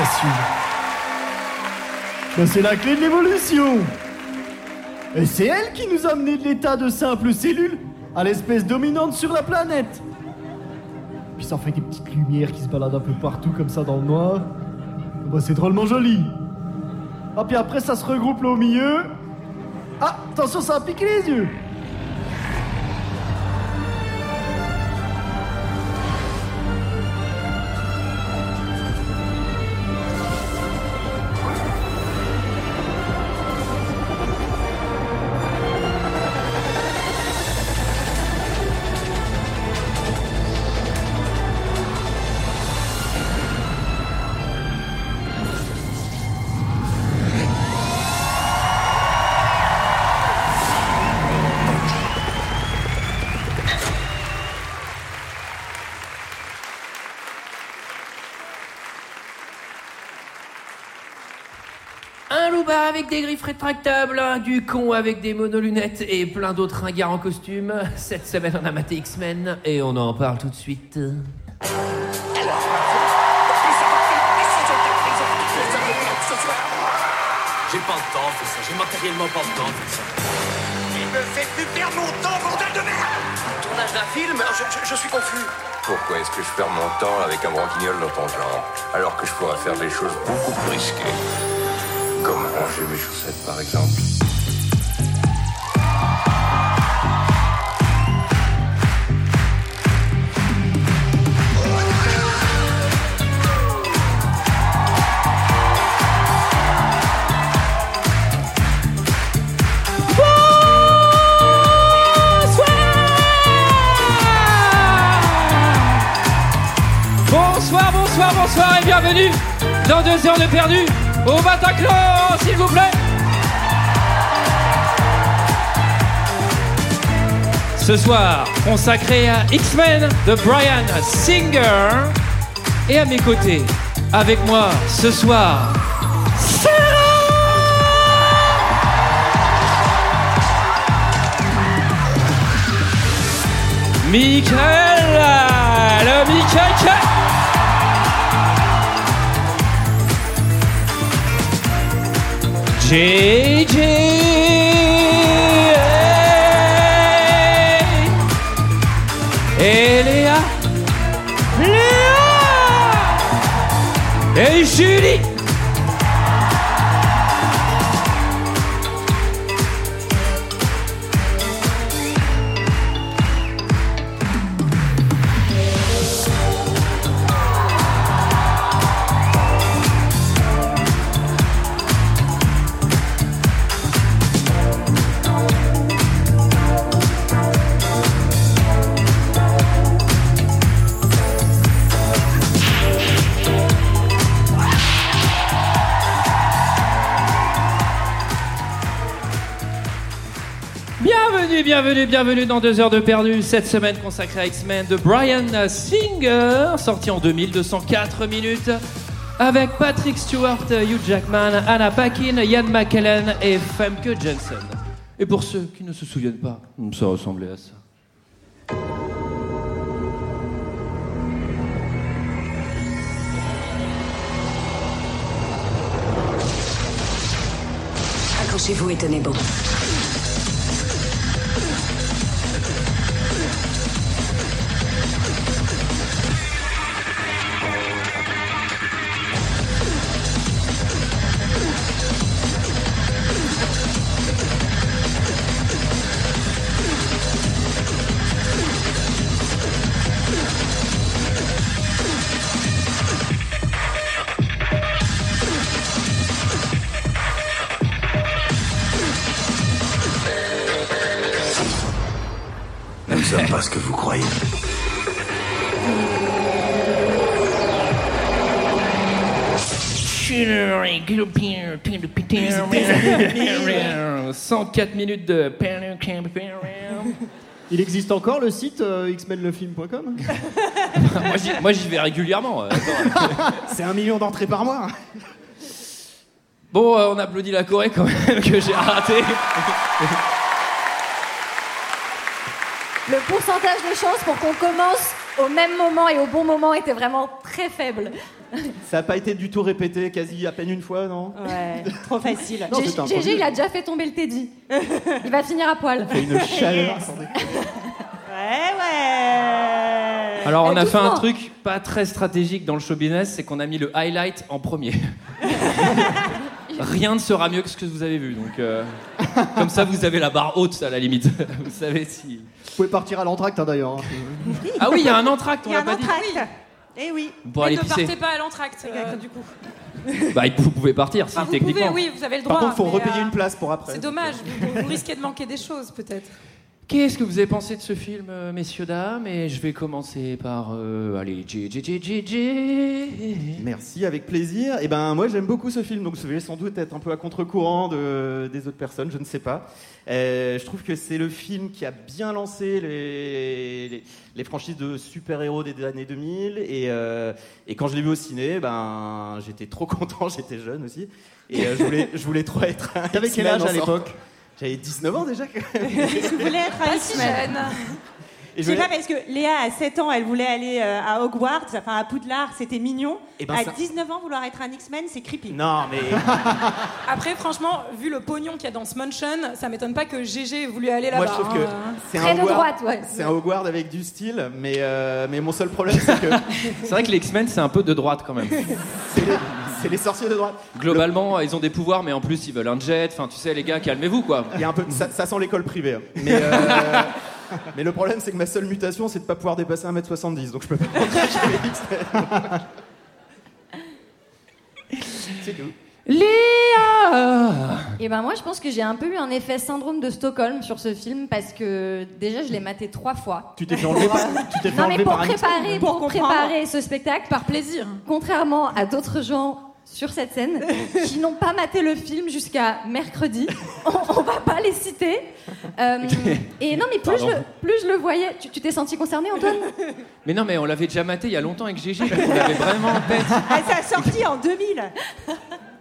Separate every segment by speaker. Speaker 1: à suivre. Ben, c'est la clé de l'évolution. Et c'est elle qui nous a amené de l'état de simple cellule à l'espèce dominante sur la planète. Puis ça fait des petites lumières qui se baladent un peu partout comme ça dans le noir. Ben, c'est drôlement joli. Ah, puis après, ça se regroupe là au milieu. Ah, attention, ça a piqué les yeux.
Speaker 2: Un loupard avec des griffes rétractables, un con avec des monolunettes et plein d'autres ringards en costume. Cette semaine, on a maté X-Men et on en parle tout de suite.
Speaker 3: J'ai pas le temps de faire ça, j'ai matériellement pas le temps de faire ça.
Speaker 4: Il me fait plus perdre mon temps, bordel de merde Tournage d'un film je, je- je suis confus.
Speaker 5: Pourquoi est-ce que je perds mon temps avec un branquignol dans ton genre Alors que je pourrais faire des choses beaucoup plus risquées. Comme ranger mes chaussettes par exemple.
Speaker 6: Bonsoir, bonsoir, bonsoir et bienvenue dans deux heures de perdu au Bataclan, s'il vous plaît. Ce soir, consacré à X-Men de Brian Singer. Et à mes côtés, avec moi ce soir, Michael, le Michael Ke- JJ et Léa, Léa et Julie. Bienvenue, bienvenue, bienvenue dans deux heures de perdu, cette semaine consacrée à X-Men de Brian Singer, sorti en 2204 minutes, avec Patrick Stewart, Hugh Jackman, Anna Paquin, Ian McKellen et Femke Jensen. Et pour ceux qui ne se souviennent pas, ça ressemblait à ça.
Speaker 7: Accrochez-vous et tenez bon.
Speaker 4: Nous ne sommes pas ce que vous croyez.
Speaker 6: Peter. 104 minutes de.
Speaker 1: Il existe encore le site euh, xmenlefilm.com
Speaker 6: Moi, j'y- Moi j'y vais régulièrement. euh, attends.
Speaker 1: C'est un million d'entrées par mois. hein.
Speaker 6: Bon, euh, on applaudit la Corée quand même que j'ai raté.
Speaker 8: Le pourcentage de chances pour qu'on commence au même moment et au bon moment était vraiment très faible.
Speaker 9: Ça n'a pas été du tout répété, quasi à peine une fois, non
Speaker 8: Ouais, trop facile.
Speaker 9: Non, c'est un
Speaker 8: GG,
Speaker 9: produit.
Speaker 8: il a déjà fait tomber le Teddy. Il va finir à poil.
Speaker 9: Fait une chaleur.
Speaker 10: Ouais, ouais.
Speaker 6: Alors, on
Speaker 8: Euh,
Speaker 6: a fait un
Speaker 8: doucement.
Speaker 6: truc pas très stratégique dans le show business, c'est qu'on a mis le highlight en premier. Rien ne sera mieux que ce que vous avez vu, donc euh, comme ça vous avez la barre haute à la limite. vous savez si.
Speaker 11: Vous pouvez partir à l'entracte hein, d'ailleurs. hein.
Speaker 6: Ah oui, il y a un entracte,
Speaker 10: Il
Speaker 6: on
Speaker 10: y a
Speaker 6: l'a
Speaker 10: un
Speaker 6: pas dit.
Speaker 10: entracte. Eh oui.
Speaker 6: Pour aller
Speaker 10: Mais ne
Speaker 6: pisser.
Speaker 10: partez pas à l'entracte, euh, du coup.
Speaker 6: Bah, vous pouvez partir, si
Speaker 10: Enfin, Ah, vous
Speaker 6: techniquement.
Speaker 10: pouvez, oui, vous avez le droit.
Speaker 9: Par contre, faut
Speaker 10: mais,
Speaker 9: repayer
Speaker 10: euh,
Speaker 9: une place pour après. euh.
Speaker 10: C'est dommage, vous, vous risquez de manquer des choses, peut-être.
Speaker 6: Qu'est-ce que vous avez pensé de ce film, euh, messieurs dames Et je vais commencer par, euh, allez, J J J J J.
Speaker 9: Merci, avec plaisir. Et ben moi j'aime beaucoup ce film, donc je vais sans doute être un peu à contre-courant de- des autres personnes, je ne sais pas. Euh, je trouve que c'est le film qui a bien lancé les, les, les franchises de super-héros des années 2000. Et, euh, et quand je l'ai vu au ciné, ben j'étais trop content, j'étais jeune aussi. Et euh, je, voulais, je voulais trop être. un
Speaker 11: T'avais quel
Speaker 9: X-Men
Speaker 11: âge
Speaker 9: en
Speaker 11: à l'époque
Speaker 9: J'avais 19 ans déjà. que-
Speaker 10: Vous voulez être à X-Men
Speaker 9: Et
Speaker 10: Je
Speaker 9: je
Speaker 10: sais pas,
Speaker 9: voulais-
Speaker 10: parce que Léa, à 7 ans, elle voulait aller euh, à Hogwarts, enfin à Poudlard, c'était mignon.
Speaker 9: Eh ben,
Speaker 10: à
Speaker 9: ça-
Speaker 10: 19 ans, vouloir être un X-Men, c'est creepy.
Speaker 9: Non, mais.
Speaker 7: Après, franchement, vu le pognon qu'il y a dans ce mansion, ça m'étonne pas que GG ait voulu aller
Speaker 9: Moi,
Speaker 7: là-bas.
Speaker 9: je trouve que
Speaker 7: hein.
Speaker 9: c'est
Speaker 8: Très
Speaker 9: un
Speaker 8: de
Speaker 9: Howard-
Speaker 8: droite, ouais.
Speaker 9: C'est un Hogwarts avec du style, mais, euh, mais mon seul problème, c'est que
Speaker 6: C'est vrai que les X-Men, c'est un peu de droite quand même.
Speaker 9: c'est les, c'est les sorciers de droite.
Speaker 6: Globalement, ils ont des pouvoirs, mais en plus, ils veulent un jet. Enfin, tu sais, les gars, calmez-vous, quoi.
Speaker 9: Il y a un peu, ça, ça sent l'école privée. hein. Mais, euh, mais le problème, c'est que ma seule mutation, c'est de ne pas pouvoir dépasser 1m70, donc je peux pas rentrer chez les X-Men. C'est tout.
Speaker 6: Léa
Speaker 8: Et ben moi, je pense que j'ai un peu eu un effet syndrome de Stockholm sur ce film parce que déjà, je l'ai maté trois fois.
Speaker 11: Tu t'es fait enlever par, tu t'es fait
Speaker 8: Non mais
Speaker 11: enlever
Speaker 8: pour
Speaker 11: par un
Speaker 8: préparer,
Speaker 10: Pour
Speaker 8: pour,
Speaker 10: comprendre.
Speaker 8: préparer ce spectacle, par plaisir. Contrairement à d'autres gens sur cette scène qui n'ont pas maté le film jusqu'à mercredi, on, on va pas les citer. Euh, et non mais plus je,
Speaker 6: Pardon.
Speaker 8: le- plus je le voyais, tu tu t'es senti concerné Antoine
Speaker 6: Mais non, mais on l'avait déjà maté il y a longtemps avec GG. On l'avait vraiment en tête.
Speaker 10: Ah, ça a sorti en 2000.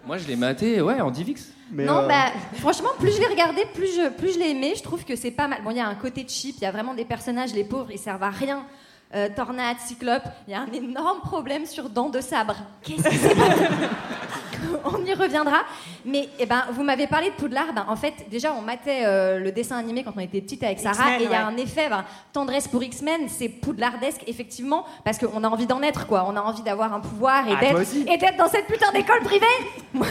Speaker 6: Moi, je l'ai maté, ouais, en Divix.
Speaker 11: Mais,
Speaker 8: Non,
Speaker 11: euh,
Speaker 8: bah, franchement, plus je l'ai regardé, plus je, plus je l'ai aimé. Je trouve que c'est pas mal. Bon, il y a un côté cheap, il y a vraiment des personnages, les pauvres, ils servent à rien. Euh, tornade, cyclope, il y a un énorme problème sur dents de sabre. Qu'est-ce que c'est pas On y reviendra. Mais eh ben, vous m'avez parlé de Poudlard. Ben, en fait, déjà, on matait euh, le dessin animé quand on était petite avec Sarah.
Speaker 10: X-Men,
Speaker 8: Et il y a
Speaker 10: ouais.
Speaker 8: un effet, ben, tendresse pour X-Men, c'est poudlardesque, effectivement, parce qu'on a envie d'en être, quoi. On a envie d'avoir un pouvoir et
Speaker 9: Ah, toi aussi.
Speaker 8: d'être et d'être dans cette putain d'école privée.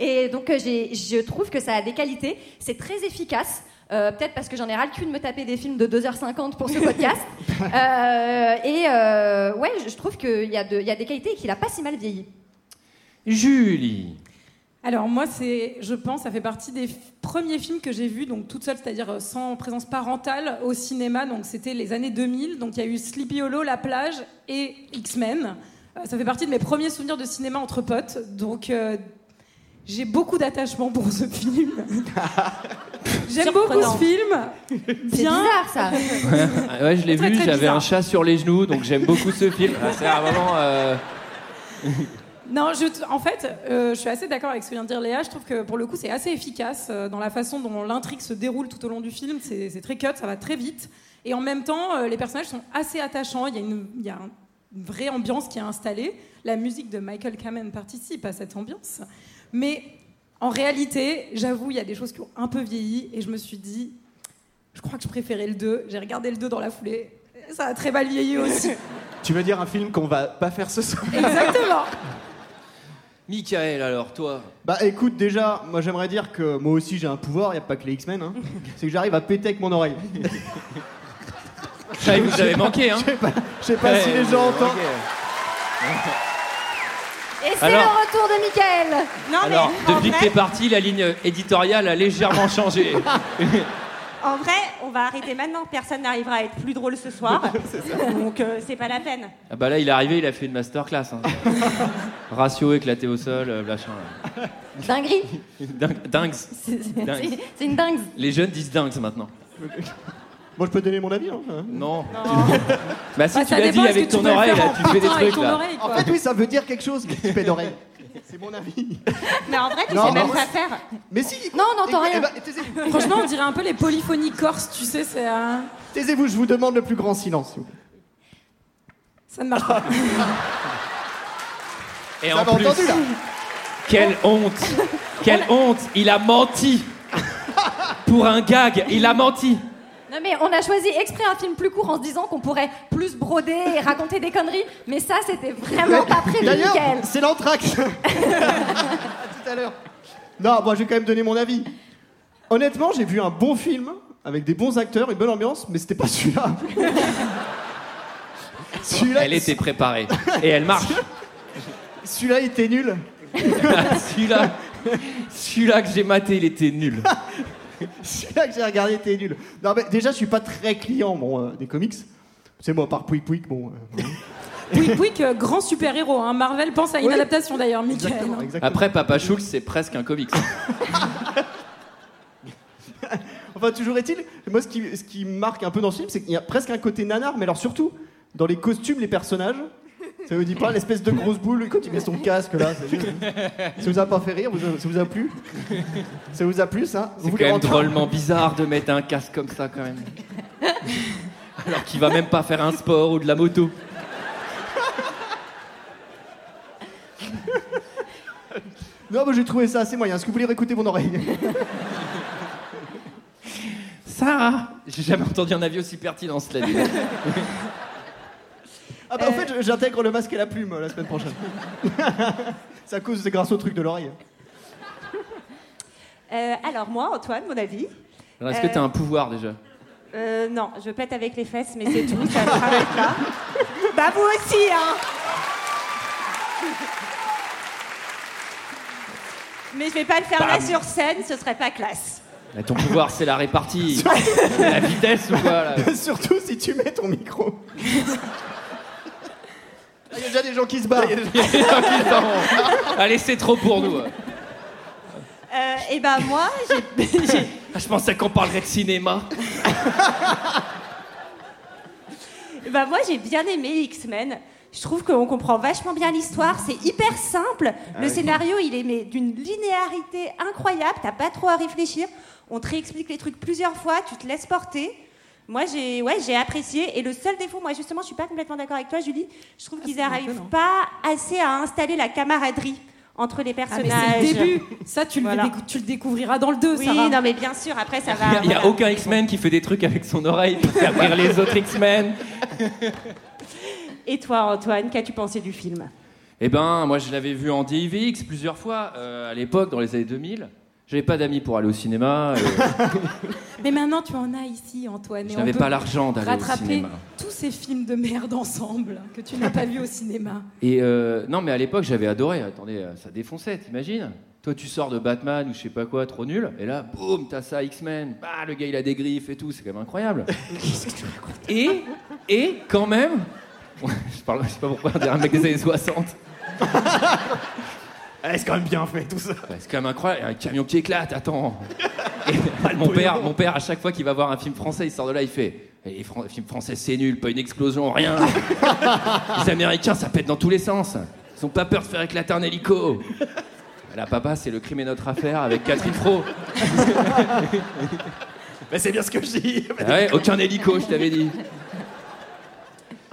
Speaker 8: Et donc euh, j'ai- je trouve que ça a des qualités, c'est très efficace. Euh, Peut-être parce que j'en ai ras le cul de me taper des films de 2h50 pour ce podcast. Euh, et euh, ouais, je- je trouve qu'il y, a de- il y a des qualités et qu'il a pas si mal vieilli.
Speaker 6: Julie.
Speaker 7: Alors moi, c'est, je pense, ça fait partie des f- premiers films que j'ai vus, donc toute seule, c'est-à-dire euh, sans présence parentale au cinéma. Donc c'était les années 2000. Donc il y a eu Sleepy Hollow, La Plage et X-Men. Euh, ça fait partie de mes premiers souvenirs de cinéma entre potes. Donc euh, j'ai beaucoup d'attachement pour ce film. J'aime beaucoup
Speaker 10: Surprenant.
Speaker 7: ce film.
Speaker 8: C'est
Speaker 7: Bien.
Speaker 8: bizarre ça.
Speaker 6: Ah ouais, je l'ai
Speaker 7: Très,
Speaker 6: vu,
Speaker 7: très
Speaker 6: j'avais
Speaker 7: bizarre.
Speaker 6: un chat sur les genoux, donc j'aime beaucoup ce film. Ah, C'est vraiment. euh,
Speaker 7: Non, je, t- en fait, euh, je suis assez d'accord avec ce que vient de dire Léa. Je trouve que pour le coup, c'est assez efficace euh, dans la façon dont l'intrigue se déroule tout au long du film. C'est c'est très cut, ça va très vite. Et en même temps, euh, les personnages sont assez attachants. Il y a, une, il y a un- une vraie ambiance qui est installée. La musique de Michael Kamen participe à cette ambiance. Mais en réalité, j'avoue, il y a des choses qui ont un peu vieilli. Et je me suis dit, je crois que je préférais le 2. J'ai regardé le 2 dans la foulée. Ça a très mal vieilli aussi.
Speaker 9: Tu veux dire un film qu'on va pas faire ce soir
Speaker 7: Exactement.
Speaker 6: Michael, alors, toi.
Speaker 11: Bah écoute, déjà, moi j'aimerais dire que moi aussi j'ai un pouvoir, y a pas que les X-Men, hein. c'est que j'arrive à péter avec mon oreille.
Speaker 6: Ça, vous avez manqué, hein
Speaker 11: Je sais pas, je sais pas si les gens entendent.
Speaker 8: Et c'est
Speaker 6: Alors-
Speaker 8: le retour de Michael.
Speaker 10: Non,
Speaker 7: Ah,
Speaker 6: Alors,
Speaker 10: mais en
Speaker 6: depuis que t'es
Speaker 10: vrai,
Speaker 6: parti, la ligne éditoriale a légèrement changé.
Speaker 10: en vrai, on va arrêter maintenant. Personne n'arrivera à être plus drôle ce soir. Donc, euh, c'est pas la peine.
Speaker 6: Ah bah là, il est arrivé, il a fait une masterclass. hein. Ratio éclaté au sol, euh, machin.
Speaker 8: Dinguerie.
Speaker 6: Dingue- Dingues.
Speaker 8: C'est c'est-
Speaker 6: Dingue.
Speaker 8: c'est une dingue.
Speaker 6: Les jeunes disent dingues maintenant.
Speaker 11: Moi je peux donner mon avis. hein.
Speaker 6: Non. Bah si,
Speaker 7: Bah,
Speaker 6: tu
Speaker 7: ça
Speaker 6: l'as
Speaker 7: dépend,
Speaker 6: dit
Speaker 7: est-ce
Speaker 6: avec
Speaker 7: que tu
Speaker 6: ton
Speaker 7: peux le
Speaker 6: oreille,
Speaker 7: faire
Speaker 6: là,
Speaker 7: en
Speaker 6: tu fais des
Speaker 7: partant avec
Speaker 6: trucs,
Speaker 7: ton
Speaker 6: là.
Speaker 7: oreille,
Speaker 11: En
Speaker 9: Bah,
Speaker 7: quoi.
Speaker 11: fait oui, ça veut dire quelque chose, les petits pets d'oreille. C'est mon avis.
Speaker 10: Mais en vrai, tu
Speaker 11: Non,
Speaker 10: sais même
Speaker 11: non.
Speaker 10: pas faire.
Speaker 11: Mais si
Speaker 8: Non, on n'entend
Speaker 11: Eh
Speaker 8: rien.
Speaker 11: ben, taisez-
Speaker 7: Franchement, on dirait un peu les polyphonies corses, tu sais, c'est euh, un.
Speaker 11: Taisez-vous, je vous demande le plus grand silence. s'il vous plaît.
Speaker 3: Ça ne marche pas.
Speaker 6: Et
Speaker 1: Ah,
Speaker 3: Vous
Speaker 1: bah,
Speaker 6: en
Speaker 3: avez
Speaker 6: plus,
Speaker 3: entendu, là
Speaker 6: quelle honte, quelle honte, il a menti pour un gag, il a menti.
Speaker 8: Non mais on a choisi exprès un film plus court en se disant qu'on pourrait plus broder et raconter des conneries, mais ça c'était vraiment pas prévu,
Speaker 1: D'ailleurs,
Speaker 8: Mickaël.
Speaker 1: c'est l'entracte. tout à l'heure. Non, moi, je vais quand même donner mon avis. Honnêtement, j'ai vu un bon film avec des bons acteurs, une bonne ambiance, mais c'était pas celui-là. celui-là,
Speaker 6: Elle était préparée et elle marche.
Speaker 1: celui-là était nul.
Speaker 6: celui-là, celui-là que j'ai maté, il était nul.
Speaker 1: Celui-là que j'ai regardé était nul. Non, mais déjà, je suis pas très client bon, euh, des comics. C'est moi, par Pouic Pouic, bon. euh,
Speaker 11: Ah.
Speaker 3: Pouic Pouic, euh, grand super-héros. hein. Marvel pense à une
Speaker 1: Oui.
Speaker 3: adaptation d'ailleurs, Michael.
Speaker 6: Après, Papa Schultz, c'est presque un comics.
Speaker 1: Enfin, toujours est-il, moi, ce qui, ce qui me marque un peu dans ce film, c'est qu'il y a presque un côté nanar, mais alors surtout, dans les costumes, les personnages. Ça vous dit pas l'espèce de grosse boule quand il met son casque là c'est juste- Ça vous a pas fait rire vous a- Ça vous a plu Ça vous a plu ça Vous
Speaker 6: C'est quand
Speaker 1: voulez
Speaker 6: même
Speaker 1: rentrer
Speaker 6: drôlement bizarre de mettre un casque comme ça, quand même. Alors qu'il va même pas faire un sport ou de la moto.
Speaker 1: Non, mais j'ai trouvé ça assez moyen. Est-ce que vous voulez réécouter mon oreille
Speaker 6: Sarah J'ai jamais entendu un avis aussi pertinent, cela dit.
Speaker 1: Ah bah, en fait, je- j'intègre le masque et la plume euh, la semaine prochaine. c'est à cause, c'est grâce au truc de l'oreille.
Speaker 7: Euh, alors moi, Antoine, mon avis.
Speaker 6: Alors, Est-ce que t'as un pouvoir déjà
Speaker 7: Euh, non, je pète avec les fesses, mais c'est tout, ça s'arrête là. bah vous aussi, hein Mais je vais pas le faire là
Speaker 6: Bam.
Speaker 7: sur scène, ce serait pas classe.
Speaker 6: Bah, Ton pouvoir, c'est la répartie. la vitesse ou quoi là
Speaker 1: Surtout si tu mets ton micro. Ah, Il y a déjà des gens qui se barrent.
Speaker 6: Allez, c'est trop pour nous.
Speaker 7: Euh, et ben moi, j'ai-
Speaker 6: Ah, Je pensais qu'on parlerait de cinéma.
Speaker 7: eh ben, moi, j'ai bien aimé X-Men. Je trouve qu'on comprend vachement bien l'histoire, c'est hyper simple.
Speaker 6: Ah
Speaker 7: Le
Speaker 6: oui.
Speaker 7: scénario, il est mais d'une linéarité incroyable, t'as pas trop à réfléchir. On te réexplique les trucs plusieurs fois, tu te laisses porter. Moi, j'ai ouais, j'ai apprécié. Et le seul défaut, moi, justement, je suis pas complètement d'accord avec toi, Julie. Je
Speaker 3: Ah,
Speaker 7: trouve qu'ils n'arrivent pas assez à installer la camaraderie entre les
Speaker 3: Ah,
Speaker 7: personnages.
Speaker 3: mais c'est le début. Ça, tu le, décou- tu le découvriras dans le 2,
Speaker 7: Oui,
Speaker 3: Sarah.
Speaker 7: non, mais bien sûr, après, ça va.
Speaker 3: Ah,
Speaker 6: Il n'y a aucun X-Men qui fait des trucs avec son oreille pour faire rire les autres X-Men.
Speaker 7: Et toi, Antoine, qu'as-tu pensé du film
Speaker 6: Eh ben, moi, je l'avais vu en DivX plusieurs fois euh, à l'époque, dans les années 2000. J'avais pas d'amis pour aller au cinéma. euh,
Speaker 3: Mais maintenant, tu en as ici, Antoine. et
Speaker 6: je
Speaker 3: on
Speaker 6: n'avais
Speaker 3: peut
Speaker 6: pas l'argent d'aller au
Speaker 3: Rattraper
Speaker 6: cinéma.
Speaker 3: tous ces films de merde ensemble que tu n'as pas vus au cinéma.
Speaker 6: Et euh, non, mais à l'époque, j'avais adoré. Attendez, euh, ça défonçait, t'imagines Toi, tu sors de Batman ou je sais pas quoi, trop nul. Et là, boum, t'as ça, X-Men. Bah, le gars, il a des griffes et tout. C'est quand même incroyable. Et, et quand même, je parle, je sais pas pourquoi, on dirait un mec des années 60.
Speaker 1: c'est quand même bien fait tout ça.
Speaker 6: c'est quand même incroyable, un camion qui éclate, attends. Et ah, mon, père, mon père, à chaque fois qu'il va voir un film français, il sort de là, il fait Eh, Les Fran- films français, c'est nul, pas une explosion, rien. les Américains, ça pète dans tous les sens. Ils ont pas peur de faire éclater un hélico. La papa, c'est le crime est notre affaire avec Catherine Fro.
Speaker 1: Mais c'est bien ce que je dis.
Speaker 6: Ah ouais, aucun hélico, je t'avais dit.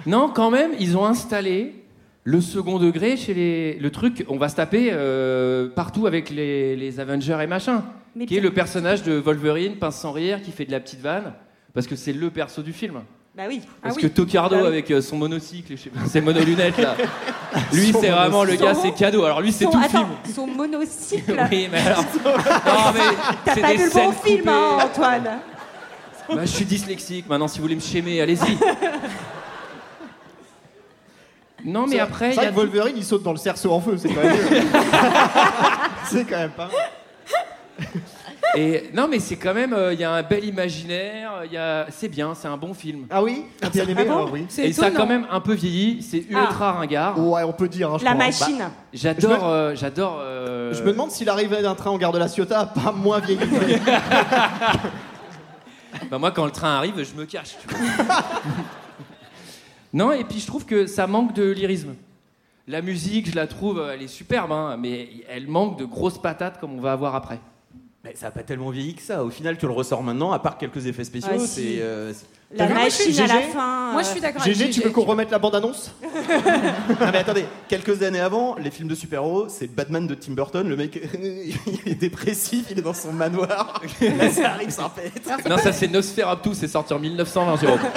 Speaker 6: Non, quand même, ils ont installé le second degré chez les. Le truc, on va se taper euh, partout avec les, les Avengers et machin.
Speaker 12: Mais
Speaker 6: qui est
Speaker 12: bien-
Speaker 6: le personnage de Wolverine, pince sans rire, qui fait de la petite vanne, parce que c'est le perso du film.
Speaker 7: Bah oui. Bah
Speaker 6: Parce que Tocardo, avec euh, son monocycle, et je sais pas, ses monolunettes là, lui, c'est vraiment le gars,
Speaker 7: Son-
Speaker 6: c'est cadeau. Alors lui, c'est
Speaker 7: Son-
Speaker 6: tout le
Speaker 7: attends,
Speaker 6: film.
Speaker 7: Son monocycle.
Speaker 6: Oui, mais alors. Non, mais
Speaker 7: T'as
Speaker 6: c'est
Speaker 7: pas
Speaker 6: des
Speaker 7: vu le bon
Speaker 6: scènes
Speaker 7: film, hein,
Speaker 6: coupées. Ah
Speaker 7: Antoine
Speaker 6: Bah, je suis dyslexique maintenant, si vous voulez me schémer, allez-y. Non, mais
Speaker 1: C'est-
Speaker 6: après,
Speaker 1: c'est
Speaker 6: il Ah,
Speaker 1: vrai
Speaker 6: y a
Speaker 1: que Wolverine, il saute dans le cerceau en feu. C'est quand même. c'est quand même pas.
Speaker 6: Et non, mais c'est quand même, euh, il y a un bel imaginaire, il y a... c'est bien, c'est un bon film.
Speaker 1: Ah oui Ah, bien aimé, alors, oui. C'est
Speaker 6: Et ça a
Speaker 1: étonnant.
Speaker 6: quand même un peu vieilli, c'est ultra ringard.
Speaker 1: Ouais, on peut dire. hein, je
Speaker 6: La
Speaker 1: crois.
Speaker 6: machine.
Speaker 1: Bah,
Speaker 6: J'adore,
Speaker 1: Je me-
Speaker 6: euh, j'adore. euh,
Speaker 1: Je me demande si l'arrivée d'un train en gare de la Ciotat a pas moins vieilli. que-
Speaker 6: Bah, moi, quand le train arrive, je me cache. tu vois. non, et puis je trouve que ça manque de lyrisme. La euh, musique, je la trouve, elle est superbe, hein, mais elle manque de grosses patates comme on va avoir après.
Speaker 3: Mais ça n'a pas tellement vieilli que ça. Au final, tu le ressors maintenant, à part quelques effets spéciaux.
Speaker 7: Ah, si.
Speaker 3: c'est, euh, c'est-
Speaker 7: La
Speaker 3: T'as vu,
Speaker 7: machine
Speaker 3: GG?
Speaker 7: à la fin, euh.
Speaker 2: Moi, je suis d'accord avec
Speaker 3: GG, tu
Speaker 2: GG.
Speaker 3: veux qu'on remette la bande-annonce Non mais attendez, quelques années avant, les films de super-héros, c'est Batman de Tim Burton, le mec il est dépressif, il est dans son manoir, Là, ça arrive, ça pète.
Speaker 1: Ah,
Speaker 6: Non, ça c'est Nosferatu, c'est sorti en 1920, Jérôme.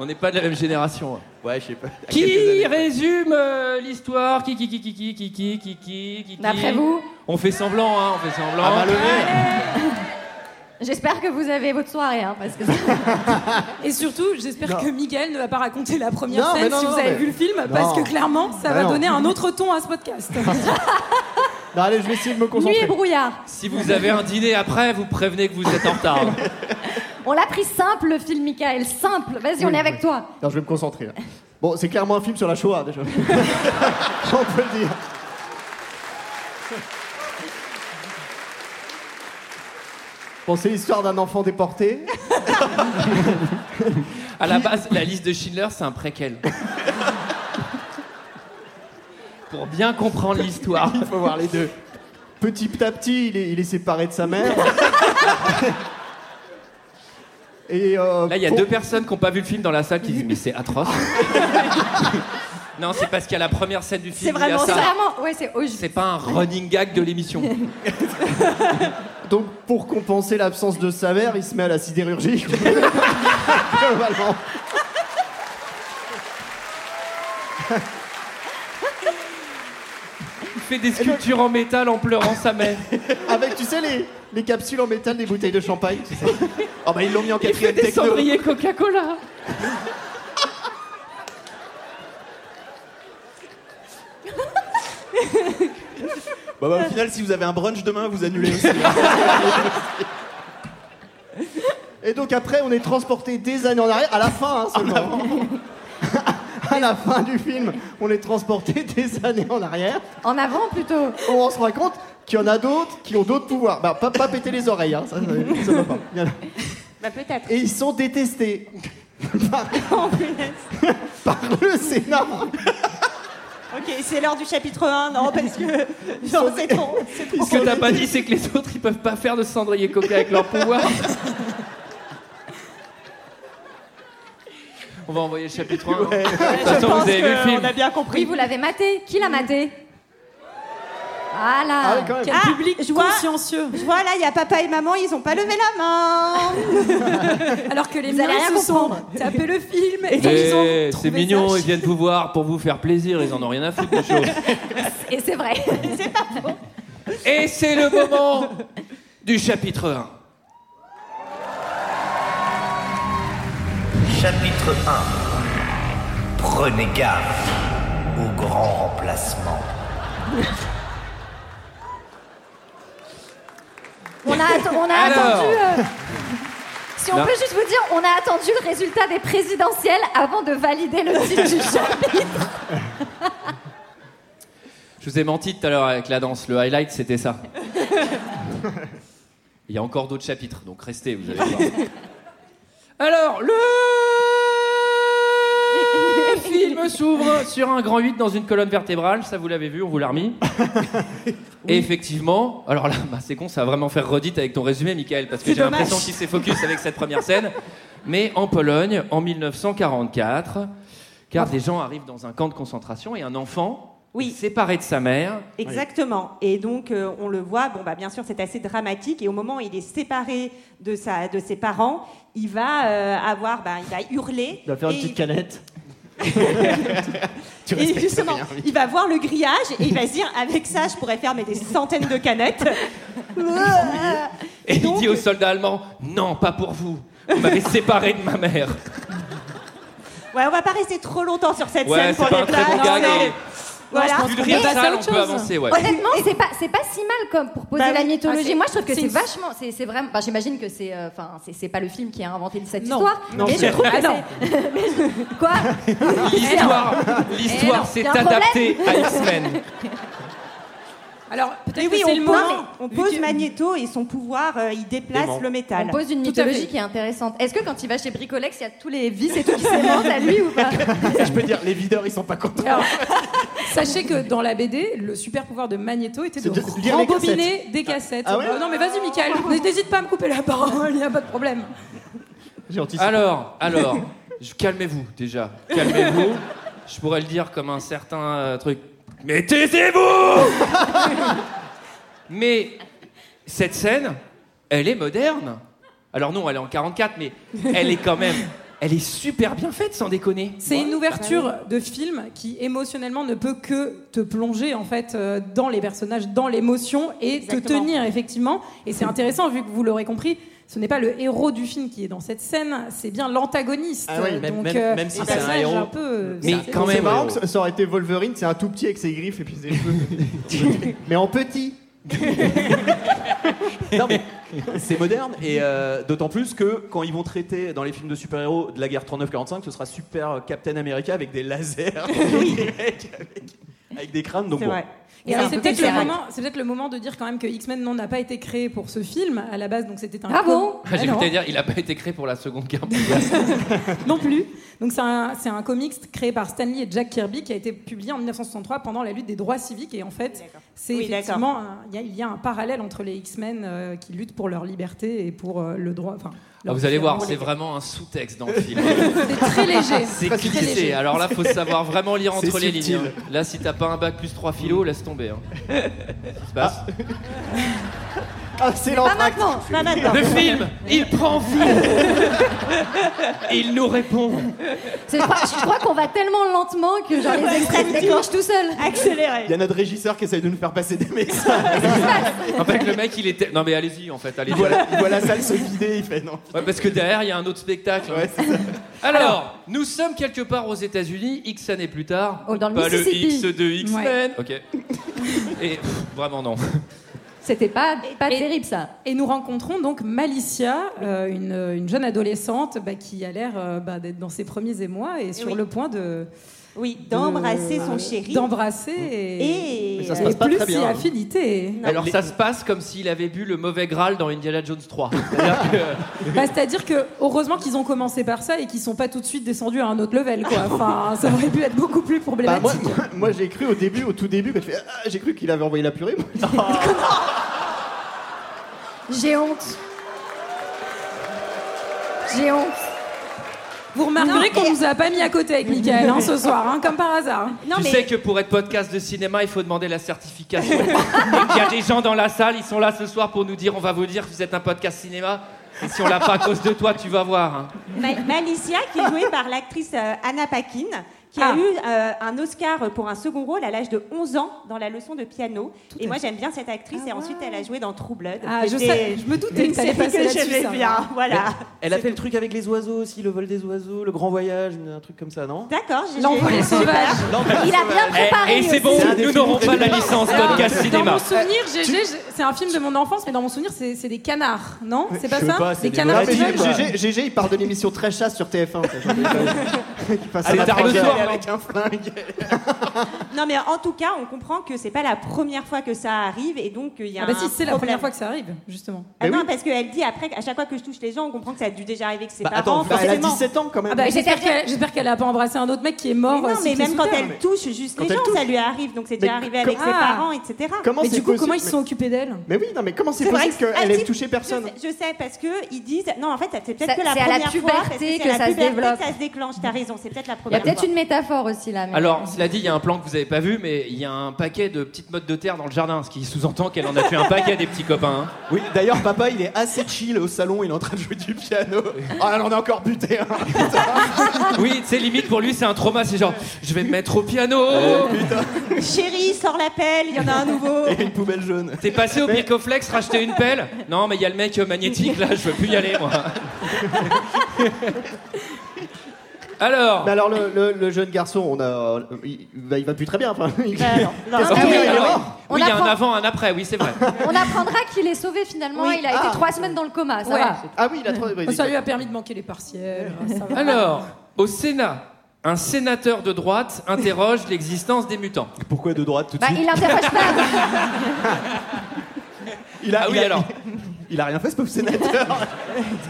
Speaker 6: On n'est pas de la même génération. hein.
Speaker 3: Ouais, je sais pas.
Speaker 6: Qui résume euh, l'histoire qui qui, qui, qui, qui, qui, qui, qui, qui, qui
Speaker 8: D'après vous
Speaker 6: On fait semblant, hein, on fait semblant.
Speaker 3: Ah, bah, le
Speaker 8: J'espère que vous avez votre soirée, hein, parce que
Speaker 2: Et surtout, j'espère que Miguel ne va pas raconter la première
Speaker 8: Non, mais
Speaker 2: scène
Speaker 8: non,
Speaker 2: si
Speaker 8: non,
Speaker 2: vous avez
Speaker 8: mais-
Speaker 2: vu le film,
Speaker 8: Non.
Speaker 2: parce que clairement, ça
Speaker 8: Bah
Speaker 2: va
Speaker 8: non.
Speaker 2: donner un autre ton à ce podcast.
Speaker 1: Non, allez, je vais essayer de me
Speaker 8: nuit et
Speaker 1: concentrer.
Speaker 8: brouillard.
Speaker 6: Si vous avez un dîner après, vous prévenez que vous êtes en retard.
Speaker 8: On l'a pris simple, le film, Michael, simple. Vas-y, on
Speaker 1: Oui,
Speaker 8: est avec
Speaker 1: oui.
Speaker 8: toi.
Speaker 1: Non, je vais me concentrer. là. Bon, c'est clairement un film sur la Shoah déjà. On peut le dire. Bon, c'est l'histoire d'un enfant déporté.
Speaker 6: À la base, la liste de Schindler, c'est un préquel. Pour bien comprendre l'histoire,
Speaker 1: il faut voir les deux. Petit à petit, il est, il est séparé de sa mère. Et euh,
Speaker 6: Là, il y a
Speaker 1: pour-
Speaker 6: deux personnes qui n'ont pas vu le film dans la salle qui disent Mais c'est atroce. non, c'est parce qu'à la première scène du film,
Speaker 8: C'est
Speaker 6: il y a
Speaker 8: vraiment, c'est
Speaker 6: ça.
Speaker 8: vraiment, ouais, c'est
Speaker 6: C'est pas un running gag de l'émission.
Speaker 1: Donc, pour compenser l'absence de sa mère, il se met à la sidérurgie. Globalement.
Speaker 6: Il fait des sculptures en métal en pleurant sa mère.
Speaker 1: Avec, tu sais, les, les capsules en métal des bouteilles de champagne. tu sais. Oh, bah, ils l'ont mis en
Speaker 6: Il fait
Speaker 1: quatrième
Speaker 6: des
Speaker 1: techno.
Speaker 6: cendriers Coca-Cola.
Speaker 3: Bah, bah, au final, si vous avez un brunch demain, vous annulez aussi.
Speaker 1: Et donc, après, on est transporté des années en arrière, à la fin hein, seulement. à la fin du film, on est transporté des années en arrière.
Speaker 8: En avant plutôt.
Speaker 1: Où on se rend compte qu'il y en a d'autres qui ont d'autres pouvoirs. Bah, pas, pas péter les oreilles, hein, ça, ça, ça va pas. Il y en a-
Speaker 7: Bah peut-être. Oh,
Speaker 1: Et ils sont détestés. par, par le Sénat.
Speaker 7: Ok, c'est l'heure du chapitre 1, non, parce que genre, c'est trop. c'est trop.
Speaker 6: Ce que t'as pas dit, c'est que les autres, ils peuvent pas faire de cendrier Coca avec leur pouvoir. On va envoyer le chapitre 1. De toute façon, vous avez vu le film.
Speaker 7: bien compris.
Speaker 8: Oui, vous l'avez maté. Qui l'a maté
Speaker 1: Ah,
Speaker 8: Voilà.
Speaker 1: ouais, quand même.
Speaker 2: Quel
Speaker 7: Ah,
Speaker 2: public
Speaker 7: je vois.
Speaker 2: consciencieux.
Speaker 7: Je vois, là, il y a papa et maman, ils ont pas levé la main.
Speaker 2: Alors que les
Speaker 8: Vous allez
Speaker 2: miens
Speaker 8: rien
Speaker 2: se sont
Speaker 8: comprendre.
Speaker 2: tapés le film et donc ils ont
Speaker 6: Eh,
Speaker 2: trouvé
Speaker 6: C'est mignon,
Speaker 2: ça
Speaker 6: ils viennent vous voir pour vous faire plaisir, ils en ont rien à foutre des choses.
Speaker 8: Et c'est vrai.
Speaker 6: Et c'est le moment du chapitre 1.
Speaker 13: Chapitre 1 Prenez gaffe au grand remplacement.
Speaker 8: On a, atte- on a
Speaker 6: Alors.
Speaker 8: attendu. euh, Si on
Speaker 6: Non.
Speaker 8: peut juste vous dire, on a attendu le résultat des présidentielles avant de valider le titre du chapitre.
Speaker 6: Je vous ai menti tout à l'heure avec la danse, le highlight c'était ça. Il y a encore d'autres chapitres, donc restez, vous allez voir. Alors, le film s'ouvre sur un grand 8 dans une colonne vertébrale, ça vous l'avez vu, on vous l'a remis. Et effectivement, alors là, bah, c'est con, ça va vraiment faire redite avec ton résumé, Michael, parce que
Speaker 7: C'est
Speaker 6: j'ai
Speaker 7: dommage.
Speaker 6: l'impression qu'il s'est focus avec cette première scène. Mais en Pologne, en 1944, car des gens arrivent dans un camp de concentration et un enfant,
Speaker 7: Oui.
Speaker 6: séparé de sa mère,
Speaker 7: Exactement. Et donc, euh, on le voit, bon, bah, bien sûr, c'est assez dramatique. Et au moment où il est séparé de, sa, de ses parents, il va euh, avoir, bah, il va hurler.
Speaker 1: Il va faire une
Speaker 7: Et
Speaker 1: petite
Speaker 7: il-
Speaker 1: canette. tu
Speaker 7: Et
Speaker 1: respectes
Speaker 7: justement,
Speaker 1: rien, oui.
Speaker 7: il va voir le grillage et il va se dire avec ça, je pourrais faire mais, des centaines de canettes.
Speaker 6: Et il dit aux soldats allemands Non, pas pour vous. Vous m'avez séparé de ma mère.
Speaker 7: Ouais, on va pas rester trop longtemps sur cette
Speaker 6: Ouais,
Speaker 7: scène
Speaker 6: c'est
Speaker 7: pour
Speaker 6: pas
Speaker 7: les
Speaker 6: un très
Speaker 7: blagues.
Speaker 6: bon gag.
Speaker 7: mais-
Speaker 6: hein.
Speaker 7: Voilà.
Speaker 6: Vu le rire
Speaker 8: passe à
Speaker 6: sale, on
Speaker 8: autre
Speaker 6: peut
Speaker 8: chose.
Speaker 6: avancer, ouais.
Speaker 8: Honnêtement, c'est pas, c'est pas si mal comme pour poser
Speaker 7: Bah
Speaker 8: la
Speaker 7: oui.
Speaker 8: mythologie.
Speaker 2: Ah, c'est-
Speaker 8: Moi, je trouve que
Speaker 2: c'est
Speaker 8: c'est
Speaker 2: une-
Speaker 8: vachement, c'est c'est vraiment. Enfin, j'imagine que c'est, euh, enfin, c'est- c'est pas le film qui a inventé cette
Speaker 2: Non.
Speaker 8: histoire.
Speaker 2: Non,
Speaker 8: mais je
Speaker 2: c'est-
Speaker 8: trouve que
Speaker 2: Ah, non.
Speaker 8: c'est. Mais je- Quoi
Speaker 6: L'histoire,
Speaker 8: Eh non,
Speaker 6: l'histoire
Speaker 8: y
Speaker 6: s'est
Speaker 8: a un problème.
Speaker 6: adaptée à X-Men.
Speaker 2: Alors peut-être
Speaker 7: Mais oui,
Speaker 2: que c'est
Speaker 7: on
Speaker 2: le
Speaker 7: pose,
Speaker 2: moment.
Speaker 7: on
Speaker 2: vu
Speaker 7: pose
Speaker 2: que-
Speaker 7: Magneto et son pouvoir, euh, il déplace
Speaker 3: Dément.
Speaker 7: le métal.
Speaker 8: On pose une
Speaker 2: Tout à
Speaker 8: mythologie
Speaker 2: fait.
Speaker 8: qui est intéressante. Est-ce que quand il va chez Bricolex, il y a tous les vis et tout qui s'élancent à lui ou pas
Speaker 1: Je peux dire, les videurs, ils sont pas contents.
Speaker 7: Sachez que dans la BD, le super pouvoir de Magneto était de,
Speaker 3: C'est de lire les
Speaker 7: rembobiner
Speaker 3: cassettes.
Speaker 7: des cassettes.
Speaker 3: Ah ouais
Speaker 7: Euh, non mais vas-y Michael, n'hésite pas à me couper la parole, il n'y a pas de problème.
Speaker 6: Alors, alors, je- calmez-vous déjà. Calmez-vous. Je pourrais le dire comme un certain euh, truc. Mais taisez-vous Mais cette scène, elle est moderne. Alors non, elle est en 44, mais elle est quand même... Elle est super bien faite, sans déconner.
Speaker 7: C'est une ouverture de film qui émotionnellement ne peut que te plonger en fait euh, dans les personnages, dans l'émotion et te
Speaker 14: Exactement.
Speaker 7: tenir effectivement. Et c'est intéressant vu que vous l'aurez compris, ce n'est pas le héros du film qui est dans cette scène, c'est bien l'antagoniste.
Speaker 3: Ah oui, même-
Speaker 7: Donc,
Speaker 3: même-
Speaker 7: euh,
Speaker 3: même si c'est un
Speaker 7: personnage
Speaker 3: héros.
Speaker 7: peu, euh, c'est-
Speaker 3: C'est marrant que ça- ça aurait été Wolverine, c'est un tout petit avec ses griffes et puis ses cheveux. mais en petit.
Speaker 1: Non, mais c'est moderne et euh, d'autant plus que quand ils vont traiter dans les films de super-héros de la guerre 39-45, ce sera super Captain America avec des lasers, et des mecs avec, avec des crânes. Donc
Speaker 7: C'est
Speaker 1: bon.
Speaker 7: vrai. Et
Speaker 1: Ouais.
Speaker 7: alors, c'est peut-être le
Speaker 1: Correct.
Speaker 7: moment, c'est peut-être le moment de dire quand même que X-Men non n'a pas été créé pour ce film à la base, donc c'était un.
Speaker 6: Ah
Speaker 7: com-
Speaker 6: Ah, J'ai
Speaker 7: Ah non.
Speaker 6: voulu dire, il a pas été créé pour la Seconde Guerre
Speaker 7: non plus. Donc c'est un, c'est un comics créé par Stan Lee et Jack Kirby qui a été publié en 1963 pendant la lutte des droits civiques. Et en fait, c'est
Speaker 14: Oui,
Speaker 7: effectivement,
Speaker 14: d'accord.
Speaker 7: un- il y, a- il y a un parallèle entre les X-Men euh, qui luttent pour leur liberté et pour euh, le droit. enfin,
Speaker 6: Ah,
Speaker 7: leur
Speaker 6: vous allez voir,
Speaker 7: différent-
Speaker 6: c'est vraiment un sous-texte dans le film.
Speaker 7: C'est très léger.
Speaker 6: C'est
Speaker 7: Très léger.
Speaker 6: cliché. Alors là, faut savoir vraiment lire
Speaker 3: C'est
Speaker 6: entre les
Speaker 3: subtil.
Speaker 6: lignes. hein. Là, si t'as pas un bac plus 3 philo, laisse tomber. hein. Qu'est-ce qui se passe
Speaker 3: Ah, c'est
Speaker 14: Pas maintenant, pas maintenant.
Speaker 6: Le film, il prend vie. Il nous répond.
Speaker 8: C'est- Je crois, je crois qu'on va tellement lentement que genre, les extraits se déclenchent tout seul.
Speaker 3: Il y a notre régisseur qui essaye de nous faire passer des messages.
Speaker 6: En fait, le mec, il était. Non, mais allez-y, en fait, allez-y.
Speaker 3: Il voit la- il voit la salle se vider, il fait non.
Speaker 6: Ouais, parce que derrière, il y a un autre spectacle. Alors, nous sommes quelque part aux États-Unis, X années plus tard.
Speaker 8: Oh, dans le
Speaker 6: pas le X
Speaker 8: Mississippi.
Speaker 6: de X-Men.
Speaker 8: Ouais.
Speaker 6: Ok. Et pff, vraiment, non.
Speaker 7: C'était pas, pas terrible ça. Et nous rencontrons donc Malicia, euh, une, une jeune adolescente bah, qui a l'air euh, bah, d'être dans ses premiers émois et sur
Speaker 14: Oui.
Speaker 7: le point de.
Speaker 14: Oui, d'embrasser son chéri.
Speaker 7: D'embrasser et.
Speaker 14: Et- Mais
Speaker 7: et
Speaker 14: ça se passe pas
Speaker 7: plus
Speaker 14: très bien,
Speaker 7: si
Speaker 14: hein.
Speaker 7: affinité.
Speaker 6: Alors, ça se passe comme s'il avait bu le mauvais Graal dans Indiana Jones 3. C'est-à-dire que-
Speaker 7: Bah, C'est-à-dire que heureusement qu'ils ont commencé par ça et qu'ils sont pas tout de suite descendus à un autre level quoi. Enfin, ça aurait pu être beaucoup plus
Speaker 3: Bah,
Speaker 7: problématique.
Speaker 3: moi, moi- moi, j'ai cru au début, au tout début, quand tu fais, Ah, j'ai cru qu'il avait envoyé la purée. moi.
Speaker 8: J'ai honte. J'ai honte.
Speaker 7: Vous remarquerez
Speaker 14: Non,
Speaker 7: qu'on
Speaker 14: et-
Speaker 7: nous a pas mis à côté avec Michael hein, ce soir, hein, comme par hasard.
Speaker 6: tu sais que pour être podcast de cinéma, il faut demander la certification. Et qu'il y a des gens dans la salle, ils sont là ce soir pour nous dire on va vous dire que vous êtes un podcast cinéma. Et si on l'a pas à cause de toi, tu vas voir. hein.
Speaker 14: Ma- Malicia, qui est jouée par l'actrice euh, Anna Paquin, qui
Speaker 7: Ah.
Speaker 14: a eu euh, un Oscar pour un second rôle à l'âge de 11 ans dans la leçon de piano. et moi, j'aime bien cette actrice. et ensuite, elle a joué dans True Blood.
Speaker 7: Ah, je
Speaker 14: C'était
Speaker 7: sais- je me doutais
Speaker 14: une
Speaker 7: que t'allais
Speaker 14: série
Speaker 7: passer
Speaker 14: que
Speaker 7: là-dessus,
Speaker 14: j'aimais
Speaker 7: ça.
Speaker 14: bien. Voilà.
Speaker 1: Mais Elle a fait le truc avec les oiseaux aussi, le vol des oiseaux, le grand voyage, un truc comme ça, non
Speaker 14: D'accord, j'ai
Speaker 7: L'envolée sauvage.
Speaker 14: Il a bien
Speaker 6: préparé Et Eh, c'est bon, aussi. nous n'aurons pas la licence
Speaker 7: Alors,
Speaker 6: podcast cinéma.
Speaker 7: Dans mon souvenir, GG, c'est un film de mon enfance, mais dans mon souvenir, c'est c'est des canards, non C'est pas
Speaker 3: Je sais
Speaker 7: ça
Speaker 3: c'est
Speaker 7: Des
Speaker 3: des
Speaker 7: canards
Speaker 3: blagues.
Speaker 7: plus jeunes.
Speaker 3: Ah, GG, GG, il parle de l'émission Très Chasse sur TF1. Il passe
Speaker 6: Ah,
Speaker 3: la
Speaker 6: c'est tard le
Speaker 3: frontière
Speaker 6: soir,
Speaker 3: avec un flingue.
Speaker 14: Non, mais en tout cas, on comprend que c'est pas la première fois que ça arrive. Et donc, euh, il y a
Speaker 7: Ah bah
Speaker 14: un
Speaker 7: si, c'est la
Speaker 14: problème.
Speaker 7: première fois que ça arrive, justement.
Speaker 3: Eh
Speaker 14: Ah non, parce qu'elle dit après qu'à chaque fois que je touche les gens, on comprend que ça a dû déjà arriver que ses
Speaker 3: Bah,
Speaker 14: parents.
Speaker 3: attends, bah, elle a
Speaker 14: forcément.
Speaker 3: 17 ans, quand même.
Speaker 7: Ah bah,
Speaker 14: Mais
Speaker 7: J'espère
Speaker 14: c'est-à-dire-
Speaker 7: qu'elle j'espère qu'elle a pas embrassé un autre mec qui est mort.
Speaker 14: Mais non,
Speaker 7: euh,
Speaker 14: mais
Speaker 7: six
Speaker 14: même
Speaker 7: pieds
Speaker 14: quand
Speaker 7: sous terre.
Speaker 14: elle touche juste
Speaker 3: Quand
Speaker 14: les
Speaker 3: elle
Speaker 14: gens,
Speaker 3: touche.
Speaker 14: ça lui arrive. Donc c'est déjà
Speaker 3: Mais
Speaker 14: arrivé avec
Speaker 3: com-
Speaker 14: ses
Speaker 3: Ah.
Speaker 14: parents, etc.
Speaker 3: Comment
Speaker 7: Mais
Speaker 3: c'est
Speaker 7: du coup,
Speaker 3: possible
Speaker 7: comment ils se
Speaker 3: Mais-
Speaker 7: sont occupés d'elle
Speaker 3: Mais oui, non, mais comment c'est
Speaker 14: C'est vrai
Speaker 3: possible
Speaker 14: que- ah,
Speaker 3: qu'elle ait
Speaker 14: si,
Speaker 3: touché personne hein
Speaker 14: Je sais, parce qu'ils disent. Non, en fait, c'est
Speaker 8: Ça-
Speaker 14: peut-être que la
Speaker 8: c'est à la
Speaker 14: première fois. parce
Speaker 8: puberté
Speaker 14: c'est
Speaker 8: que
Speaker 14: à la
Speaker 8: ça se
Speaker 14: puberté
Speaker 8: développe.
Speaker 14: que ça se déclenche, t'as raison. C'est peut-être la
Speaker 8: Il y a
Speaker 14: première
Speaker 8: peut-être
Speaker 14: fois.
Speaker 8: une métaphore aussi là. mais-
Speaker 6: Alors, cela dit, il y a un plan que vous avez pas vu, mais il y a un paquet de petites mottes de terre dans le jardin, ce qui sous-entend qu'elle en a tué un paquet des petits copains. hein.
Speaker 3: Oui, d'ailleurs, papa, il est assez chill au salon, il est en train de jouer du piano. Ah, elle en a encore buté un.
Speaker 6: Oui, c'est limite pour lui, c'est un trauma. C'est genre, je vais me mettre au piano.
Speaker 14: Chérie, sors l'appel, il y en a un nouveau.
Speaker 3: Et une poubelle jaune.
Speaker 6: T'es passé au Bricoflex racheter une pelle Non, mais il y a le mec euh, magnétique là, je veux plus y aller moi. Alors.
Speaker 3: Mais alors, le, le- le jeune garçon, on a, il, bah, il va plus très bien. Enfin, il-
Speaker 14: Bah,
Speaker 3: Qu'est-ce
Speaker 6: Ah
Speaker 3: qu'il
Speaker 6: oui,
Speaker 3: fait, il est
Speaker 6: alors,
Speaker 3: mort
Speaker 6: oui,
Speaker 8: On
Speaker 6: il y a un
Speaker 8: apprend-
Speaker 6: avant, un après, oui, c'est vrai.
Speaker 8: On apprendra qu'il est sauvé finalement.
Speaker 7: Oui.
Speaker 8: Il a
Speaker 7: Ah.
Speaker 8: été trois semaines dans le coma, ça
Speaker 7: Ouais. Oh,
Speaker 8: va.
Speaker 3: Ah oui, il a trois.
Speaker 7: Ça lui a permis de manquer les partiels. hein, ça va.
Speaker 6: Alors, au Sénat, un sénateur de droite interroge l'existence des mutants.
Speaker 1: Pourquoi de droite tout de
Speaker 8: Bah,
Speaker 1: suite
Speaker 8: il interroge pas.
Speaker 6: ah oui, alors.
Speaker 3: Bah, Il a rien fait ce pauvre sénateur.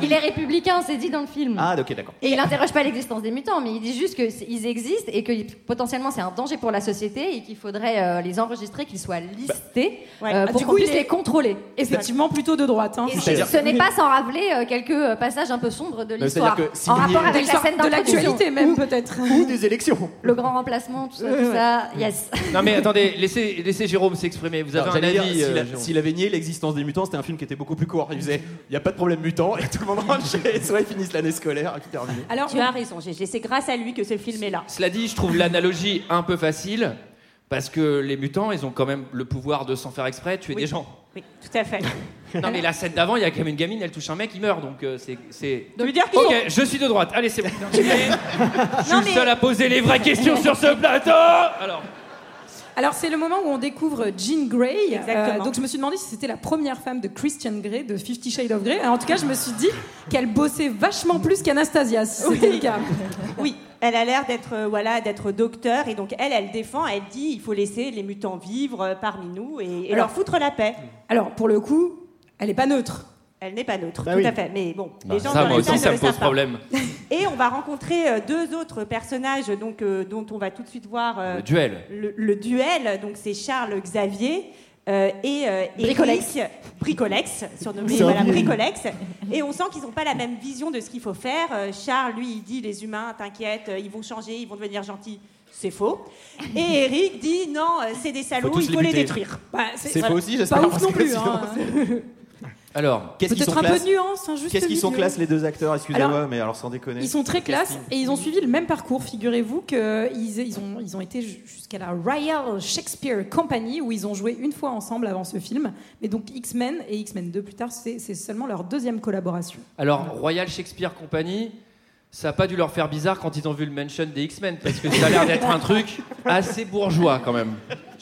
Speaker 8: Il est républicain, c'est dit dans le film.
Speaker 3: ah, ok, d'accord.
Speaker 8: Et il n'interroge pas l'existence des mutants, mais il dit juste qu'ils existent et que potentiellement c'est un danger pour la société et qu'il faudrait euh, les enregistrer, qu'ils soient listés
Speaker 7: Ouais.
Speaker 8: euh,
Speaker 7: Ah,
Speaker 8: pour
Speaker 7: du
Speaker 8: qu'on
Speaker 7: coup,
Speaker 8: puisse
Speaker 7: il est-
Speaker 8: les contrôler.
Speaker 7: Effectivement, plutôt de droite. hein.
Speaker 8: Et ce n'est pas sans rappeler euh, quelques euh, passages un peu sombres de
Speaker 7: Mais
Speaker 8: l'histoire,
Speaker 7: Bah, c'est-à-dire que si
Speaker 8: en
Speaker 7: vous voulez-
Speaker 8: rapport
Speaker 7: De
Speaker 8: avec la
Speaker 7: l'histoire,
Speaker 8: scène
Speaker 7: de
Speaker 8: d'introduction.
Speaker 7: l'actualité même, peut-être.
Speaker 3: Ou des élections.
Speaker 8: Le grand remplacement, tout ça,
Speaker 7: Ouais,
Speaker 8: tout
Speaker 7: ouais.
Speaker 8: ça. Yes.
Speaker 6: Non mais attendez, laissez, laissez Jérôme s'exprimer. Vous avez
Speaker 3: Alors,
Speaker 6: un
Speaker 3: j'allais dire,
Speaker 6: avis,
Speaker 3: s'il
Speaker 6: euh,
Speaker 3: a-
Speaker 6: Jérôme.
Speaker 3: S'il avait nié l'existence des mutants, c'était un film qui était beaucoup plus court. Il faisait, il n'y a pas de problème mutant, et tout le monde rentre chez soit ils finissent l'année scolaire, et puis terminé.
Speaker 10: Alors, tu as raison, GG. C'est grâce à lui que ce film est là.
Speaker 6: Cela dit, je trouve l'analogie un peu facile parce que les mutants, ils ont quand même le pouvoir de sans faire exprès tuer des gens.
Speaker 10: Oui, tout à fait.
Speaker 6: Non mais la scène d'avant, il y a quand même une gamine, elle touche un mec, il meurt donc euh, c'est- c'est.
Speaker 10: Tu veux dire qu'ils
Speaker 6: Ok,
Speaker 10: sont-
Speaker 6: je suis de droite. Allez, c'est bon. terminé. je suis
Speaker 7: Non,
Speaker 6: le
Speaker 7: mais-
Speaker 6: seul à poser les vraies questions sur ce plateau. Alors.
Speaker 7: Alors c'est le moment où on découvre Jean Grey.
Speaker 10: Exactement.
Speaker 7: Euh, donc je me suis demandé si c'était la première femme de Christian Grey de Fifty Shades of Grey. Alors, en tout cas, je me suis dit qu'elle bossait vachement plus qu'Anastasia, si c'était le cas.
Speaker 10: Oui, elle a l'air d'être euh, voilà, d'être docteur et donc elle, elle défend, elle dit il faut laisser les mutants vivre euh, parmi nous et, et leur
Speaker 7: Alors-
Speaker 10: foutre la paix.
Speaker 7: Alors pour le coup, elle n'est pas neutre.
Speaker 10: Elle n'est pas neutre,
Speaker 7: Bah
Speaker 10: tout
Speaker 7: oui.
Speaker 10: à fait. Mais bon,
Speaker 6: Bah,
Speaker 10: les gens
Speaker 6: ça,
Speaker 10: dans
Speaker 6: moi
Speaker 10: la salle
Speaker 6: aussi, ça
Speaker 10: ne
Speaker 6: me
Speaker 10: le savent
Speaker 6: pose
Speaker 10: pas.
Speaker 6: problème.
Speaker 10: Et on va rencontrer euh, deux autres personnages donc, euh, dont on va tout de suite voir euh,
Speaker 6: Le duel.
Speaker 10: Le, le duel, donc c'est Charles Xavier euh, et euh, Eric
Speaker 8: Bricolex.
Speaker 10: Bricolex, surnommé
Speaker 8: Xavier.
Speaker 10: voilà, Bricolex. Et on sent qu'ils n'ont pas la même vision de ce qu'il faut faire. Euh, Charles, lui, il dit les humains, t'inquiète, euh, ils vont changer, ils vont devenir gentils. C'est faux. Et Eric dit non, euh, c'est des salauds,
Speaker 3: tous
Speaker 10: il
Speaker 3: les
Speaker 10: faut les
Speaker 3: buter.
Speaker 10: détruire.
Speaker 7: Bah,
Speaker 3: C'est faux aussi, j'espère.
Speaker 7: Pas ouf
Speaker 3: parce
Speaker 7: non
Speaker 3: que
Speaker 7: plus.
Speaker 3: sinon-
Speaker 7: hein.
Speaker 6: Alors,
Speaker 3: qu'est-ce qu'ils
Speaker 7: Peut-être
Speaker 3: sont
Speaker 7: un peu
Speaker 3: classe
Speaker 7: de nuance, hein, juste
Speaker 3: Qu'est-ce qu'ils sont
Speaker 7: milieu.
Speaker 3: classe les deux acteurs Excusez-moi,
Speaker 7: Alors,
Speaker 3: mais alors sans déconner.
Speaker 7: Ils sont très classes et ils ont suivi le même parcours. Figurez-vous qu'ils ils ont, ils ont été ju- jusqu'à la Royal Shakespeare Company où ils ont joué une fois ensemble avant ce film. Mais donc X-Men et X-Men 2 plus tard, c'est c'est seulement leur deuxième collaboration.
Speaker 6: Alors, Royal Shakespeare Company, ça a pas dû leur faire bizarre quand ils ont vu le mention des X-Men, parce que ça a l'air d'être un truc assez bourgeois quand même.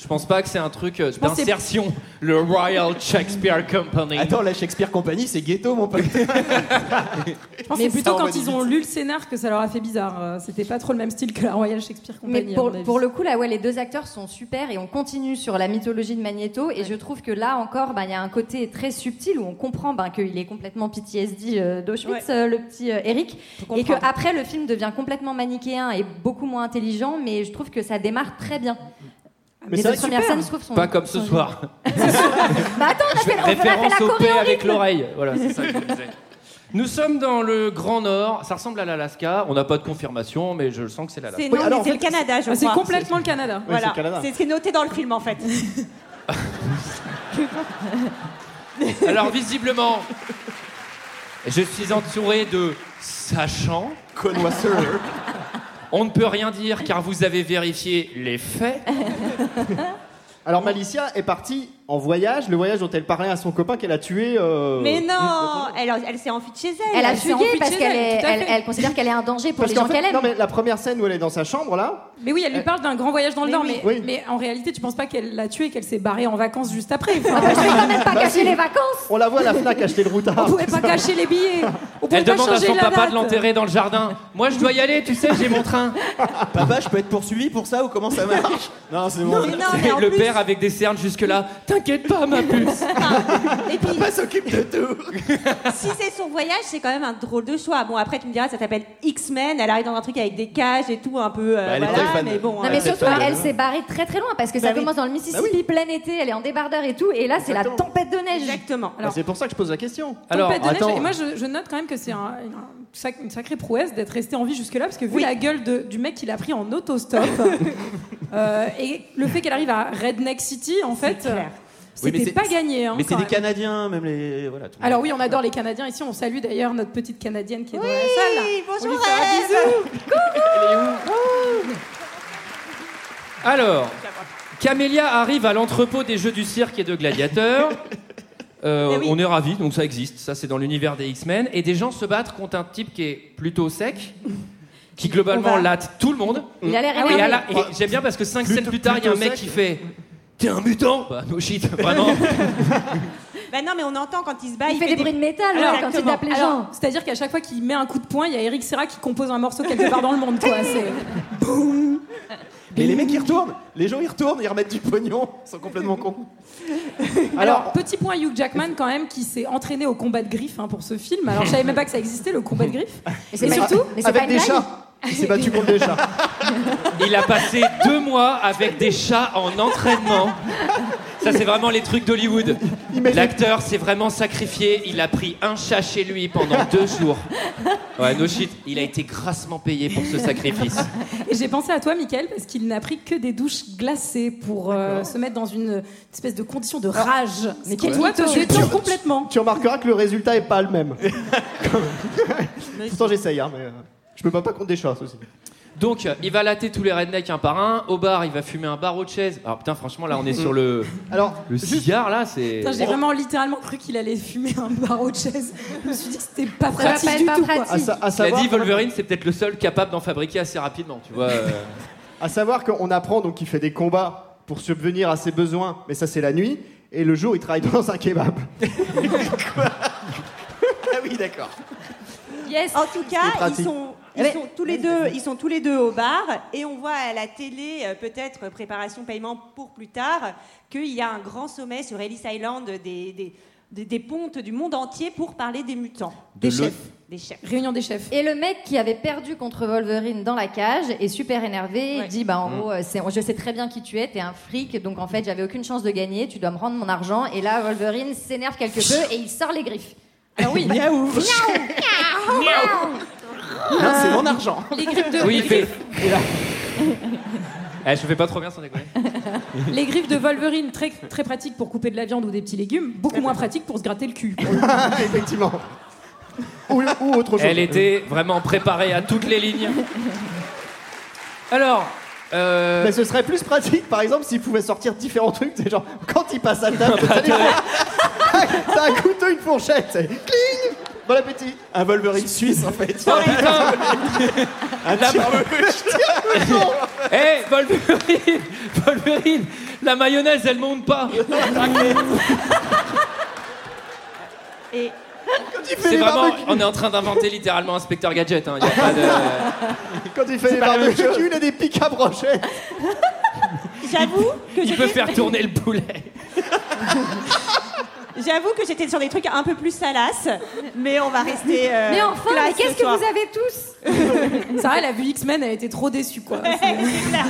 Speaker 6: Je pense pas que c'est un truc euh,
Speaker 7: pense que c'est-
Speaker 6: d'insertion, le Royal Shakespeare Company.
Speaker 3: Attends, la Shakespeare Company, c'est ghetto, mon pote.
Speaker 7: Je pense que
Speaker 3: Mais
Speaker 7: c'est plutôt
Speaker 3: ça, on
Speaker 7: quand
Speaker 3: valide.
Speaker 7: ils ont lu le scénar que ça leur a fait bizarre. Euh, C'était pas trop le même style que la Royal Shakespeare Company.
Speaker 8: Mais pour,
Speaker 7: à mon avis.
Speaker 8: pour le coup, là, ouais, les deux acteurs sont super et on continue sur la mythologie de Magneto. Et je trouve que là encore, ben, il y a un côté très subtil où on comprend ben, qu'il est complètement PTSD euh, d'Auschwitz,
Speaker 10: Ouais.
Speaker 8: euh, le petit euh, Eric.
Speaker 10: Faut
Speaker 8: Et
Speaker 10: comprendre.
Speaker 8: qu'après, le film devient complètement manichéen et beaucoup moins intelligent. Mais je trouve que ça démarre très bien.
Speaker 9: Ah,
Speaker 8: les deux premières scènes, je trouve, sont.
Speaker 6: Pas comme ce
Speaker 8: sont-
Speaker 6: soir.
Speaker 8: Bah attends, on a fait, on a fait la
Speaker 6: Référence au
Speaker 8: choré
Speaker 6: paix
Speaker 8: en
Speaker 6: avec
Speaker 8: rythme.
Speaker 6: l'oreille. Voilà, c'est ça que je disais. Nous sommes dans le Grand Nord, ça ressemble à l'Alaska, on n'a pas de confirmation, mais je le sens que c'est l'Alaska.
Speaker 10: C'est non, mais c'est le Canada, je
Speaker 7: Ah, c'est
Speaker 10: crois.
Speaker 7: complètement le Canada.
Speaker 10: Voilà.
Speaker 6: c'est le Canada.
Speaker 10: C'est ce qui est noté dans le film en fait.
Speaker 6: Alors visiblement, je suis entouré de sachants.
Speaker 3: Connoisseurs.
Speaker 6: On ne peut rien dire car vous avez vérifié les faits.
Speaker 9: Alors Malicia est partie en voyage, le voyage dont elle parlait à son copain qu'elle a tué. euh,
Speaker 10: Mais non, elle, elle s'est enfuie de chez elle.
Speaker 8: Elle a
Speaker 10: s'est
Speaker 8: fugué
Speaker 10: enfuie de
Speaker 8: parce
Speaker 10: chez
Speaker 8: qu'elle
Speaker 10: elle,
Speaker 8: est-
Speaker 10: tout à
Speaker 8: elle-
Speaker 10: fait.
Speaker 8: elle considère qu'elle est un danger pour
Speaker 9: Parce
Speaker 8: les
Speaker 9: qu'en
Speaker 8: gens
Speaker 9: fait-
Speaker 8: qu'elle aime.
Speaker 9: Non mais la première scène où elle est dans sa chambre là.
Speaker 7: Mais oui, elle
Speaker 10: Euh,
Speaker 7: lui parle d'un grand voyage dans le
Speaker 9: Mais
Speaker 7: Nord,
Speaker 9: oui.
Speaker 7: mais,
Speaker 9: Oui.
Speaker 7: mais en réalité, tu penses pas qu'elle l'a tué et qu'elle s'est barrée en vacances juste après
Speaker 8: Ah bah, je vais quand même pas
Speaker 9: Bah
Speaker 8: cacher
Speaker 9: si.
Speaker 8: les vacances.
Speaker 9: On la voit à la Fnac acheter le routard.
Speaker 7: On pouvait pas cacher les billets. On pouvait
Speaker 6: Elle
Speaker 7: pas
Speaker 6: demande à
Speaker 7: changer
Speaker 6: son
Speaker 7: la
Speaker 6: papa
Speaker 7: date.
Speaker 6: de l'enterrer dans le jardin. Moi je dois y aller, tu sais, j'ai mon train.
Speaker 3: Papa, Ah bah, je peux être poursuivi pour ça ou comment ça marche Non, c'est bon.
Speaker 10: mais non, mais en
Speaker 6: le
Speaker 10: plus-
Speaker 6: père avec des cernes jusque-là. T'inquiète pas, ma puce.
Speaker 10: Et puis,
Speaker 3: Papa s'occupe de tout.
Speaker 10: si c'est son voyage, c'est quand même un drôle de choix. Bon, après, tu me diras, ça s'appelle X-Men. Elle arrive dans un truc avec des cages et tout, un peu. euh,
Speaker 3: Bah, elle est très
Speaker 10: voilà,
Speaker 3: fan.
Speaker 10: mais bon.
Speaker 8: Non mais
Speaker 10: euh,
Speaker 8: surtout
Speaker 3: hein.
Speaker 8: elle s'est barrée très très loin parce que ça
Speaker 10: Bah oui.
Speaker 8: commence dans le Mississippi
Speaker 10: Bah oui.
Speaker 8: plein été, elle est en débardeur et tout et là c'est la tempête de neige.
Speaker 10: Exactement.
Speaker 7: Alors-
Speaker 9: C'est pour ça que je pose la question.
Speaker 7: Alors, Et moi, je, je note quand même que c'est un- une- un sac- une sacrée prouesse d'être resté en vie jusque-là, parce que vu la gueule de- du mec qu'il a pris en autostop, euh, et le fait qu'elle arrive à Redneck City, en fait, euh,
Speaker 3: Oui, mais
Speaker 7: c'était
Speaker 3: c'est-
Speaker 7: pas gagné. hein,
Speaker 3: Mais c'est
Speaker 7: quand
Speaker 3: des
Speaker 7: même.
Speaker 3: Canadiens, même les. Voilà, tout le
Speaker 7: Alors
Speaker 3: monde.
Speaker 7: oui, on adore les Canadiens ici. On salue d'ailleurs notre petite Canadienne qui est dans la salle. là.
Speaker 10: Oui,
Speaker 7: On lui
Speaker 10: bonjour,
Speaker 7: fait un
Speaker 10: Eve.
Speaker 7: bisou.
Speaker 6: Alors, Camélia arrive à l'entrepôt des jeux du cirque et de gladiateurs. Euh, On est ravis, donc ça existe. Ça, c'est dans l'univers des X-Men. Et des gens se battent contre un type qui est plutôt sec, qui globalement
Speaker 8: On va-
Speaker 6: latte tout le monde.
Speaker 8: Il a l'air
Speaker 10: Ah
Speaker 6: Et
Speaker 8: énervé.
Speaker 6: à la- et j'aime bien parce que cinq scènes plus tard, il y a un mec qui fait T'es un mutant Bah, no shit, vraiment.
Speaker 10: Bah non, mais on entend quand Ah, il se bat.
Speaker 8: Il fait des bruits de métal, ouais, quand il
Speaker 10: Exactement.
Speaker 8: tape les
Speaker 10: Alors,
Speaker 8: gens.
Speaker 7: C'est-à-dire qu'à chaque fois qu'il met un coup de poing, il y a Eric Serra qui compose un morceau quelque part dans le monde, quoi. C'est.
Speaker 3: Mais les mecs, ils retournent. Les gens, ils retournent, ils remettent du pognon. Ils sont complètement cons.
Speaker 7: Alors, petit point Hugh Jackman quand même qui s'est entraîné au combat de griffes hein, pour ce film. Alors je savais même pas que ça existait le combat de griffes.
Speaker 8: Et
Speaker 7: Et surtout,
Speaker 3: avec des chats. Il s'est battu contre des chats.
Speaker 6: Il a passé deux mois avec des chats en entraînement. Ça, c'est vraiment les trucs d'Hollywood. L'acteur s'est vraiment sacrifié. Il a pris un chat chez lui pendant deux jours. Ouais, no shit. Il a été grassement payé pour ce sacrifice.
Speaker 7: Et j'ai pensé à toi, Michael, parce qu'il n'a pris que des douches glacées pour euh, se mettre dans une espèce de condition de rage. Mais qui toi te détend complètement.
Speaker 9: Tu remarqueras que le résultat est pas le même. Pourtant, j'essaye, hein, mais euh, je peux pas pas contre des chats, aussi.
Speaker 6: Donc, euh, il va latter tous les rednecks un par un. Au bar, il va fumer un barreau de chaise. Alors, putain, franchement, là, on est sur le.
Speaker 9: Alors,
Speaker 6: le cigare, là, c'est.
Speaker 7: Putain, J'ai vraiment littéralement cru qu'il allait fumer un barreau de chaise. Je me suis dit que c'était pas
Speaker 8: va
Speaker 7: pratique
Speaker 8: pas être
Speaker 7: du
Speaker 8: pas
Speaker 7: tout.
Speaker 8: pratique.
Speaker 7: quoi.
Speaker 6: Cela dit, Wolverine, c'est peut-être le seul capable d'en fabriquer assez rapidement, tu vois. euh.
Speaker 9: À savoir qu'on apprend donc qu'il fait des combats pour subvenir à ses besoins, mais ça c'est la nuit. Et le jour, il travaille dans un kebab.
Speaker 3: Ah oui, d'accord.
Speaker 10: En tout cas,
Speaker 9: pratique.
Speaker 10: Ah, ils sont,
Speaker 8: Eh
Speaker 10: ils
Speaker 8: ben,
Speaker 10: sont tous les deux, ils sont tous les deux au bar et on voit à la télé, euh, peut-être euh, préparation paiement pour plus tard, qu'il y a un grand sommet sur Ellis Island des, des, des- des pontes du monde entier pour parler des mutants.
Speaker 7: Des chefs.
Speaker 10: Des chefs.
Speaker 7: Réunion des chefs.
Speaker 8: Et le mec qui avait perdu contre Wolverine dans la cage est super énervé. Il dit Bah,
Speaker 10: Mm.
Speaker 8: en gros, euh, c'est- je sais très bien qui tu es, t'es un fric, donc en fait, j'avais aucune chance de gagner, tu dois me rendre mon argent. Et là, Wolverine s'énerve quelque peu et il sort les griffes. Alors Ah oui,
Speaker 3: Miaou. Non, c'est mon argent.
Speaker 7: Les griffes de,
Speaker 6: Oui, il fait. Eh, je fais pas trop bien sans déconner.
Speaker 7: les griffes de Wolverine, très, très pratiques pour couper de la viande ou des petits légumes, beaucoup moins pratiques pour se gratter le cul.
Speaker 9: Ah, Effectivement. Ou, ou autre chose.
Speaker 6: Elle était vraiment préparée à toutes les lignes. Alors. euh,
Speaker 9: Mais ce serait plus pratique, par exemple, s'il pouvait sortir différents trucs. C'est genre, quand il passe à table, t'as des- t'as un couteau, une fourchette. c'est Cling Bon appétit
Speaker 3: Un Wolverine suisse, en fait.
Speaker 6: Oh putain
Speaker 3: Un tire-bouche.
Speaker 6: Eh, Wolverine Wolverine La mayonnaise, elle monte pas
Speaker 10: Et
Speaker 6: C'est vraiment. On est en train d'inventer littéralement Inspecteur Gadget. Hein. Y a pas de...
Speaker 9: Quand il fait
Speaker 6: C'est
Speaker 9: des
Speaker 6: pas la même
Speaker 9: barbecues,
Speaker 6: chose.
Speaker 9: il a des pics à brochettes.
Speaker 10: j'avoue que
Speaker 6: Il
Speaker 10: j'étais-
Speaker 6: peut faire tourner le poulet.
Speaker 10: j'avoue que j'étais sur des trucs un peu plus salaces, mais on va rester. euh,
Speaker 8: Mais enfin,
Speaker 10: classe
Speaker 8: mais qu'est-ce
Speaker 10: ce
Speaker 8: que
Speaker 10: soir.
Speaker 8: vous avez tous
Speaker 7: Sarah, elle a vu X-Men, elle était trop déçue, quoi. C'est-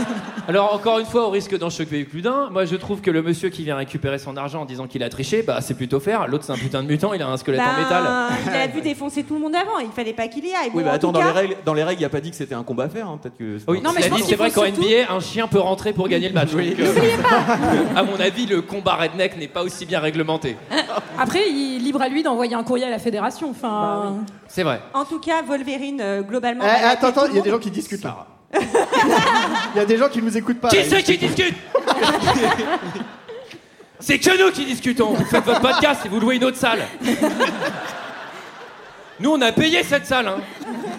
Speaker 6: Alors, encore une fois, au risque d'en choquer plus d'un, moi je trouve que le monsieur qui vient récupérer son argent en disant qu'il a triché, bah c'est plutôt faire. L'autre, c'est un putain de mutant, il a un squelette en
Speaker 7: Bah,
Speaker 10: Ben,
Speaker 6: métal.
Speaker 10: Il a pu défoncer tout le monde avant. Il fallait pas qu'il y aille. Bon,
Speaker 3: Oui, bah
Speaker 10: en
Speaker 3: attends,
Speaker 10: tout
Speaker 3: dans
Speaker 10: cas-
Speaker 3: les règles, dans les règles, il n'y a pas dit que c'était un combat à faire. hein. Peut-être que.
Speaker 6: Oui,
Speaker 3: Non,
Speaker 7: mais je
Speaker 6: cela
Speaker 7: pense
Speaker 6: dit,
Speaker 7: qu'il
Speaker 6: c'est vrai
Speaker 7: faut
Speaker 6: qu'en
Speaker 7: surtout-
Speaker 6: NBA, un chien peut rentrer pour gagner le match. Donc, euh, à mon avis, le combat redneck n'est pas aussi bien réglementé.
Speaker 7: Après, il libre à lui d'envoyer un courrier à la fédération. Enfin,
Speaker 6: C'est vrai.
Speaker 10: Bah, En tout cas, Wolverine, euh, globalement.
Speaker 9: Eh,
Speaker 10: va
Speaker 9: attends,
Speaker 10: attaquer
Speaker 9: attends, il y
Speaker 10: tout
Speaker 9: a
Speaker 10: le
Speaker 9: des gens
Speaker 10: monde.
Speaker 9: qui discutent là. Il y a des gens qui nous écoutent pas. là.
Speaker 6: Qui c'est qui discute C'est que nous qui discutons. Vous faites votre podcast et vous louez une autre salle. Nous, on a payé cette salle. Hein.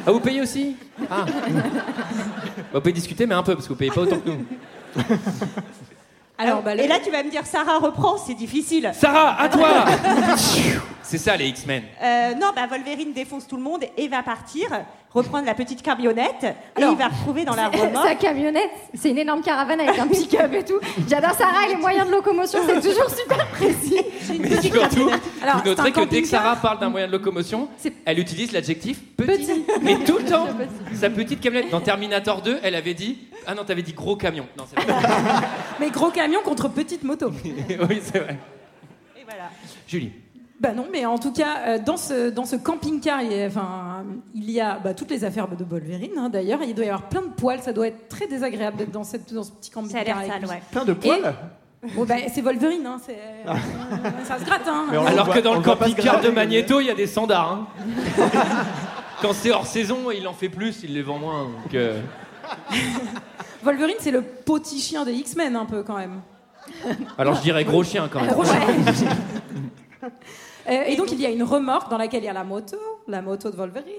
Speaker 6: Ah, vous payez aussi Ah. Bah, Vous pouvez discuter, mais un peu, parce que vous payez pas autant que nous.
Speaker 7: Alors, bah, le-
Speaker 10: Ah, Et là, tu vas me dire, Sarah reprend, c'est difficile.
Speaker 6: Sarah, à toi C'est ça, les X-Men.
Speaker 10: Euh, non, bah Wolverine défonce tout le monde et va partir, reprendre la petite camionnette et
Speaker 8: Alors,
Speaker 10: il va retrouver dans la
Speaker 8: Sa
Speaker 10: remorque.
Speaker 8: camionnette, c'est une énorme caravane avec un pick-up et tout. J'adore Sarah et les moyens de locomotion, c'est toujours super précis.
Speaker 6: Mais surtout,
Speaker 7: Alors,
Speaker 6: vous noterez
Speaker 7: c'est un
Speaker 6: que dès que
Speaker 7: camping-car.
Speaker 6: Sarah parle d'un moyen de locomotion,
Speaker 8: C'est-
Speaker 6: elle utilise l'adjectif petit.
Speaker 8: Petit.
Speaker 6: Mais tout le temps, sa petite camionnette. Dans Terminator 2, elle avait dit. Ah non, t'avais dit gros camion. Non, c'est vrai.
Speaker 7: mais gros camion contre petite moto.
Speaker 6: oui, c'est vrai.
Speaker 10: Et voilà.
Speaker 6: Julie.
Speaker 7: Bah non, mais en tout cas, euh, dans ce, dans ce camping-car, il y a, enfin, il y a bah, toutes les affaires de Wolverine, hein, d'ailleurs. Il doit y avoir plein de poils, ça doit être très désagréable d'être dans, cette, dans ce petit
Speaker 10: Ça a l'air
Speaker 7: camping-car. avec
Speaker 10: sale,
Speaker 7: lui.
Speaker 10: ouais.
Speaker 9: Plein de poils. Ah.
Speaker 7: Bon, bah, c'est Wolverine, hein, c'est- ça se gratte. Hein.
Speaker 9: Mais on-
Speaker 6: Alors
Speaker 9: voit-
Speaker 6: que dans
Speaker 9: on
Speaker 6: le
Speaker 9: voit pas se
Speaker 6: camping-car
Speaker 9: gratter,
Speaker 6: de
Speaker 9: mais-
Speaker 6: Magneto, il y a des standards. hein. Quand c'est hors saison, il en fait plus, il les vend moins. donc, euh.
Speaker 7: Wolverine, c'est le petit chien des X-Men, un peu quand même.
Speaker 6: Alors je dirais gros chien quand même.
Speaker 7: Gros chien. Euh, et donc, il y a une remorque dans laquelle il y a la moto, la moto de Wolverine.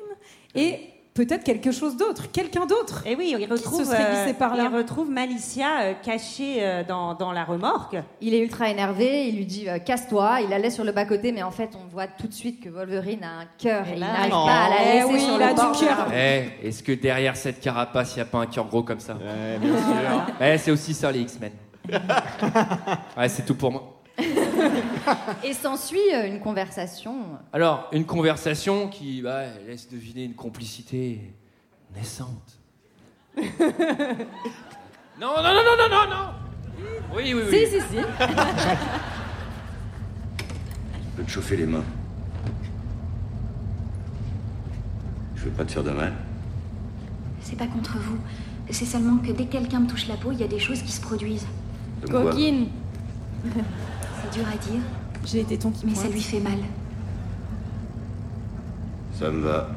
Speaker 7: Et peut-être quelque chose d'autre, quelqu'un d'autre.
Speaker 10: Et oui, il retrouve,
Speaker 7: se serait glissé
Speaker 10: euh,
Speaker 7: par là.
Speaker 10: il retrouve Malicia euh, cachée euh, dans, dans la remorque.
Speaker 8: Il est ultra énervé, il lui dit euh, casse-toi, il allait sur le bas-côté, mais en fait on voit tout de suite que Wolverine a un cœur et, il n'arrive
Speaker 7: Oh.
Speaker 6: non.
Speaker 8: pas à
Speaker 6: Eh
Speaker 8: la laisser
Speaker 6: oui,
Speaker 8: sur
Speaker 6: il
Speaker 8: le
Speaker 6: a du
Speaker 8: bord.
Speaker 6: Eh, est-ce que derrière cette carapace, il n'y a pas un cœur gros comme ça Ouais,
Speaker 8: bien sûr.
Speaker 6: c'est aussi ça, les X-Men. ouais, c'est tout pour moi.
Speaker 8: Et s'ensuit euh, une conversation.
Speaker 6: Alors, une conversation qui bah, laisse deviner une complicité naissante. non, non, non, non, non, non, non Oui, oui, oui.
Speaker 8: Si, si, si.
Speaker 5: Je peux te chauffer les mains. Je veux pas te faire de mal.
Speaker 15: C'est pas contre vous. C'est seulement que dès que quelqu'un me touche la peau, il y a des choses qui se produisent.
Speaker 5: Comme quoi
Speaker 15: C'est dur à dire. J'ai été ton Mais ça lui fait mal.
Speaker 5: Ça me va.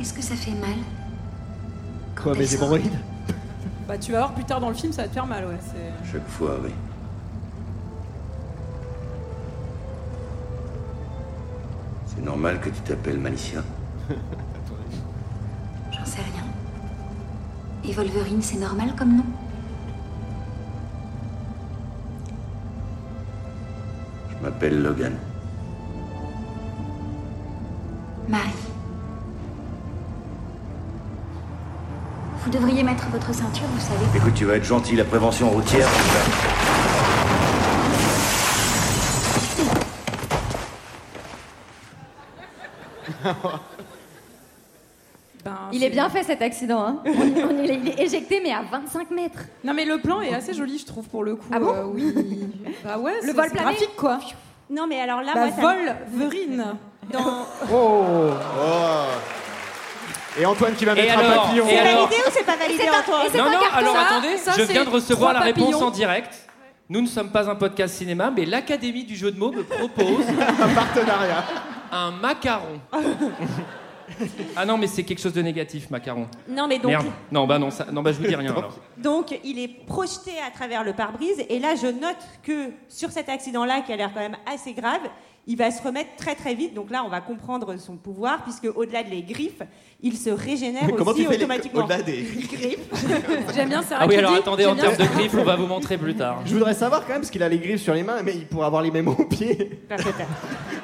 Speaker 15: Est-ce que ça fait mal
Speaker 9: Quoi, mais hémorroïdes
Speaker 7: Bah, tu vas voir plus tard dans le film, ça va te faire mal, ouais. c'est-
Speaker 5: Chaque fois, oui. C'est normal que tu t'appelles Malicia.
Speaker 15: J'en sais rien. Et Wolverine, c'est normal comme nom
Speaker 5: Je m'appelle Logan.
Speaker 15: Marie. Vous devriez mettre votre ceinture, vous savez.
Speaker 5: Écoute, tu vas être gentil, la prévention routière.
Speaker 7: Ben,
Speaker 8: il est bien fait cet accident. hein. On- on- il, est, il est éjecté mais à 25 mètres.
Speaker 7: Non, mais le plan est assez joli, je trouve, pour le coup. Ah bon Bah ouais,
Speaker 10: Le
Speaker 7: c'est-
Speaker 10: vol
Speaker 7: c'est
Speaker 10: plané.
Speaker 7: graphique, quoi.
Speaker 10: Non, mais alors là,
Speaker 7: Bah,
Speaker 10: moi, ça
Speaker 7: Wolverine. Dans...
Speaker 9: Oh. Et Antoine qui va
Speaker 6: Et
Speaker 9: mettre
Speaker 6: alors
Speaker 9: un papillon.
Speaker 6: Et alors
Speaker 10: ou c'est pas validé, Antoine
Speaker 6: Non, non, alors attendez,
Speaker 7: ça,
Speaker 6: je
Speaker 7: c'est
Speaker 6: viens de recevoir la
Speaker 7: trois
Speaker 6: réponse
Speaker 7: papillons.
Speaker 6: en direct. Nous ne sommes pas un podcast cinéma, mais l'Académe du jeu de mots me propose
Speaker 9: un partenariat.
Speaker 6: Un macaron. ah non, mais c'est quelque chose de négatif, macaron.
Speaker 10: Non, mais donc-
Speaker 6: Merde. Non, bah non, ça... non, bah je vous dis rien alors.
Speaker 10: Donc, il est projeté à travers le pare-brise. Et là, je note que sur cet accident-là, qui a l'air quand même assez grave, il va se remettre très très vite. Donc là, on va comprendre son pouvoir, puisque au-delà des griffes, il se régénère
Speaker 6: Mais comment
Speaker 10: aussi
Speaker 6: tu fais les-
Speaker 10: automatiquement.
Speaker 6: au-delà des-
Speaker 10: griffes
Speaker 7: J'aime bien ça.
Speaker 6: Ah oui, alors
Speaker 9: dit,
Speaker 6: attendez,
Speaker 9: j'ai
Speaker 6: en
Speaker 9: bien
Speaker 6: termes de
Speaker 9: fait.
Speaker 6: griffes, on va vous montrer plus tard.
Speaker 9: Je voudrais savoir quand même, parce qu'il a les griffes sur les mains, mais il pourrait avoir les mêmes aux pieds.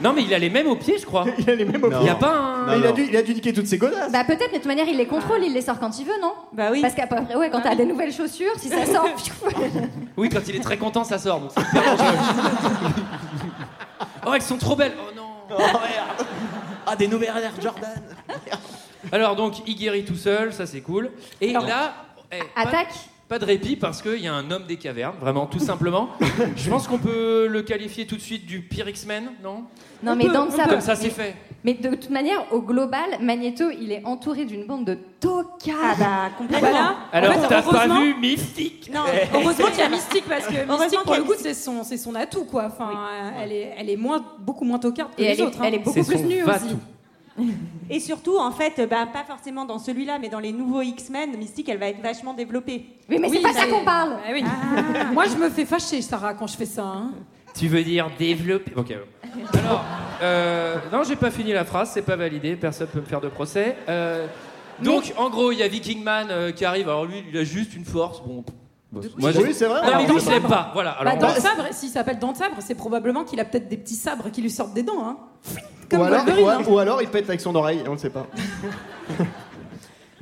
Speaker 6: Non, mais il a les mêmes aux pieds, je crois.
Speaker 9: il a les mêmes aux pieds.
Speaker 6: Il y a pas un-
Speaker 9: Mais il,
Speaker 6: Non,
Speaker 9: a
Speaker 6: non.
Speaker 9: dû, il a dû niquer toutes ses godasses.
Speaker 8: Bah peut-être, mais de toute manière il les contrôle, il les sort quand il veut, non
Speaker 10: Bah oui.
Speaker 8: Parce qu'après, ouais, quand t'as des nouvelles chaussures, si ça sort,
Speaker 6: Oui, quand il est très content, ça sort. donc c'est hyper dangereux. oh, elles sont trop belles. Oh non.
Speaker 3: Ah, des nouvelles Air Jordan.
Speaker 6: Alors donc, il guérit tout seul, ça c'est cool. Et là, eh,
Speaker 8: attaque.
Speaker 6: Pas de répit parce qu'il y a un homme des cavernes, vraiment, tout simplement. Je pense qu'on peut le qualifier tout de suite du pire X-Men, non
Speaker 8: Non,
Speaker 6: On
Speaker 8: mais
Speaker 6: peut,
Speaker 8: dans le
Speaker 6: on peut.
Speaker 8: sabre.
Speaker 6: Comme ça, c'est fait.
Speaker 8: Mais de toute manière, au global, Magneto, il est entouré d'une bande de tocards. Ah
Speaker 10: bah, complètement.
Speaker 6: Alors,
Speaker 7: En fait,
Speaker 6: t'as pas
Speaker 7: heureusement-
Speaker 6: vu Mystique
Speaker 7: Non,
Speaker 6: Eh.
Speaker 7: heureusement qu'il y a Mystique parce que
Speaker 10: Heureusement
Speaker 7: Mystique,
Speaker 10: qu'il y
Speaker 7: pour
Speaker 10: a
Speaker 7: le coup, c'est son, c'est son atout quoi. Enfin, euh, elle est, elle est moins, beaucoup moins tocarde que
Speaker 10: Et
Speaker 7: les
Speaker 10: elle est-
Speaker 7: autres. hein.
Speaker 10: elle est beaucoup C'est plus son nue va-tout. aussi. Et surtout, en fait, euh, bah, pas forcément dans celui-là, mais dans les nouveaux X-Men, Mystique, elle va être vachement développée.
Speaker 8: Oui, mais c'est pas ça qu'on parle.
Speaker 7: Moi, je me fais fâcher, Sarah, quand je fais ça. hein.
Speaker 6: Tu veux dire développer Ok. Alors, euh, non, j'ai pas fini la phrase, c'est pas validé, personne peut me faire de procès. Euh, donc, en gros, il y a Viking Man euh, qui arrive. Alors lui, il a juste une force. Bon. bah,
Speaker 9: Oui,
Speaker 6: je-
Speaker 9: c'est vrai.
Speaker 3: Ah,
Speaker 6: Non, mais
Speaker 9: Alors,
Speaker 6: lui, je
Speaker 9: c'est
Speaker 6: l'aime
Speaker 9: vrai.
Speaker 6: pas. Voilà. Alors,
Speaker 7: bah,
Speaker 6: on
Speaker 7: dans
Speaker 6: va-
Speaker 7: le sabre, s'il s'appelle dans le sabre, c'est probablement qu'il a peut-être des petits sabres qui lui sortent des dents. hein. Comme
Speaker 9: Ou alors,
Speaker 7: Wolverine,
Speaker 9: ou a-
Speaker 7: hein.
Speaker 9: ou alors il pète avec son oreille, on ne sait pas.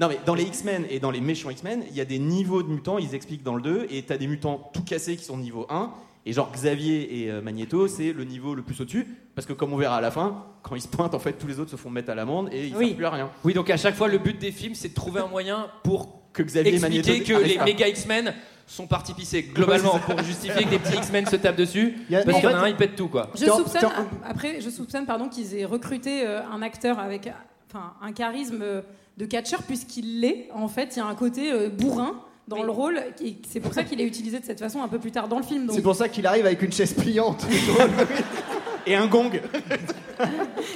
Speaker 3: Non mais dans les X-Men et dans les méchants X-Men, il y a des niveaux de mutants, ils expliquent dans le 2, et t'as des mutants tout cassés qui sont niveau 1, et genre Xavier et euh, Magneto, c'est le niveau le plus au-dessus, parce que comme on verra à la fin, quand ils se pointent, en fait, tous les autres se font mettre à l'amende et ils ne servent plus à rien.
Speaker 6: Oui, donc à chaque fois, le but des films, c'est de trouver un moyen pour
Speaker 3: que Xavier et Magneto...
Speaker 9: Ah,
Speaker 6: expliquer que
Speaker 3: arrêtent
Speaker 6: les
Speaker 3: pas.
Speaker 6: méga X-Men sont partis pisser globalement pour justifier que des petits X-Men se tapent dessus.
Speaker 9: Y a-
Speaker 6: Parce
Speaker 9: en
Speaker 6: qu'il y en a
Speaker 9: fait-
Speaker 6: un, il pète tout quoi.
Speaker 7: Je soupçonne, après, je soupçonne pardon, qu'ils aient recruté euh, un acteur avec enfin, un charisme euh, de catcheur, puisqu'il l'est. En fait, il y a un côté euh, bourrin dans le rôle, et c'est pour ça qu'il est utilisé de cette façon un peu plus tard dans le film. donc.
Speaker 9: C'est pour ça qu'il arrive avec une chaise pliante. et un gong.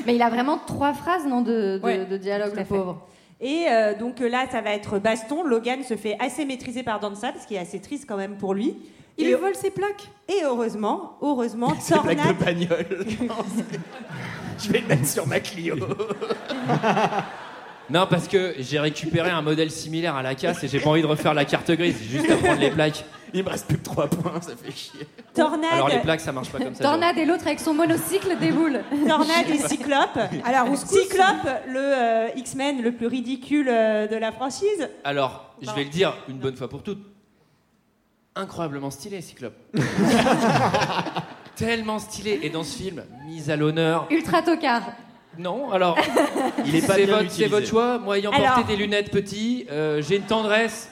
Speaker 8: Mais il a vraiment trois phrases, non, de, de-
Speaker 10: Ouais,
Speaker 8: de dialogue, le pauvre.
Speaker 10: Et euh, donc euh, là, ça va être baston. Logan se fait assez maîtriser par Dansa, ce qui est assez triste quand même pour lui.
Speaker 7: Il lui vole ses plaques.
Speaker 10: Et heureusement, heureusement,
Speaker 3: C'est blague
Speaker 10: Tornade.
Speaker 3: de bagnole. Je vais le mettre sur ma Clio.
Speaker 6: Non, parce que j'ai récupéré un modèle similaire à la casse et j'ai pas envie de refaire la carte grise, juste à prendre les plaques.
Speaker 3: Il me reste plus que 3 points, ça fait chier.
Speaker 10: Tornade.
Speaker 6: Alors les plaques, ça marche pas comme ça.
Speaker 8: Tornade et l'autre avec son monocycle déboule.
Speaker 10: Tornade et Cyclope. Alors, Cyclope, le euh, X-Men le plus ridicule euh, de la franchise.
Speaker 6: Joël. Alors, je vais le dire une bonne fois pour toutes. Incroyablement stylé, Cyclope. Tellement stylé. Et dans ce film, mise à l'honneur.
Speaker 8: Ultra tocard.
Speaker 6: Non, alors.
Speaker 3: Il est pas
Speaker 6: c'est
Speaker 3: bien
Speaker 6: votre,
Speaker 3: utilisé.
Speaker 6: c'est votre choix. Moi, ayant
Speaker 3: Alors-
Speaker 6: porté des lunettes petit, euh, j'ai une tendresse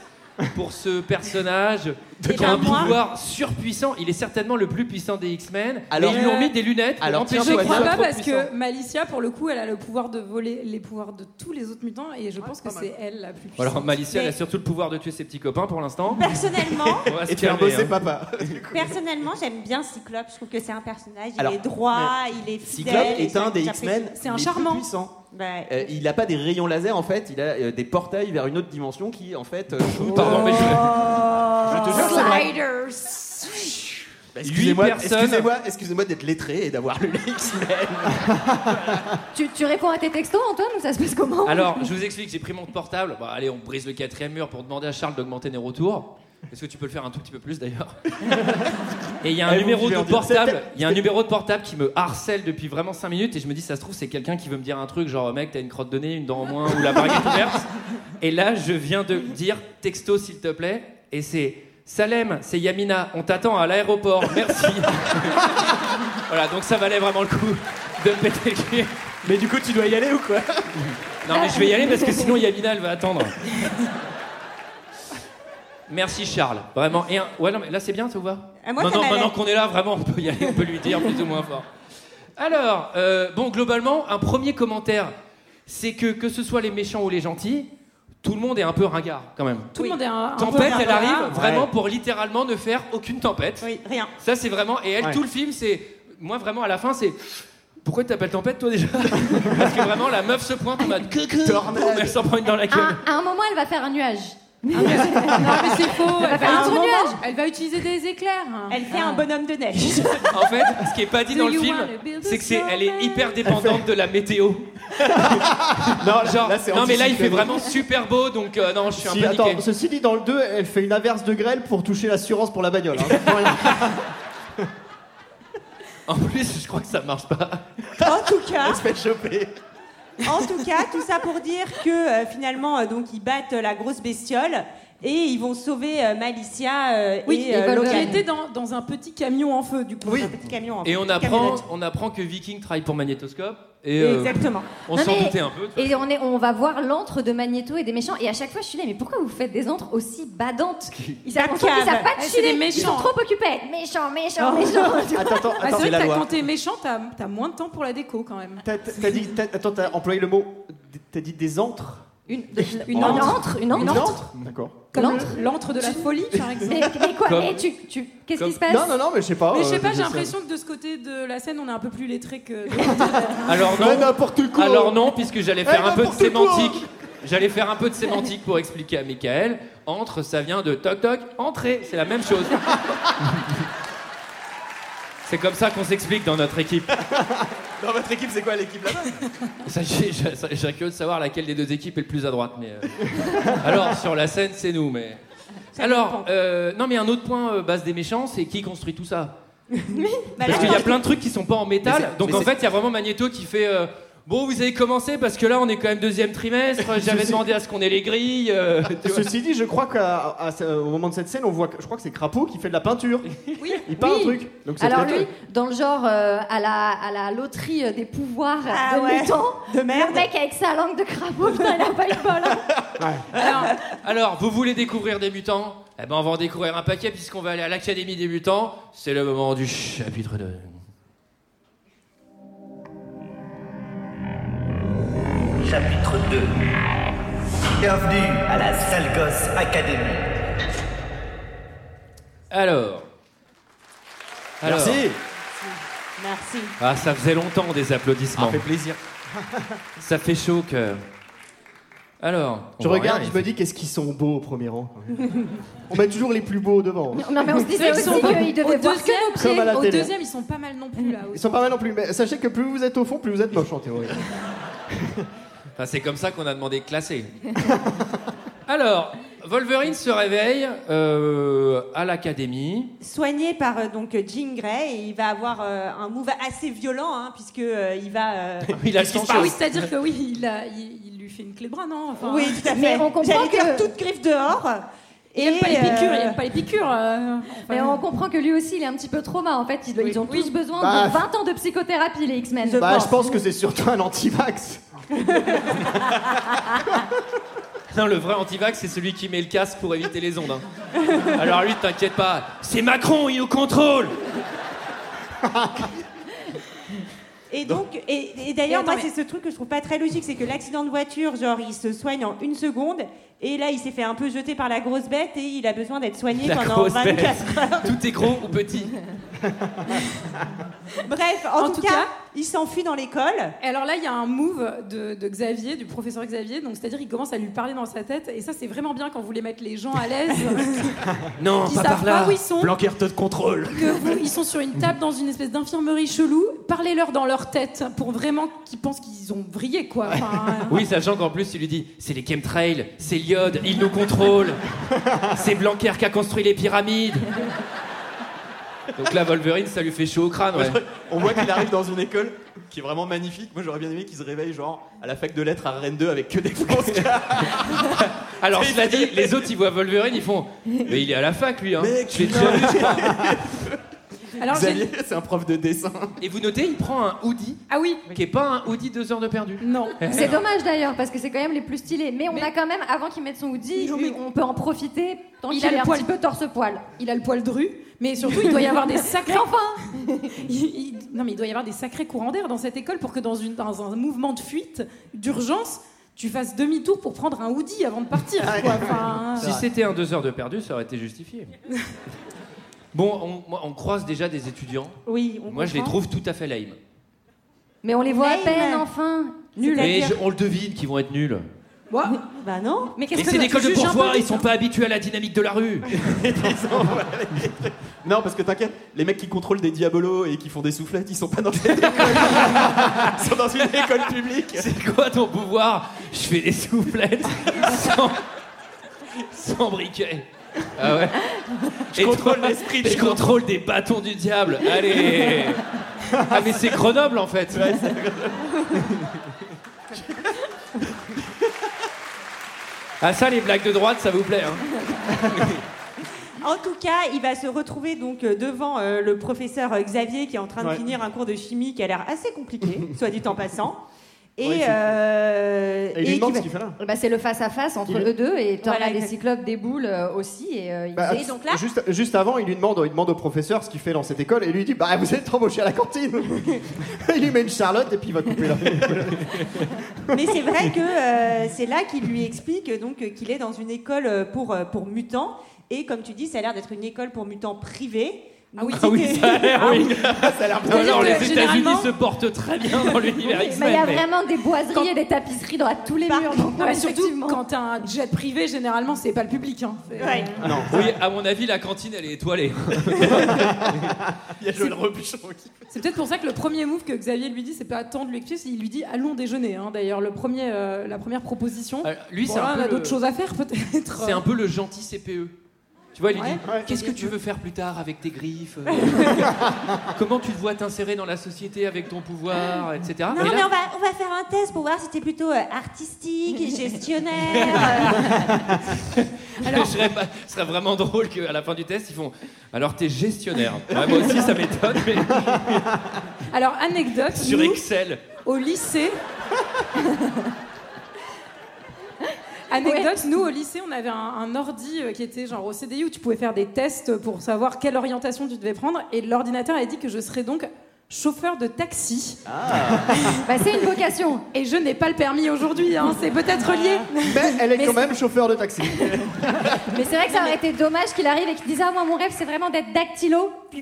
Speaker 6: pour ce personnage qui a
Speaker 3: ben
Speaker 6: un
Speaker 3: moi-
Speaker 6: pouvoir surpuissant. Il est certainement le plus puissant des X-Men.
Speaker 3: Alors-
Speaker 6: et ils lui ont mis des lunettes pour
Speaker 3: Alors,
Speaker 6: empêcher
Speaker 3: tiens,
Speaker 6: qu'il
Speaker 3: toi,
Speaker 6: soit
Speaker 7: Je crois pas
Speaker 6: trop
Speaker 7: parce
Speaker 6: puissant.
Speaker 7: que Malicia, pour le coup, elle a le pouvoir de voler les pouvoirs de tous les autres mutants et je pense que c'est elle la plus puissante.
Speaker 6: Alors, Malicia, elle a
Speaker 7: Mais
Speaker 6: surtout le pouvoir de tuer ses petits copains pour l'instant.
Speaker 10: Personnellement,
Speaker 6: On va se
Speaker 3: Et de faire
Speaker 6: calmer,
Speaker 3: bosser
Speaker 6: hein.
Speaker 3: papa.
Speaker 10: personnellement, j'aime bien Cyclope. Je trouve que c'est un personnage. Il
Speaker 3: Alors,
Speaker 10: est droit, il est fidèle.
Speaker 3: Cyclope est
Speaker 10: et
Speaker 3: un des
Speaker 10: j'apprécie.
Speaker 3: X-Men les plus puissants.
Speaker 10: Ouais.
Speaker 3: Euh, il n'a pas des rayons laser en fait, il a euh, des portails vers une autre dimension qui en fait. euh, shoot-
Speaker 6: Pardon, mais je-
Speaker 3: Oh. je te jure, c'est vrai. Bah, Excusez-moi
Speaker 6: personne-
Speaker 3: excusez-moi- excusez-moi d'être lettré et d'avoir lu les X-Men.
Speaker 8: Tu, tu réponds à tes textos, Antoine, ou ça se passe comment
Speaker 6: Alors, je vous explique, j'ai pris mon portable. Bon, allez, on brise le quatrième mur pour demander à Charles d'augmenter mes retours. Est-ce que tu peux le faire un tout petit peu plus d'ailleurs Et il y a un
Speaker 3: Eh, vous
Speaker 6: numéro
Speaker 3: pouvez
Speaker 6: de
Speaker 3: en dire.
Speaker 6: portable. Il y a un numéro de portable qui me harcèle depuis vraiment 5 minutes et je me dis ça se trouve c'est quelqu'un qui veut me dire un truc genre mec t'as une crotte de nez, une dent en moins ou la bague est ouverte. Et là je viens de dire texto s'il te plaît et c'est Salem, c'est Yamina, on t'attend à l'aéroport, merci. voilà donc ça valait vraiment le coup de me péter le cul.
Speaker 3: Mais du coup, tu dois y aller ou quoi
Speaker 6: Non mais je vais y aller parce que sinon Yamina elle va attendre. Merci Charles, vraiment. Et un- ouais, non, mais là c'est bien, ça vous va
Speaker 10: Ah, moi, ça
Speaker 6: Maintenant,
Speaker 10: m'allait.
Speaker 6: maintenant qu'on est là, vraiment, on peut y aller, on peut lui dire plus ou moins fort. Alors, euh, bon, globalement, un premier commentaire, c'est que que ce soit les méchants ou les gentils, tout le monde est un peu ringard quand même.
Speaker 7: Tout le monde est un, un peu
Speaker 6: Tempête, elle
Speaker 7: barbare.
Speaker 6: arrive vraiment pour littéralement ne faire aucune tempête.
Speaker 10: Oui, rien.
Speaker 6: Ça, c'est vraiment. Et elle,
Speaker 3: Ouais.
Speaker 6: tout le film, c'est. Moi, vraiment, à la fin, c'est. Pourquoi tu t'appelles tempête, toi déjà Parce que vraiment, la meuf se pointe en mode. Tornade Elle s'en prend une dans la gueule.
Speaker 8: À un moment, elle va faire un nuage.
Speaker 7: Non, mais c'est faux.
Speaker 8: Elle
Speaker 7: fait
Speaker 8: va faire un
Speaker 7: un
Speaker 8: gros
Speaker 7: moment-
Speaker 8: nuage.
Speaker 7: Elle va utiliser des éclairs.
Speaker 10: Elle fait un bonhomme de neige.
Speaker 6: En fait, ce qui est pas dit
Speaker 7: Do
Speaker 6: dans le
Speaker 7: you
Speaker 6: film,
Speaker 7: wanna build a
Speaker 6: c'est que c'est. Elle est hyper dépendante de la météo.
Speaker 3: Non,
Speaker 6: genre.
Speaker 3: là, c'est
Speaker 6: non, mais là, il fait
Speaker 3: anticyclonique.
Speaker 6: vraiment super beau, donc euh, non, je suis un
Speaker 11: Si,
Speaker 6: peu
Speaker 11: attends,
Speaker 6: niqué.
Speaker 11: ceci dit, dans le 2, elle fait une averse de grêle pour toucher l'assurance pour la bagnole. hein. Pour rien.
Speaker 6: En plus, je crois que ça marche pas.
Speaker 10: En tout cas,
Speaker 3: Elle se fait choper.
Speaker 10: En tout cas, tout ça pour dire que euh, finalement, euh, donc ils battent euh, la grosse bestiole et ils vont sauver euh, Malicia euh,
Speaker 7: Oui,
Speaker 10: et euh,
Speaker 7: qui
Speaker 10: Logan.
Speaker 7: était dans, dans un petit camion en feu, du coup.
Speaker 10: Oui. Un petit camion. en
Speaker 6: Et
Speaker 10: fait,
Speaker 6: on
Speaker 10: une
Speaker 6: apprend,
Speaker 10: camionnette.
Speaker 6: on apprend que Viking travaille pour Magnétoscope. Et, euh,
Speaker 10: Exactement.
Speaker 6: On
Speaker 8: Non,
Speaker 6: s'en
Speaker 8: mais-
Speaker 6: doutait un peu.
Speaker 8: Et on, est, on va voir l'antre de Magneto et des méchants. Et à chaque fois, je suis là, mais pourquoi vous faites des antres aussi badantes Ils savent
Speaker 10: Bacave.
Speaker 8: ils savent pas
Speaker 7: Eh, c'est
Speaker 8: chiller.
Speaker 7: des
Speaker 8: Ils sont
Speaker 7: méchants.
Speaker 8: trop occupés. à être Méchants, méchants,
Speaker 7: Oh.
Speaker 8: méchants.
Speaker 11: Attends, attends,
Speaker 7: Ah,
Speaker 11: attends,
Speaker 7: c'est vrai que t'as-
Speaker 11: loi.
Speaker 7: quand t'es méchant, t'as t'as moins de temps pour la déco quand même.
Speaker 11: T'as- T'as dit, t'as- attends, t'as employé le mot, t'as dit des antres
Speaker 8: Une,
Speaker 7: une
Speaker 8: une
Speaker 7: antre.
Speaker 8: antre, une antre.
Speaker 11: Une antre D'accord.
Speaker 7: Comme
Speaker 8: L'antre.
Speaker 7: le- l'antre de la folie, par exemple.
Speaker 8: Mais, mais quoi
Speaker 11: Comme-
Speaker 8: mais tu, tu, Qu'est-ce
Speaker 11: Comme-
Speaker 8: qui se passe
Speaker 11: Non, non, non, mais je sais pas.
Speaker 7: Mais je
Speaker 11: euh,
Speaker 7: sais pas, j'ai
Speaker 11: ça.
Speaker 7: l'impression que de ce côté de la scène, on est un peu plus lettré que. de l'autre.
Speaker 6: Alors non.
Speaker 11: Mais n'importe quoi.
Speaker 6: Alors non, puisque j'allais faire
Speaker 11: Eh,
Speaker 6: un peu de
Speaker 11: n'importe quoi.
Speaker 6: sémantique. J'allais faire un peu de sémantique pour expliquer à Michael. Entre, ça vient de toc toc, entrée, c'est la même chose. C'est comme ça qu'on s'explique dans notre équipe.
Speaker 3: Dans votre équipe, c'est quoi l'équipe là-bas
Speaker 6: Ça, J'ai j'ai- ça- j'ai curieux de savoir laquelle des deux équipes est le plus à droite. Mais euh, Alors, sur la scène, c'est nous. Mais... Alors, euh, non, mais un autre point euh, base des méchants, c'est qui construit tout ça
Speaker 10: Bah,
Speaker 6: Parce
Speaker 10: là,
Speaker 6: qu'il y a plein de trucs qui sont pas en
Speaker 3: Mais
Speaker 6: métal.
Speaker 3: c'est-
Speaker 6: Donc
Speaker 3: mais
Speaker 6: en
Speaker 3: c'est-
Speaker 6: fait, il y a vraiment Magneto qui fait euh, Bon, vous avez commencé parce que là, on est quand même deuxième trimestre. J'avais demandé à ce qu'on ait les grilles. euh, tu vois.
Speaker 11: Ceci dit, je crois qu'au moment de cette scène, on voit, que- je crois que c'est Crapaud qui fait de la peinture. Il peint
Speaker 8: Oui.
Speaker 11: un truc. Donc c'est
Speaker 8: Alors
Speaker 11: peut-être-
Speaker 8: lui, dans le genre euh, à, la, à la loterie euh, des pouvoirs
Speaker 10: Ah
Speaker 8: de
Speaker 10: ouais.
Speaker 8: mutants,
Speaker 10: de merde.
Speaker 8: le mec avec sa langue de crapaud, putain, il a pas eu bol. hein.
Speaker 7: Alors,
Speaker 6: Alors, vous voulez découvrir des mutants Eh ben, on va en découvrir un paquet puisqu'on va aller à l'Académie des mutants. C'est le moment du chapitre 2.
Speaker 16: Chapitre 2 Bienvenue à la Sale Gosse Academy.
Speaker 6: Alors. Alors.
Speaker 3: Merci.
Speaker 10: Merci.
Speaker 6: Ah,
Speaker 11: Ah,
Speaker 6: ça faisait longtemps des applaudissements.
Speaker 3: Ça fait plaisir.
Speaker 6: Ça fait chaud au cœur. Alors,
Speaker 11: Je regarde, je me dis qu'est-ce qu'ils sont beaux au premier rang. on met toujours les plus beaux devant.
Speaker 8: Non, mais on se disait
Speaker 7: Ils
Speaker 8: aussi
Speaker 7: sont-
Speaker 8: qu'ils devaient
Speaker 7: au
Speaker 8: voir
Speaker 7: deuxième,
Speaker 8: que nos pieds.
Speaker 7: au
Speaker 11: Comme à la télé. Mm.
Speaker 7: deuxième, ils sont pas mal non plus là.
Speaker 11: Ils sont pas mal non plus, mais sachez que plus vous êtes au fond, plus vous êtes moche en théorie.
Speaker 6: Enfin, c'est comme ça qu'on a demandé de classer. Alors, Wolverine se réveille euh, à l'académie.
Speaker 10: Soigné par euh, donc Jean Grey, et il va avoir euh, un move assez violent, hein, puisque euh, il va. euh,
Speaker 6: Il a le sang chaud.
Speaker 7: Ah Oui, c'est-à-dire que oui, il, a- il- il lui fait une clé de bras, non Enfin,
Speaker 10: Oui, tout à fait.
Speaker 7: mais on comprend
Speaker 10: J'allais dire
Speaker 7: que
Speaker 10: toute griffe dehors. euh,
Speaker 7: Il aime pas les piqûres, euh, il aime pas
Speaker 10: les piqûres.
Speaker 8: Mais on comprend que lui aussi, il est un petit peu trauma. En fait, ils, ils ont tous besoin
Speaker 11: Bah,
Speaker 8: de 20 ans de psychothérapie, les X-Men.
Speaker 11: bah, je pense que c'est surtout un anti-vax.
Speaker 6: Non, le vrai antivax, c'est celui qui met le casque pour éviter les ondes. hein. Alors lui, t'inquiète pas, c'est Macron, il nous contrôle
Speaker 10: Et donc, et, et d'ailleurs,
Speaker 7: Et attends,
Speaker 10: moi, c'est ce truc que je trouve pas très logique, c'est que l'accident de voiture, genre, il se soigne en une seconde, et là, il s'est fait un peu jeter par la grosse bête, et il a besoin d'être soigné
Speaker 6: La
Speaker 10: pendant
Speaker 6: grosse
Speaker 10: 24
Speaker 6: bête.
Speaker 10: heures.
Speaker 6: Tout est gros ou petit.
Speaker 10: Bref, en, tout, cas, il s'enfuit dans l'école.
Speaker 7: Et alors là, il y a un move de, de Xavier, du professeur Xavier, donc c'est-à-dire il commence à lui parler dans sa tête, et ça, c'est vraiment bien quand vous voulez mettre les gens à l'aise.
Speaker 17: Non,
Speaker 7: Ils
Speaker 17: pas
Speaker 7: savent
Speaker 17: par là.
Speaker 7: pas où ils sont.
Speaker 17: Blanquer te contrôle.
Speaker 7: que vous- ils sont sur une table dans une espèce d'infirmerie chelou, parlez-leur dans leur tête pour vraiment qu'ils pensent qu'ils ont vrillé quoi. Enfin, euh,
Speaker 6: Oui, sachant qu'en plus, il lui dit c'est les chemtrails, c'est l'iode, il nous contrôle. C'est Blanquer qui a construit les pyramides. Donc là, Wolverine, ça lui fait chaud au crâne. Ouais.
Speaker 3: On voit qu'il arrive dans une école qui est vraiment magnifique. Moi, j'aurais bien aimé qu'il se réveille, genre, à la fac de lettres à Rennes 2 avec que des Français.
Speaker 6: Alors, cela dit, les autres, ils voient Wolverine, ils font mais il est à la fac, lui. Hein. Je l'ai déjà vu, je crois.
Speaker 7: Alors,
Speaker 3: Xavier, c'est un prof de dessin.
Speaker 6: Et vous notez, il prend un hoodie.
Speaker 7: Ah oui.
Speaker 6: Qui est pas un hoodie deux heures de perdu.
Speaker 7: Non.
Speaker 8: C'est dommage d'ailleurs, parce que c'est quand même les plus stylés. Mais on a quand même, avant qu'il mette son hoodie, on peut en profiter tant
Speaker 7: Il
Speaker 8: qu'il
Speaker 7: a
Speaker 8: a
Speaker 7: le
Speaker 8: un
Speaker 7: poil.
Speaker 8: petit peu torse-poil.
Speaker 7: il a le poil dru, mais surtout il doit y avoir des sacrés.
Speaker 8: Mais enfin
Speaker 7: Il- il- non mais il doit y avoir des sacrés courants d'air dans cette école pour que dans, une, dans un mouvement de fuite d'urgence, tu fasses demi-tour pour prendre un hoodie avant de partir. quoi. Enfin,
Speaker 6: Ah, Si c'était un deux heures de perdu, ça aurait été justifié. Bon, on, moi, on croise déjà des étudiants.
Speaker 10: Oui, on
Speaker 6: Moi, je les
Speaker 10: comprend.
Speaker 6: trouve tout à fait lame.
Speaker 8: Mais on les voit à
Speaker 10: Lame.
Speaker 8: peine, enfin Nul
Speaker 6: Mais je- on le devine qu'ils vont être nuls.
Speaker 10: Bah non.
Speaker 8: Mais
Speaker 6: Mais c'est l'école de bourgeois, ils sont pas habitués à la dynamique de la rue.
Speaker 3: Non, parce que t'inquiète, les mecs qui contrôlent des diabolos et qui font des soufflettes, ils sont pas dans cette école. ils sont dans une école publique.
Speaker 6: C'est quoi ton pouvoir Je fais des soufflettes sans, sans briquet. Ah ouais
Speaker 3: Je contrôle l'esprit des
Speaker 6: Je
Speaker 3: gens.
Speaker 6: contrôle des bâtons du diable. Allez Ah, mais c'est Grenoble en fait. ah, ça, les blagues de droite, ça vous plaît. hein
Speaker 10: En tout cas, il va se retrouver donc euh, devant euh, le professeur euh, Xavier qui est en train de
Speaker 3: Ouais.
Speaker 10: finir un cours de chimie qui a l'air assez compliqué, soit dit en passant. Et,
Speaker 3: Ouais, c'est-
Speaker 10: euh,
Speaker 3: Et il lui
Speaker 10: qui
Speaker 3: demande
Speaker 10: va-
Speaker 3: ce qu'il fait là.
Speaker 8: Bah, c'est le face-à-face entre
Speaker 11: Il-
Speaker 8: eux deux, et Thor
Speaker 10: Voilà,
Speaker 8: a des
Speaker 10: exact.
Speaker 8: cyclopes, des boules euh, aussi, et euh, il-
Speaker 11: Bah,
Speaker 8: et donc là...
Speaker 11: juste, juste avant, il lui demande, il demande au professeur ce qu'il fait dans cette école et lui il dit Bah, vous êtes embauché à la cantine Il lui met une charlotte et puis il va couper la
Speaker 10: Mais c'est vrai que euh, c'est là qu'il lui explique euh, donc euh, qu'il est dans une école euh, pour, euh, pour mutants. Et comme tu dis, ça a l'air d'être une école pour mutants privés. Ah
Speaker 6: Ah oui, ça a
Speaker 7: Eh
Speaker 6: l'air, oui. Non,
Speaker 8: C'est-à-dire
Speaker 6: non,
Speaker 8: que
Speaker 6: les États-Unis
Speaker 8: généralement-
Speaker 6: se portent très bien dans l'univers
Speaker 8: Mais Bah, il y a
Speaker 6: X-Men. mais-
Speaker 8: vraiment des boiseries et des tapisseries dans à tous les murs. donc,
Speaker 7: Non, mais
Speaker 8: ouais,
Speaker 7: surtout quand t'as un jet privé, généralement c'est pas le public. hein. C'est-
Speaker 6: Non. Oui, à mon avis, la cantine, elle est étoilée.
Speaker 3: Il y a Joël Rebuchon qui.
Speaker 7: C'est peut-être pour ça que le premier move que Xavier lui dit, c'est pas tant de lui expliquer, c'est il lui dit allons déjeuner. hein. D'ailleurs, le premier, euh, la première proposition.
Speaker 6: Euh, lui,
Speaker 7: Bon,
Speaker 6: c'est un
Speaker 7: là,
Speaker 6: peu
Speaker 7: on a
Speaker 6: le-
Speaker 7: d'autres choses à faire peut-être.
Speaker 6: C'est un peu le gentil CPE. Tu vois, il lui
Speaker 7: Ouais.
Speaker 6: dit Qu'est-ce que tu veux faire plus tard avec tes griffes euh, Comment tu te vois t'insérer dans la société avec ton pouvoir, etc.
Speaker 10: Non,
Speaker 6: Et là,
Speaker 10: mais on va, on va faire un test pour voir si t'es plutôt euh, artistique, gestionnaire.
Speaker 6: je serais pas- ce serait vraiment drôle qu'à la fin du test, ils font Alors, t'es gestionnaire. Ouais, moi aussi, ça m'étonne, mais
Speaker 7: Alors anecdote.
Speaker 6: sur
Speaker 7: nous,
Speaker 6: Excel.
Speaker 7: au lycée. Anecdote, nous au lycée, on avait un, un ordi euh, qui était genre au CDI où tu pouvais faire des tests pour savoir quelle orientation tu devais prendre et l'ordinateur a dit que je serais donc chauffeur de taxi.
Speaker 6: Ah.
Speaker 8: Bah, c'est une vocation.
Speaker 7: Et je n'ai pas le permis aujourd'hui, hein, c'est peut-être lié.
Speaker 6: Ah.
Speaker 11: Mais elle est
Speaker 7: Mais
Speaker 11: quand
Speaker 7: c'est-
Speaker 11: même chauffeur de taxi.
Speaker 8: Mais c'est vrai que ça aurait été dommage qu'il arrive et qu'il dise Ah, moi, mon rêve, c'est vraiment d'être dactylo.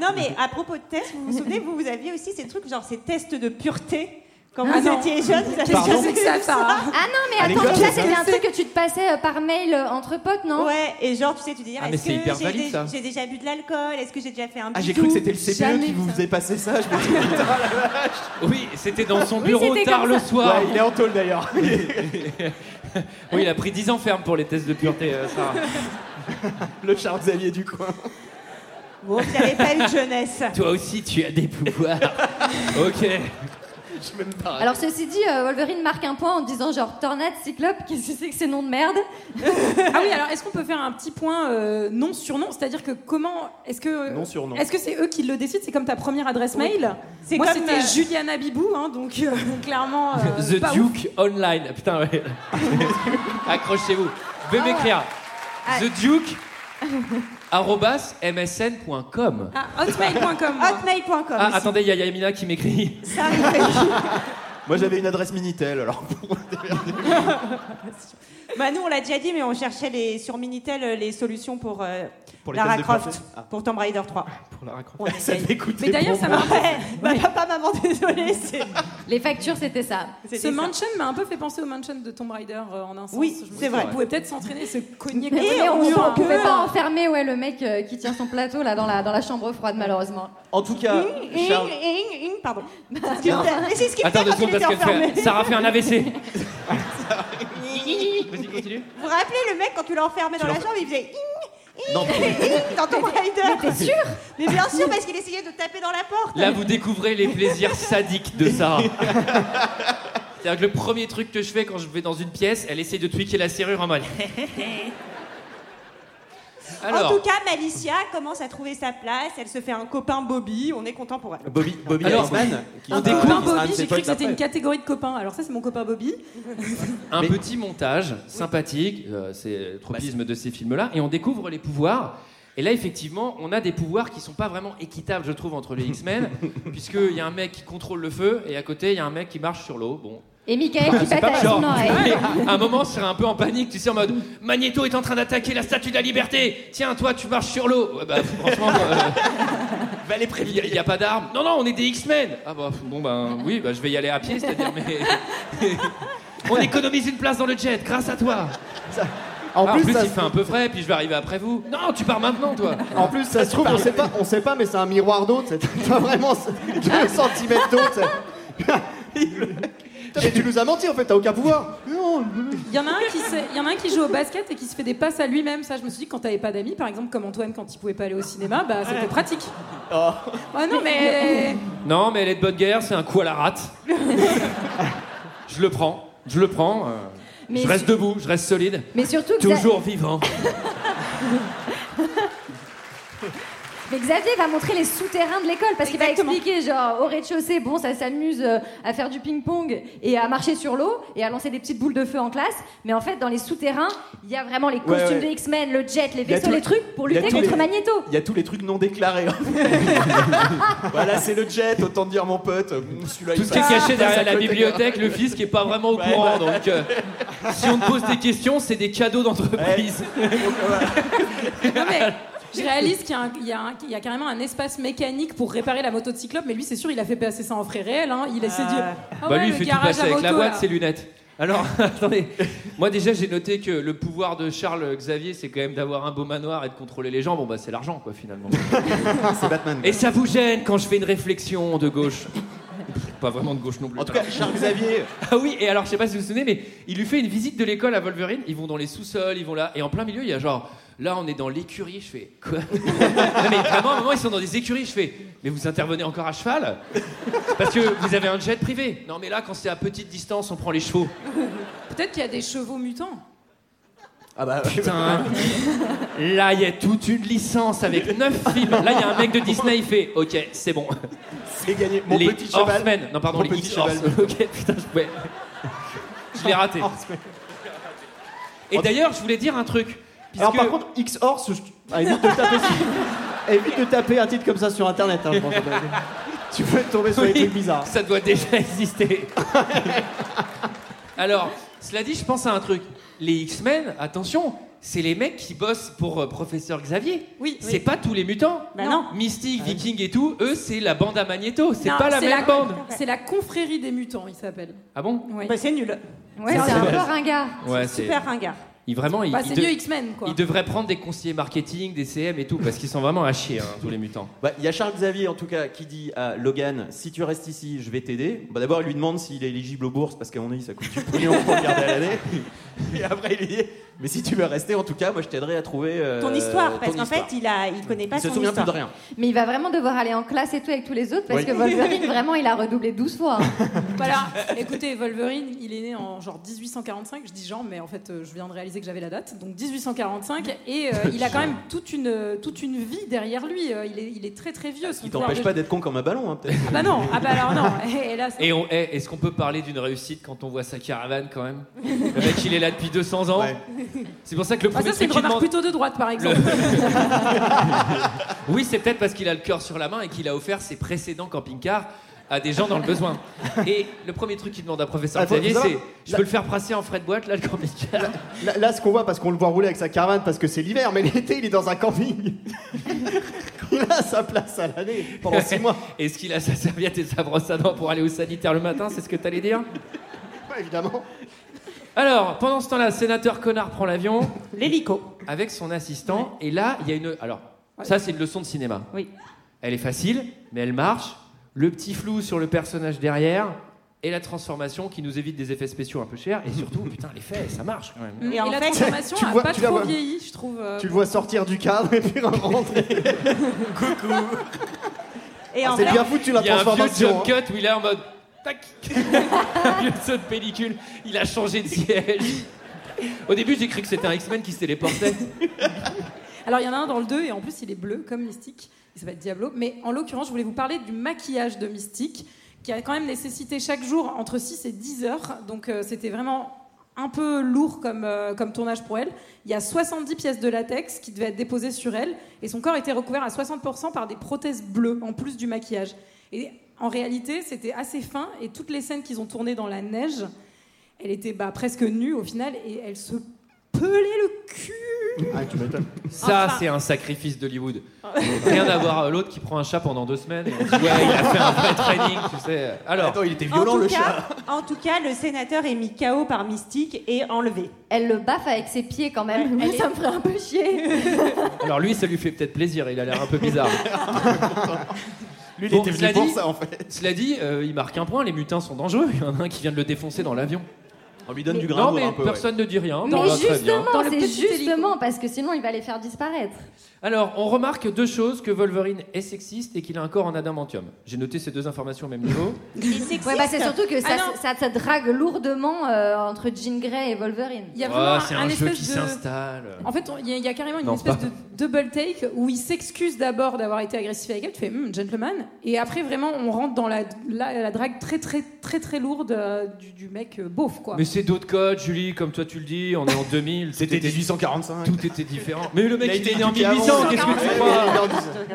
Speaker 10: non, mais à propos de tests, vous vous souvenez, vous, vous aviez aussi ces trucs, genre ces tests de pureté Quand
Speaker 7: Ah
Speaker 10: vous
Speaker 7: non.
Speaker 10: étiez jeune, vous avez
Speaker 7: Qu'est-ce que
Speaker 10: tous
Speaker 7: c'est que
Speaker 10: vu
Speaker 7: ça, ça
Speaker 8: Ah non,
Speaker 10: À
Speaker 8: mais attends,
Speaker 10: l'école,
Speaker 8: ça
Speaker 10: c'est
Speaker 8: c'était
Speaker 10: ça.
Speaker 8: un truc que tu te passais euh, par mail euh, entre potes, non
Speaker 10: Ouais, et genre, tu sais, tu dis,
Speaker 9: Ah, mais
Speaker 10: est-ce
Speaker 9: c'est hyper
Speaker 10: que j'ai,
Speaker 9: valide,
Speaker 10: dé-
Speaker 9: ça.
Speaker 10: j'ai déjà bu de l'alcool Est-ce que j'ai déjà fait un
Speaker 9: Ah, j'ai
Speaker 10: bidou
Speaker 9: cru que c'était le CPE
Speaker 10: Jamais.
Speaker 9: qui vous faisait passer ça. Je me suis dit, putain, la vache.
Speaker 6: Oui, c'était dans son
Speaker 9: Oui,
Speaker 6: bureau
Speaker 9: c'était
Speaker 6: tard
Speaker 9: comme
Speaker 6: le
Speaker 9: ça.
Speaker 6: soir.
Speaker 9: Ouais, il est en tôle d'ailleurs.
Speaker 6: oui, il a pris 10 ans ferme pour les tests de pureté, euh, Sarah.
Speaker 9: Le Charles Xavier du coin.
Speaker 10: Bon, vous n'avez pas eu de jeunesse.
Speaker 6: Toi aussi, tu as des pouvoirs. ok. Je même pas.
Speaker 8: Alors ceci dit, euh, Wolverine marque un point en disant genre tornade, cyclope, qu'est-ce que c'est que ces noms de merde
Speaker 7: ah oui, alors est-ce qu'on peut faire un petit point euh, nom sur nom C'est-à-dire que comment est-ce que
Speaker 9: Nom sur nom.
Speaker 7: Est-ce que c'est eux qui le décident C'est comme ta première adresse mail.
Speaker 10: C'est
Speaker 7: Moi,
Speaker 10: comme,
Speaker 7: c'était
Speaker 10: euh,
Speaker 7: Juliana Bibou, hein, donc euh, clairement. euh,
Speaker 6: The
Speaker 7: pas ouf.
Speaker 6: Duke Online. Ah, Putain, ouais. Accrochez-vous. Vous
Speaker 7: Ah
Speaker 6: pouvez m'écrire.
Speaker 7: Ah.
Speaker 6: The Duke arrobas msn.com.
Speaker 7: Ah, Hotmail.com.
Speaker 10: Hotmail.com.
Speaker 6: Ah, attendez, il y a Yamina qui m'écrit.
Speaker 9: Moi j'avais une adresse Minitel alors.
Speaker 10: Bah, nous, on l'a déjà dit, mais on cherchait les, sur Minitel euh, les solutions pour, euh,
Speaker 9: Pour les
Speaker 10: Lara
Speaker 9: tests de
Speaker 10: Croft,
Speaker 9: pureté Ah.
Speaker 10: pour Tomb Raider 3.
Speaker 9: Pour la raconter.
Speaker 10: On est
Speaker 9: Ça
Speaker 10: gagnés.
Speaker 9: m'écoutait
Speaker 7: Mais d'ailleurs,
Speaker 9: pour
Speaker 7: ça
Speaker 9: moi.
Speaker 7: m'a
Speaker 10: Ouais, bah, papa, maman, désolé. c'est-
Speaker 8: Les factures, c'était ça.
Speaker 7: Ce mansion m'a un peu fait penser au mansion de Tomb Raider euh, en un sens.
Speaker 10: Oui,
Speaker 7: Je me
Speaker 10: c'est
Speaker 7: dis,
Speaker 10: vrai.
Speaker 7: On pouvait peut-être s'entraîner, se cogner.
Speaker 8: Mais
Speaker 7: contre
Speaker 8: on,
Speaker 7: le mur,
Speaker 8: on
Speaker 7: hein.
Speaker 8: pouvait pas enfermer ouais, le mec euh, qui tient son plateau là dans la, dans la chambre froide malheureusement.
Speaker 9: En tout cas,
Speaker 10: Ing,
Speaker 9: Charles.
Speaker 10: ing, ing, pardon. Parce que c'est- mais c'est ce qu'il
Speaker 6: Attends
Speaker 10: fait
Speaker 6: deux
Speaker 10: quand il
Speaker 6: secondes parce
Speaker 10: était
Speaker 6: qu'elle fait.
Speaker 10: enfermé.
Speaker 6: Sarah fait un AVC.
Speaker 10: Vous
Speaker 6: Vas-y, continue.
Speaker 10: vous rappelez le mec quand tu l'as enfermé dans la chambre, il faisait ing,
Speaker 6: Non,
Speaker 10: ing, ing dans Tomb Raider.
Speaker 8: mais t'es sûr
Speaker 10: Mais bien sûr, parce qu'il essayait de taper dans la porte.
Speaker 6: Là, vous découvrez les plaisirs sadiques de Sarah. C'est-à-dire que le premier truc que je fais quand je vais dans une pièce, elle essaie de tweaker la serrure en mode.
Speaker 10: En
Speaker 6: Alors,
Speaker 10: tout cas, Malicia commence à trouver sa place. Elle se fait un copain Bobby. On est content pour elle.
Speaker 9: Bobby, Bobby
Speaker 6: Alors,
Speaker 9: Iceman, qui
Speaker 7: Un
Speaker 9: sera- qui sera
Speaker 7: copain
Speaker 3: ah,
Speaker 9: un de
Speaker 7: Bobby,
Speaker 9: ses
Speaker 7: j'ai
Speaker 9: potes
Speaker 7: cru que c'était
Speaker 9: après.
Speaker 7: une catégorie de copains. Alors ça, c'est mon copain Bobby.
Speaker 6: un petit montage sympathique, euh, c'est le tropisme de ces films-là, et on découvre les pouvoirs. Et là, effectivement, on a des pouvoirs qui sont pas vraiment équitables, je trouve, entre les X-Men, puisqu'il y a un mec qui contrôle le feu, et à côté, il y a un mec qui marche sur l'eau. Bon,
Speaker 8: Et Michael qui
Speaker 6: C'est
Speaker 8: pète
Speaker 6: pas
Speaker 8: avec son
Speaker 6: genre.
Speaker 8: oreille.
Speaker 6: À un moment, je serais un peu en panique, tu sais, en mode Magneto est en train d'attaquer la statue de la liberté. Tiens, toi, tu marches sur l'eau. Ouais, bah, franchement, va les prévenir. Il n'y a pas d'armes. Non, non, on est des X-Men. Ah bah, bon, ben oui, bah, je vais y aller à pied, c'est-à-dire, mais. on économise une place dans le jet, grâce à toi.
Speaker 11: En
Speaker 6: Ah, En
Speaker 11: plus,
Speaker 6: plus,
Speaker 11: ça
Speaker 6: il
Speaker 11: se-
Speaker 6: fait un peu frais, puis je vais arriver après vous. Non, tu pars maintenant, toi.
Speaker 11: En plus, ça se trouve, on sait pas, on sait pas, mais c'est un miroir d'eau, c'est t'as vraiment 2 cm d'eau. t'sais. Putain, Mais tu nous as menti en fait, t'as aucun pouvoir. Non,
Speaker 7: Il y en a un qui se- il y en a un qui joue au basket et qui se fait des passes à lui-même. Ça, je me suis dit quand t'avais pas d'amis, par exemple comme Antoine quand il pouvait pas aller au cinéma, bah c'était pratique. Ah non mais
Speaker 6: Non, mais elle est de bonne guerre, c'est un coup à la rate. je le prends, je le prends. euh,
Speaker 8: Mais
Speaker 6: je reste
Speaker 8: su-
Speaker 6: debout, je reste solide.
Speaker 8: Mais surtout, Xa-
Speaker 6: Toujours vivant.
Speaker 8: mais Xavier va montrer les souterrains de l'école parce qu'il va expliquer genre au rez-de-chaussée, bon, ça s'amuse euh, à faire du ping-pong et à marcher sur l'eau et à lancer des petites boules de feu en classe. Mais en fait, dans les souterrains, il y a vraiment les
Speaker 9: Ouais,
Speaker 8: costumes
Speaker 9: ouais.
Speaker 8: des X-Men, le jet, les
Speaker 9: Il y a
Speaker 8: vaisseaux,
Speaker 9: tout-
Speaker 8: les trucs pour
Speaker 9: il y a
Speaker 8: lutter
Speaker 9: tous
Speaker 8: contre
Speaker 9: les-
Speaker 8: Magneto.
Speaker 9: Il y a tous les trucs non déclarés. voilà, c'est le jet, autant dire mon pote. hum, Celui-là,
Speaker 6: Tout
Speaker 9: il
Speaker 6: ce qui est
Speaker 9: passe-
Speaker 6: caché
Speaker 9: il passe
Speaker 6: derrière
Speaker 9: à
Speaker 6: la
Speaker 9: côté.
Speaker 6: bibliothèque, le fisc est pas vraiment au
Speaker 9: Ouais, voilà.
Speaker 6: courant. Donc, euh, si on te pose des questions, c'est des cadeaux d'entreprise.
Speaker 7: Non, mais je réalise qu'il y, a un- il y a un- qu'il y a carrément un espace mécanique pour réparer la moto de cyclope, mais lui, c'est sûr, il a fait passer ça en frais réel. hein. Il a s'est dit. Ah
Speaker 6: bah,
Speaker 7: ouais,
Speaker 6: lui, il
Speaker 7: le
Speaker 6: fait tout
Speaker 7: garage
Speaker 6: passer
Speaker 7: à
Speaker 6: avec la
Speaker 7: moto,
Speaker 6: boîte,
Speaker 7: là.
Speaker 6: ses lunettes. Alors, attendez. Moi, déjà, j'ai noté que le pouvoir de Charles Xavier, c'est quand même d'avoir un beau manoir et de contrôler les gens. Bon, bah, c'est l'argent, quoi, finalement.
Speaker 9: C'est Batman.
Speaker 6: Et ça vous gêne quand je fais une réflexion de gauche Pas vraiment de gauche non plus.
Speaker 9: En tout cas, Charles Xavier.
Speaker 6: Ah oui, et alors je sais pas si vous vous souvenez, mais il lui fait une visite de l'école à Wolverine. Ils vont dans les sous-sols, ils vont là, et en plein milieu, il y a genre, là on est dans l'écurie. Je fais quoi Non, Mais vraiment, à un moment, ils sont dans des écuries. Je fais, mais vous intervenez encore à cheval Parce que vous avez un jet privé. Non, mais là, quand c'est à petite distance, on prend les chevaux.
Speaker 7: Peut-être qu'il y a des chevaux mutants.
Speaker 9: Ah bah,
Speaker 6: Putain. Là, il y a toute une licence avec neuf films. Là, il y a un mec de Disney, il fait, ok, c'est bon.
Speaker 9: c'est gagné. Mon
Speaker 6: les
Speaker 9: petit cheval.
Speaker 6: Horsemen. Non, pardon,
Speaker 9: Mon
Speaker 6: les
Speaker 9: petit
Speaker 6: X-Hors-
Speaker 9: cheval.
Speaker 6: Ok, putain, je pouvais- Je l'ai raté.
Speaker 9: Horsemen.
Speaker 6: Et d'ailleurs, je voulais dire un truc. Puisque...
Speaker 11: Alors par contre, X-Horse, je- ah, évite, de taper... évite de taper un titre comme ça sur internet. hein, je pense. tu peux tomber sur des
Speaker 6: Oui,
Speaker 11: trucs bizarres.
Speaker 6: Ça doit déjà exister. Alors, cela dit, je pense à un truc. Les X-Men, attention, c'est les mecs qui bossent pour euh, Professeur Xavier.
Speaker 7: Oui.
Speaker 6: C'est pas tous les mutants.
Speaker 7: Bah non.
Speaker 6: Mystique, Viking et tout, eux, c'est la bande à Magneto. C'est
Speaker 7: Non,
Speaker 6: pas la même bande.
Speaker 7: C'est la confrérie des mutants, il s'appelle.
Speaker 6: Ah bon
Speaker 7: Bah, c'est nul.
Speaker 8: Ouais, c'est un peu ringard.
Speaker 6: Ouais,
Speaker 7: C'est
Speaker 6: c'est-
Speaker 7: super ringard.
Speaker 6: Ils vraiment, ils,
Speaker 7: Bah,
Speaker 6: ils
Speaker 7: c'est
Speaker 6: de-
Speaker 7: mieux X-Men, quoi.
Speaker 6: ils devraient prendre des conseillers marketing, des CM et tout, parce qu'ils sont vraiment à chier, hein, tous les mutants.
Speaker 3: Bah, Il y a Charles Xavier en tout cas qui dit à Logan si tu restes ici, je vais t'aider. Bah, D'abord, il lui demande s'il est éligible aux bourses parce qu'à mon avis, ça coûte du pognon pour le garder à l'année. Et après, il lui dit mais si tu veux rester, en tout cas, moi je t'aiderai à trouver euh,
Speaker 10: Ton histoire, parce
Speaker 3: ton
Speaker 10: qu'en fait,
Speaker 3: histoire.
Speaker 10: il, a, il connaît pas
Speaker 3: Il se
Speaker 10: son
Speaker 3: souvient
Speaker 10: histoire.
Speaker 3: plus de rien.
Speaker 8: Mais il va vraiment devoir aller en classe et tout avec tous les autres parce
Speaker 3: Oui.
Speaker 8: que Wolverine, vraiment, il a redoublé 12 fois. hein.
Speaker 7: Voilà, écoutez, Wolverine, il est né en genre 1845. Je dis genre, mais en fait, euh, je viens de réaliser que j'avais la date. Donc 1845, et euh, il a quand même toute une, euh, toute une vie derrière lui. Euh, il, est, il est très très vieux. Son
Speaker 3: Il
Speaker 7: pouvoir
Speaker 3: t'empêche
Speaker 7: de-
Speaker 3: pas d'être con comme un ballon, hein, peut-être.
Speaker 7: Ah bah non, ah bah alors non. Et, et là, c'est-
Speaker 6: Et on- eh, est-ce qu'on peut parler d'une réussite quand on voit sa caravane quand même Le mec, il est là depuis 200 ans. C'est pour ça que le
Speaker 7: Ah, ça,
Speaker 6: premier
Speaker 7: c'est
Speaker 6: truc
Speaker 7: une
Speaker 6: qu'il
Speaker 7: remarque
Speaker 6: demande.
Speaker 7: plutôt de droite, par exemple.
Speaker 6: Oui, c'est peut-être parce qu'il a le cœur sur la main et qu'il a offert ses précédents camping-cars à des gens dans le besoin. Et le premier truc qu'il demande à professeur
Speaker 9: Attends,
Speaker 6: Xavier,
Speaker 9: ça va
Speaker 6: c'est Je peux le faire passer en frais de boîte, là, le camping-car
Speaker 9: Là, là, ce qu'on voit, parce qu'on le voit rouler avec sa caravane, parce que c'est l'hiver, mais l'été, il est dans un camping. il a sa place à l'année pendant 6 mois.
Speaker 6: Est-ce qu'il a sa serviette et sa brosse à dents pour aller au sanitaire le matin C'est ce que t'allais dire
Speaker 9: évidemment.
Speaker 6: Alors, pendant ce temps-là, sénateur Connard prend l'avion. L'hélico. Avec son assistant. Et là, il y a une. Alors, ça, c'est une leçon de cinéma.
Speaker 7: Oui.
Speaker 6: Elle est facile, mais elle marche. Le petit flou sur le personnage derrière. Et la transformation qui nous évite des effets spéciaux un peu chers. Et surtout, putain, les faits, ça marche quand même.
Speaker 7: Et, la transformation
Speaker 9: tu
Speaker 7: a
Speaker 9: vois-
Speaker 7: pas
Speaker 9: tu la
Speaker 7: trop
Speaker 9: vois-
Speaker 7: vieilli, je trouve. euh,
Speaker 9: Tu le vois sortir du cadre et puis rentrer.
Speaker 6: Coucou.
Speaker 10: Et
Speaker 9: Ah, c'est bien foutu, la
Speaker 6: Il y a un vieux
Speaker 9: transformation,
Speaker 6: jump cut où il est en mode. Tac Un vieux saut de pellicule. Il a changé de siège. Au début, j'ai cru que c'était un X-Men qui se téléportait.
Speaker 7: Alors, il y en a un dans le 2 et en plus, il est bleu comme Mystique. Il s'appelle Diablo. Mais en l'occurrence, je voulais vous parler du maquillage de Mystique qui a quand même nécessité chaque jour entre 6 et 10 heures. Donc, euh, c'était vraiment un peu lourd comme, euh, comme tournage pour elle. Il y a 70 pièces de latex qui devaient être déposées sur elle et son corps était recouvert à 60% par des prothèses bleues en plus du maquillage. Et en réalité, c'était assez fin et toutes les scènes qu'ils ont tournées dans la neige, elle était bah, presque nue au final et elle se pelait le cul.
Speaker 6: Ça,
Speaker 7: Enfin.
Speaker 6: c'est un sacrifice d'Hollywood. Rien à voir à l'autre qui prend un chat pendant deux semaines et on dit, ouais, il a fait un vrai training, tu sais. Alors, Attends, il était
Speaker 10: en, tout cas, en tout cas, le sénateur est mis KO par Mystique et enlevé.
Speaker 8: Elle le baffe avec ses pieds quand même. Moi, ça me ferait un peu chier.
Speaker 6: Alors, lui, ça lui fait peut-être plaisir, il a l'air un peu bizarre.
Speaker 9: Lui,
Speaker 6: Bon, cela dit- Cela dit, euh, il marque un point, les mutins sont dangereux. Il y en a un qui vient de le défoncer dans l'avion. On lui
Speaker 3: donne du grain à
Speaker 6: Non,
Speaker 3: moudre
Speaker 6: mais
Speaker 3: un peu,
Speaker 6: personne ne dit rien.
Speaker 8: Mais
Speaker 6: Bon, bah, très bien.
Speaker 8: justement, c'est justement parce que sinon, il va les faire disparaître.
Speaker 6: Alors, on remarque deux choses que Wolverine est sexiste et qu'il a un corps en adamantium. J'ai noté ces deux informations au même niveau.
Speaker 8: Ouais, bah, c'est surtout que ça,
Speaker 10: Ah non.
Speaker 8: ça, ça drague lourdement euh, entre Jean Grey et Wolverine.
Speaker 7: Il y a
Speaker 6: Ah,
Speaker 7: vraiment
Speaker 6: c'est
Speaker 7: un,
Speaker 6: un, jeu
Speaker 7: espèce
Speaker 6: qui
Speaker 7: de-
Speaker 6: s'installe.
Speaker 7: En fait, on- il y, a- il y a carrément une
Speaker 6: Non,
Speaker 7: espèce
Speaker 6: pas.
Speaker 7: de double take où il s'excuse d'abord d'avoir été agressif avec elle. Tu fais, Hum, gentleman. Et après, vraiment, on rentre dans la, la, la drague très, très, très, très lourde euh, du, du mec euh, beauf, quoi.
Speaker 6: Mais c'est d'autres codes, Julie, comme toi tu le dis, on est en 2000. C'était
Speaker 3: 1845.
Speaker 6: Tout était différent. Mais le mec,
Speaker 3: Il a
Speaker 6: il,
Speaker 3: été
Speaker 6: est né en
Speaker 3: éduqué avant.
Speaker 6: 1800, qu'est-ce que tu crois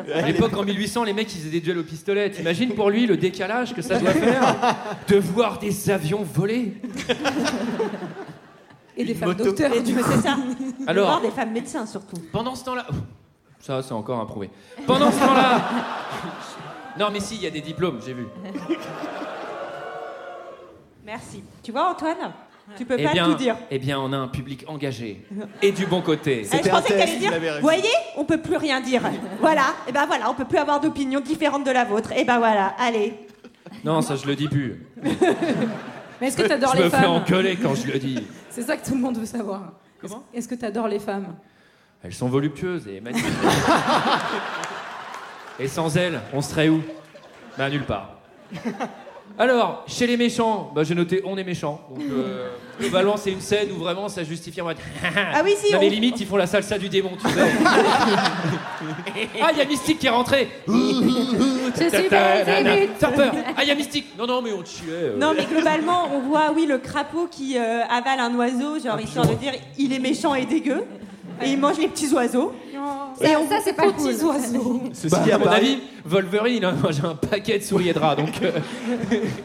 Speaker 3: Ouais,
Speaker 6: À l'époque, en 1800, les mecs, ils faisaient des duels au pistolet. T'imagines pour lui le décalage que ça doit faire de voir des avions voler
Speaker 7: Et des femmes
Speaker 6: moto.
Speaker 7: docteurs.
Speaker 10: Et du coup, c'est ça.
Speaker 6: Alors-
Speaker 10: Alors, des femmes médecins surtout.
Speaker 6: Pendant ce temps-là. Ça, c'est encore improuvé. Pendant ce temps-là. Non, mais si, il y a des diplômes, j'ai vu.
Speaker 10: Merci. Tu vois, Antoine, tu peux
Speaker 6: Eh
Speaker 10: pas
Speaker 6: bien,
Speaker 10: tout dire.
Speaker 6: Eh bien, on a un public engagé et du bon côté.
Speaker 10: Eh, je pensais que t'allais dire, voyez, on peut plus rien dire. voilà, et ben voilà, on peut plus avoir d'opinion différente de la vôtre. Et ben voilà, allez.
Speaker 6: Non, ça, je le dis plus.
Speaker 7: Mais est-ce que t'adores
Speaker 6: Je
Speaker 7: les
Speaker 6: me fais
Speaker 7: femmes
Speaker 6: engueuler quand je le dis.
Speaker 7: C'est ça que tout le monde veut savoir. Comment Est-ce que t'adores les femmes
Speaker 6: Elles sont voluptueuses et magnifiques. et sans elles, on serait où Ben nulle part. Alors, chez les méchants, bah, j'ai noté on est méchants. Donc, euh, globalement, c'est une scène où vraiment ça justifie en mode. ah
Speaker 10: oui, si,
Speaker 6: Non,
Speaker 10: on-
Speaker 6: mais limite, ils font la salsa du démon, tu sais. ah, il y a Mystique qui est rentré.
Speaker 10: Je suis Belzébuth.
Speaker 6: Faire peur. Ah, il y a Mystique. Non, non, mais on te chiait. euh.
Speaker 10: Non, mais globalement, on voit, oui, le crapaud qui euh, avale un oiseau, genre histoire de dire il est méchant et dégueu, et il mange les petits oiseaux.
Speaker 7: Non.
Speaker 8: Ça, ça, c'est pas cool.
Speaker 10: oiseaux.
Speaker 3: Ceci
Speaker 6: Bah,
Speaker 3: dit,
Speaker 6: à mon
Speaker 3: Paris-
Speaker 6: avis, Wolverine, hein. moi j'ai un paquet de souliers de rat, donc... euh,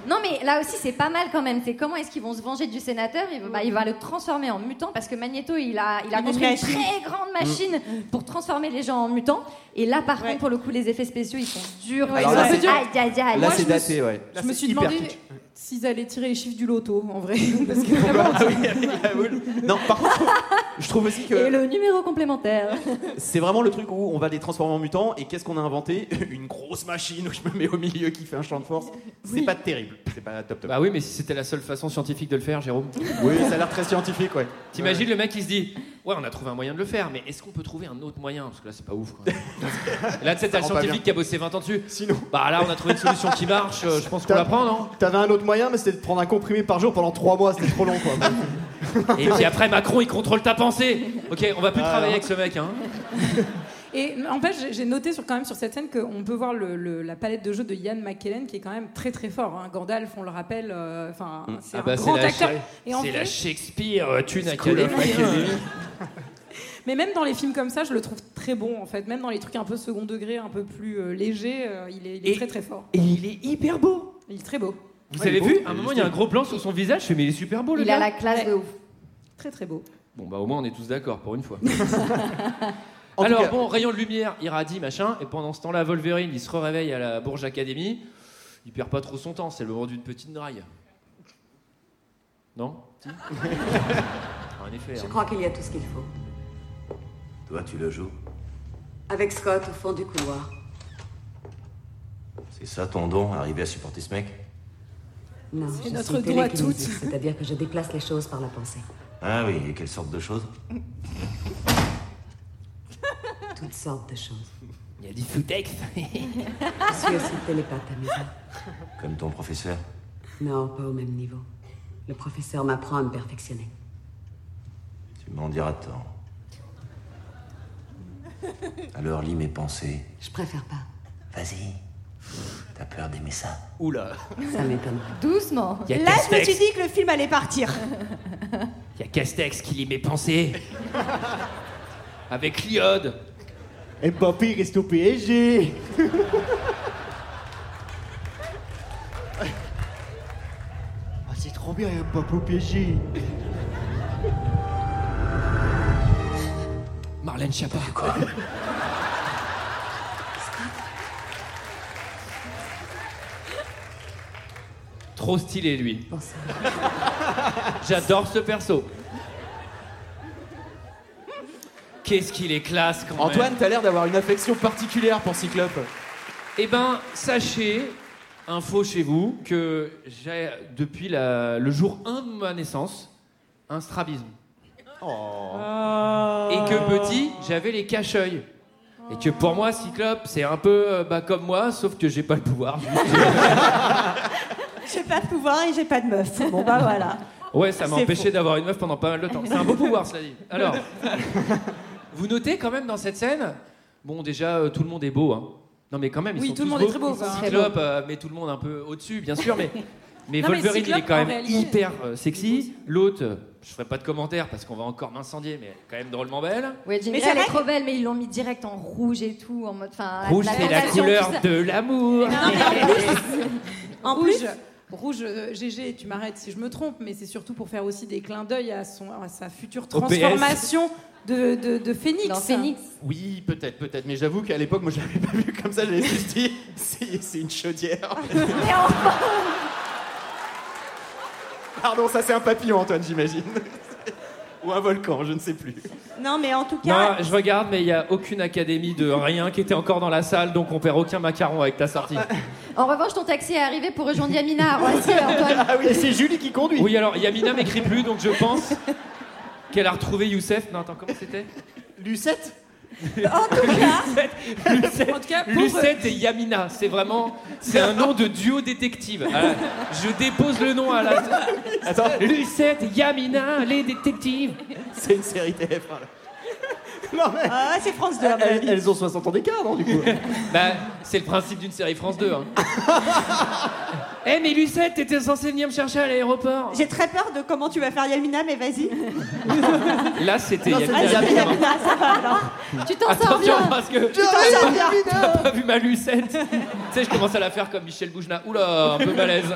Speaker 8: Non, mais là aussi, c'est pas mal quand même. C'est comment est-ce qu'ils vont se venger du sénateur il, va- bah, il va le transformer en mutant parce que Magneto, il a, il a
Speaker 10: Une
Speaker 8: construit une
Speaker 10: machine.
Speaker 8: très grande machine pour transformer les gens en mutants. Et là, par contre, pour le coup, les effets spéciaux, ils sont durs.
Speaker 7: Ouais,
Speaker 8: Ils
Speaker 7: ils
Speaker 8: sont
Speaker 7: sont un peu durs.
Speaker 8: Aïe, aïe, aïe.
Speaker 9: Là,
Speaker 7: Moi, je
Speaker 9: c'est
Speaker 7: me
Speaker 9: daté,
Speaker 7: suis-
Speaker 9: ouais.
Speaker 7: Je me suis
Speaker 9: hyper
Speaker 7: demandé
Speaker 9: kitsch.
Speaker 7: s'ils allaient tirer les chiffres du loto, en vrai. Parce que vraiment,
Speaker 9: Non, par contre, je trouve aussi
Speaker 8: Et
Speaker 9: que
Speaker 8: le numéro complémentaire.
Speaker 9: c'est vraiment le truc où on va les transformer en mutants et qu'est-ce qu'on a inventé Une grosse machine où je me mets au milieu qui fait un champ de force. C'est pas terrible. C'est pas top top.
Speaker 6: Bah oui, mais si c'était la seule façon scientifique de le faire, Jérôme.
Speaker 9: Oui, ça a l'air très scientifique, ouais.
Speaker 6: T'imagines le mec qui se dit Ouais, on a trouvé un moyen de le faire, mais est-ce qu'on peut trouver un autre moyen Parce que là, c'est pas ouf. Quoi. là, tu sais,
Speaker 11: Ça
Speaker 6: t'as le
Speaker 11: rend pas bien.
Speaker 6: scientifique qui a bossé 20 ans dessus. Sinon. Bah là, on a trouvé une solution qui marche, euh, je pense qu'on la prend, non
Speaker 11: T'avais un autre moyen, mais c'était de prendre un comprimé par jour pendant 3 mois, c'était trop long quoi.
Speaker 6: Et puis après, Macron, il contrôle ta pensée. Ok, on va plus
Speaker 11: Ah,
Speaker 6: travailler
Speaker 11: non.
Speaker 6: avec ce mec, hein.
Speaker 7: Et en fait, j'ai- j'ai noté sur, quand même sur cette scène qu'on peut voir le- le- la palette de jeu de Ian McKellen qui est quand même très très fort. hein. Gandalf, on le rappelle, euh, enfin, c'est
Speaker 6: Ah
Speaker 7: un
Speaker 6: bah,
Speaker 7: grand
Speaker 6: la,
Speaker 7: acteur. Et en
Speaker 6: c'est
Speaker 7: vrai-
Speaker 6: la Shakespeare euh, Thune
Speaker 7: School of
Speaker 6: Academy.
Speaker 7: Academy. Mais même dans les films comme ça, je le trouve très bon en fait. Même dans les trucs un peu second degré, un peu plus euh, léger, euh, il est, il est très très fort.
Speaker 6: Et il est hyper beau.
Speaker 7: Il est très beau.
Speaker 6: Vous avez vu À un moment, il y a un gros plan sur son visage. Je fais, mais il est super beau, le
Speaker 8: Il
Speaker 6: gars.
Speaker 8: a la classe de ouf.
Speaker 7: Très très beau.
Speaker 6: Bon, bah au moins, on est tous d'accord pour une fois. Alors, bon, rayon de lumière, irradie, machin. Et pendant ce temps-là, Wolverine, il se réveille à la Bourge Academy. Il perd pas trop son temps, c'est le moment d'une petite draille. Non Si En effet.
Speaker 18: Je
Speaker 6: hein.
Speaker 18: crois qu'il y a tout ce qu'il faut.
Speaker 5: Toi, tu le joues
Speaker 18: Avec Scott au fond du couloir.
Speaker 5: C'est ça ton don, arriver à supporter ce mec
Speaker 18: Non,
Speaker 7: C'est
Speaker 18: je
Speaker 7: notre
Speaker 18: suis
Speaker 7: don à
Speaker 18: télékinésiste,
Speaker 7: toutes.
Speaker 18: C'est-à-dire que je déplace les choses par la pensée.
Speaker 5: Ah oui, et quelle sorte de chose
Speaker 18: Toutes sortes de choses.
Speaker 6: Il y a du sous-texte.
Speaker 18: Je suis aussi télépathe à maison.
Speaker 5: Comme ton professeur.
Speaker 18: Non, pas au même niveau. Le professeur m'apprend à me perfectionner.
Speaker 5: Tu m'en diras tant. Alors lis mes pensées.
Speaker 18: Je préfère pas.
Speaker 5: Vas-y. T'as peur d'aimer ça
Speaker 6: Oula.
Speaker 18: Ça m'étonne.
Speaker 8: Doucement.
Speaker 6: Il y a
Speaker 10: Là, je me
Speaker 6: Castex.
Speaker 10: suis dit que le film allait partir.
Speaker 6: Il y a Castex qui lit mes pensées. Avec l'iode.
Speaker 11: Et papy reste au PSG Ah, c'est trop bien, Mbappé au PSG
Speaker 6: Marlène Schiappa. Trop stylé lui. J'adore ce perso. Qu'est-ce qu'il est classe quand même.
Speaker 3: Antoine, t'as l'air d'avoir une affection particulière pour Cyclope.
Speaker 6: Eh ben, sachez, info chez vous, que j'ai depuis la- le jour 1 de ma naissance un strabisme. Et que petit, j'avais les cache-œils. Et que pour moi, Cyclope, c'est un peu euh, bah, comme moi, sauf que j'ai pas le pouvoir.
Speaker 10: J'ai pas de pouvoir et j'ai pas de meuf. Bon bah voilà.
Speaker 6: Ouais, ça m'a
Speaker 10: C'est
Speaker 6: empêché d'avoir une meuf pendant pas mal de temps. C'est un beau pouvoir, cela dit. Alors, vous notez quand même dans cette scène, bon, déjà, euh, tout le monde est beau. hein. Non, mais quand même, ils
Speaker 7: Oui,
Speaker 6: sont
Speaker 7: tout le
Speaker 6: tous
Speaker 7: monde est
Speaker 6: beaux.
Speaker 7: très beau, enfin.
Speaker 6: Cyclope euh, met tout le monde un peu au-dessus, bien sûr, mais, mais
Speaker 7: Non, mais
Speaker 6: Wolverine, il est
Speaker 7: Cyclope,
Speaker 6: quand même
Speaker 7: en réalité-
Speaker 6: hyper euh, sexy. L'autre, euh, je ferai pas de commentaires parce qu'on va encore m'incendier, mais elle est quand même drôlement belle.
Speaker 8: Ouais, Jean
Speaker 10: Mais
Speaker 8: Grey,
Speaker 10: c'est
Speaker 8: elle est
Speaker 10: vrai
Speaker 8: trop belle, mais ils l'ont mis direct en rouge et tout, en mode. enfin,
Speaker 6: Rouge, c'est la
Speaker 8: tentation,
Speaker 6: couleur
Speaker 8: tout ça.
Speaker 6: de l'amour.
Speaker 7: En rouge, rouge euh, GG, tu m'arrêtes si je me trompe, mais c'est surtout pour faire aussi des clins d'œil à, son- à sa future
Speaker 3: Au PS.
Speaker 7: transformation de, de, de Phoenix.
Speaker 8: Non, Phoenix.
Speaker 3: Oui, peut-être, peut-être. Mais j'avoue qu'à l'époque, moi, je l'avais pas vu comme ça. J'avais juste dit, c'est c'est une chaudière. Pardon, ça, c'est un papillon, Antoine, j'imagine. Ou un volcan, je ne sais plus.
Speaker 10: Non mais en tout cas,
Speaker 6: Non, je regarde, mais il n'y a aucune académie de rien qui était encore dans la salle, donc on perd aucun macaron avec ta sortie.
Speaker 8: En revanche, ton taxi est arrivé pour rejoindre Yamina à Roissy, Antoine.
Speaker 11: Ah oui, et c'est Julie qui conduit.
Speaker 6: Oui, alors Yamina m'écrit plus, donc je pense qu'elle a retrouvé Youssef. Non, attends, comment c'était
Speaker 11: Lucette
Speaker 6: Lucette,
Speaker 7: En tout cas, pour- euh,
Speaker 6: Lucette et Yamina, c'est vraiment, c'est un nom de duo détective. Ah, je dépose le nom à la. Attends, Lucette, Yamina, les détectives.
Speaker 3: hein, C'est une série TF1. là.
Speaker 10: Ah, c'est France 2. à mon
Speaker 9: Elles,
Speaker 10: avis.
Speaker 9: elles ont 60 ans d'écart, non, du coup
Speaker 6: Bah, c'est le principe d'une série France 2. Hein. Eh, mais Lucette, t'étais censée venir me chercher à l'aéroport.
Speaker 10: J'ai très peur de comment tu vas faire Yamina, mais vas-y.
Speaker 6: Là, c'était
Speaker 10: Non,
Speaker 6: il y a
Speaker 10: c'est
Speaker 6: quelques
Speaker 10: Yamina,
Speaker 6: années, hein.
Speaker 10: Yamina, ça va alors. Tu t'en sors
Speaker 6: Attention
Speaker 10: bien.
Speaker 6: parce que
Speaker 10: Tu t'en sors bien.
Speaker 6: t'as pas vu ma lucette. tu sais, je commence à la faire comme Michel Boujna. Oula, un peu malaise.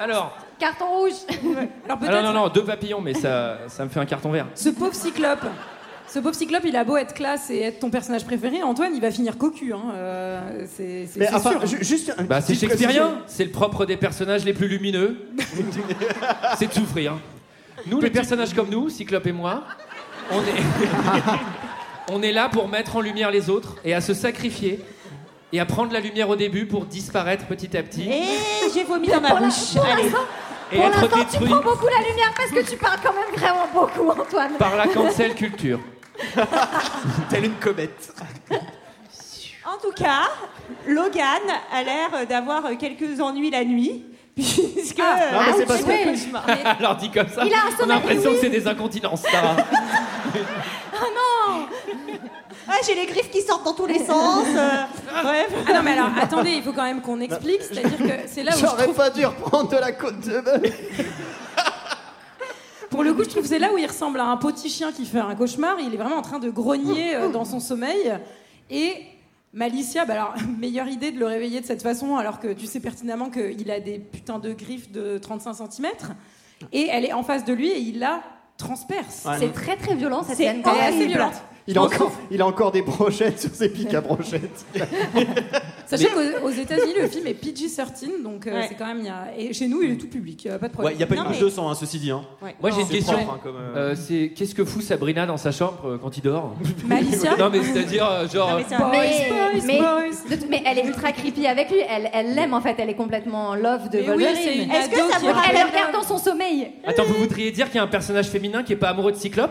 Speaker 6: Alors,
Speaker 8: Carton rouge.
Speaker 7: Alors
Speaker 6: ah
Speaker 7: peut-être
Speaker 6: non, non, non, deux papillons, mais ça, ça me fait un carton vert.
Speaker 7: ce pauvre cyclope. Ce pauvre cyclope, il a beau être classe et être ton personnage préféré, Antoine, il va finir cocu. Hein. euh, c'est c'est-
Speaker 9: Mais
Speaker 7: c'est
Speaker 9: enfin,
Speaker 7: sûr.
Speaker 9: ju- juste un
Speaker 6: Bah, c'est
Speaker 9: petite
Speaker 6: shakespearien.
Speaker 9: précision.
Speaker 6: C'est le propre des personnages les plus lumineux. c'est tout frit, hein. Nous, les personnages comme nous, Cyclope et moi, on est, on est là pour mettre en lumière les autres et à se sacrifier et à prendre la lumière au début pour disparaître petit à petit.
Speaker 10: Et Eh, j'ai vomi dans ma
Speaker 8: Pour la-
Speaker 10: bouche.
Speaker 8: pour
Speaker 10: Allez.
Speaker 8: l'instant-
Speaker 6: Et
Speaker 8: Pour
Speaker 6: être
Speaker 8: l'instant, tu
Speaker 6: détruit.
Speaker 8: prends beaucoup la lumière parce que tu parles quand même vraiment beaucoup, Antoine.
Speaker 6: Par la cancel culture.
Speaker 9: Telle une comète.
Speaker 10: En tout cas, Logan a l'air d'avoir quelques ennuis la nuit. Puisque.
Speaker 6: Non, mais c'est
Speaker 10: Ah,
Speaker 6: pas
Speaker 10: oui,
Speaker 6: ça.
Speaker 10: oui, cauchemar.
Speaker 6: Alors dit comme ça,
Speaker 10: Il a un
Speaker 6: on a
Speaker 10: sommeil
Speaker 6: l'impression que
Speaker 10: nourri.
Speaker 6: c'est des incontinences. Ça.
Speaker 10: Oh non Ah, j'ai les griffes qui sortent dans tous les sens. euh, bref.
Speaker 7: Ah non, mais alors, attendez, il faut quand même qu'on
Speaker 6: Bah,
Speaker 7: explique. C'est-à-dire que c'est là où je
Speaker 9: J'aurais
Speaker 7: trouve.
Speaker 9: pas dû reprendre de la côte de meuf.
Speaker 7: Pour le coup, je trouve que c'est là où il ressemble à un petit chien qui fait un cauchemar. Il est vraiment en train de grogner euh, dans son sommeil. Et Malicia, bah alors, meilleure idée de le réveiller de cette façon, alors que tu sais pertinemment qu'il a des putains de griffes de 35 cm. Et elle est en face de lui et il la transperce.
Speaker 9: Ouais. C'est très,
Speaker 8: très violent cette
Speaker 7: C'est
Speaker 8: scène.
Speaker 7: assez
Speaker 8: Horrible.
Speaker 7: violente.
Speaker 9: Il a, encore, il a encore des brochettes sur ses pics à brochettes.
Speaker 7: Sachez
Speaker 9: Mais-
Speaker 7: qu'aux aux États-Unis, le film est PG-13, donc euh,
Speaker 10: Ouais.
Speaker 7: c'est quand même. il Y a... Et chez nous, il est tout public, euh, pas de
Speaker 3: Ouais,
Speaker 7: problème.
Speaker 3: il n'y a pas
Speaker 7: Non,
Speaker 3: une
Speaker 7: mais-
Speaker 3: bouche de sang, hein, ceci dit. Hein.
Speaker 7: Ouais.
Speaker 6: Moi j'ai une
Speaker 3: C'est
Speaker 6: question.
Speaker 3: propre, hein, comme, euh,
Speaker 6: Euh, c'est qu'est-ce que fout Sabrina dans sa chambre euh, quand il dort
Speaker 7: Malicia
Speaker 6: Non mais c'est-à-dire euh, genre.
Speaker 7: mais c'est un-
Speaker 6: euh,
Speaker 8: Mais,
Speaker 7: Boys,
Speaker 8: mais-
Speaker 7: boys.
Speaker 8: de toute- mais elle est ultra creepy avec lui. Elle elle l'aime en fait. Elle est complètement en love de
Speaker 7: Mais oui,
Speaker 8: Wolverine.
Speaker 7: c'est une
Speaker 8: Est-ce que
Speaker 7: ado
Speaker 8: ça
Speaker 7: qui
Speaker 8: vous
Speaker 7: rappelle
Speaker 8: Elle le regarde dans son sommeil.
Speaker 6: Attends, vous voudriez dire qu'il y a un personnage féminin qui est pas amoureux de Cyclope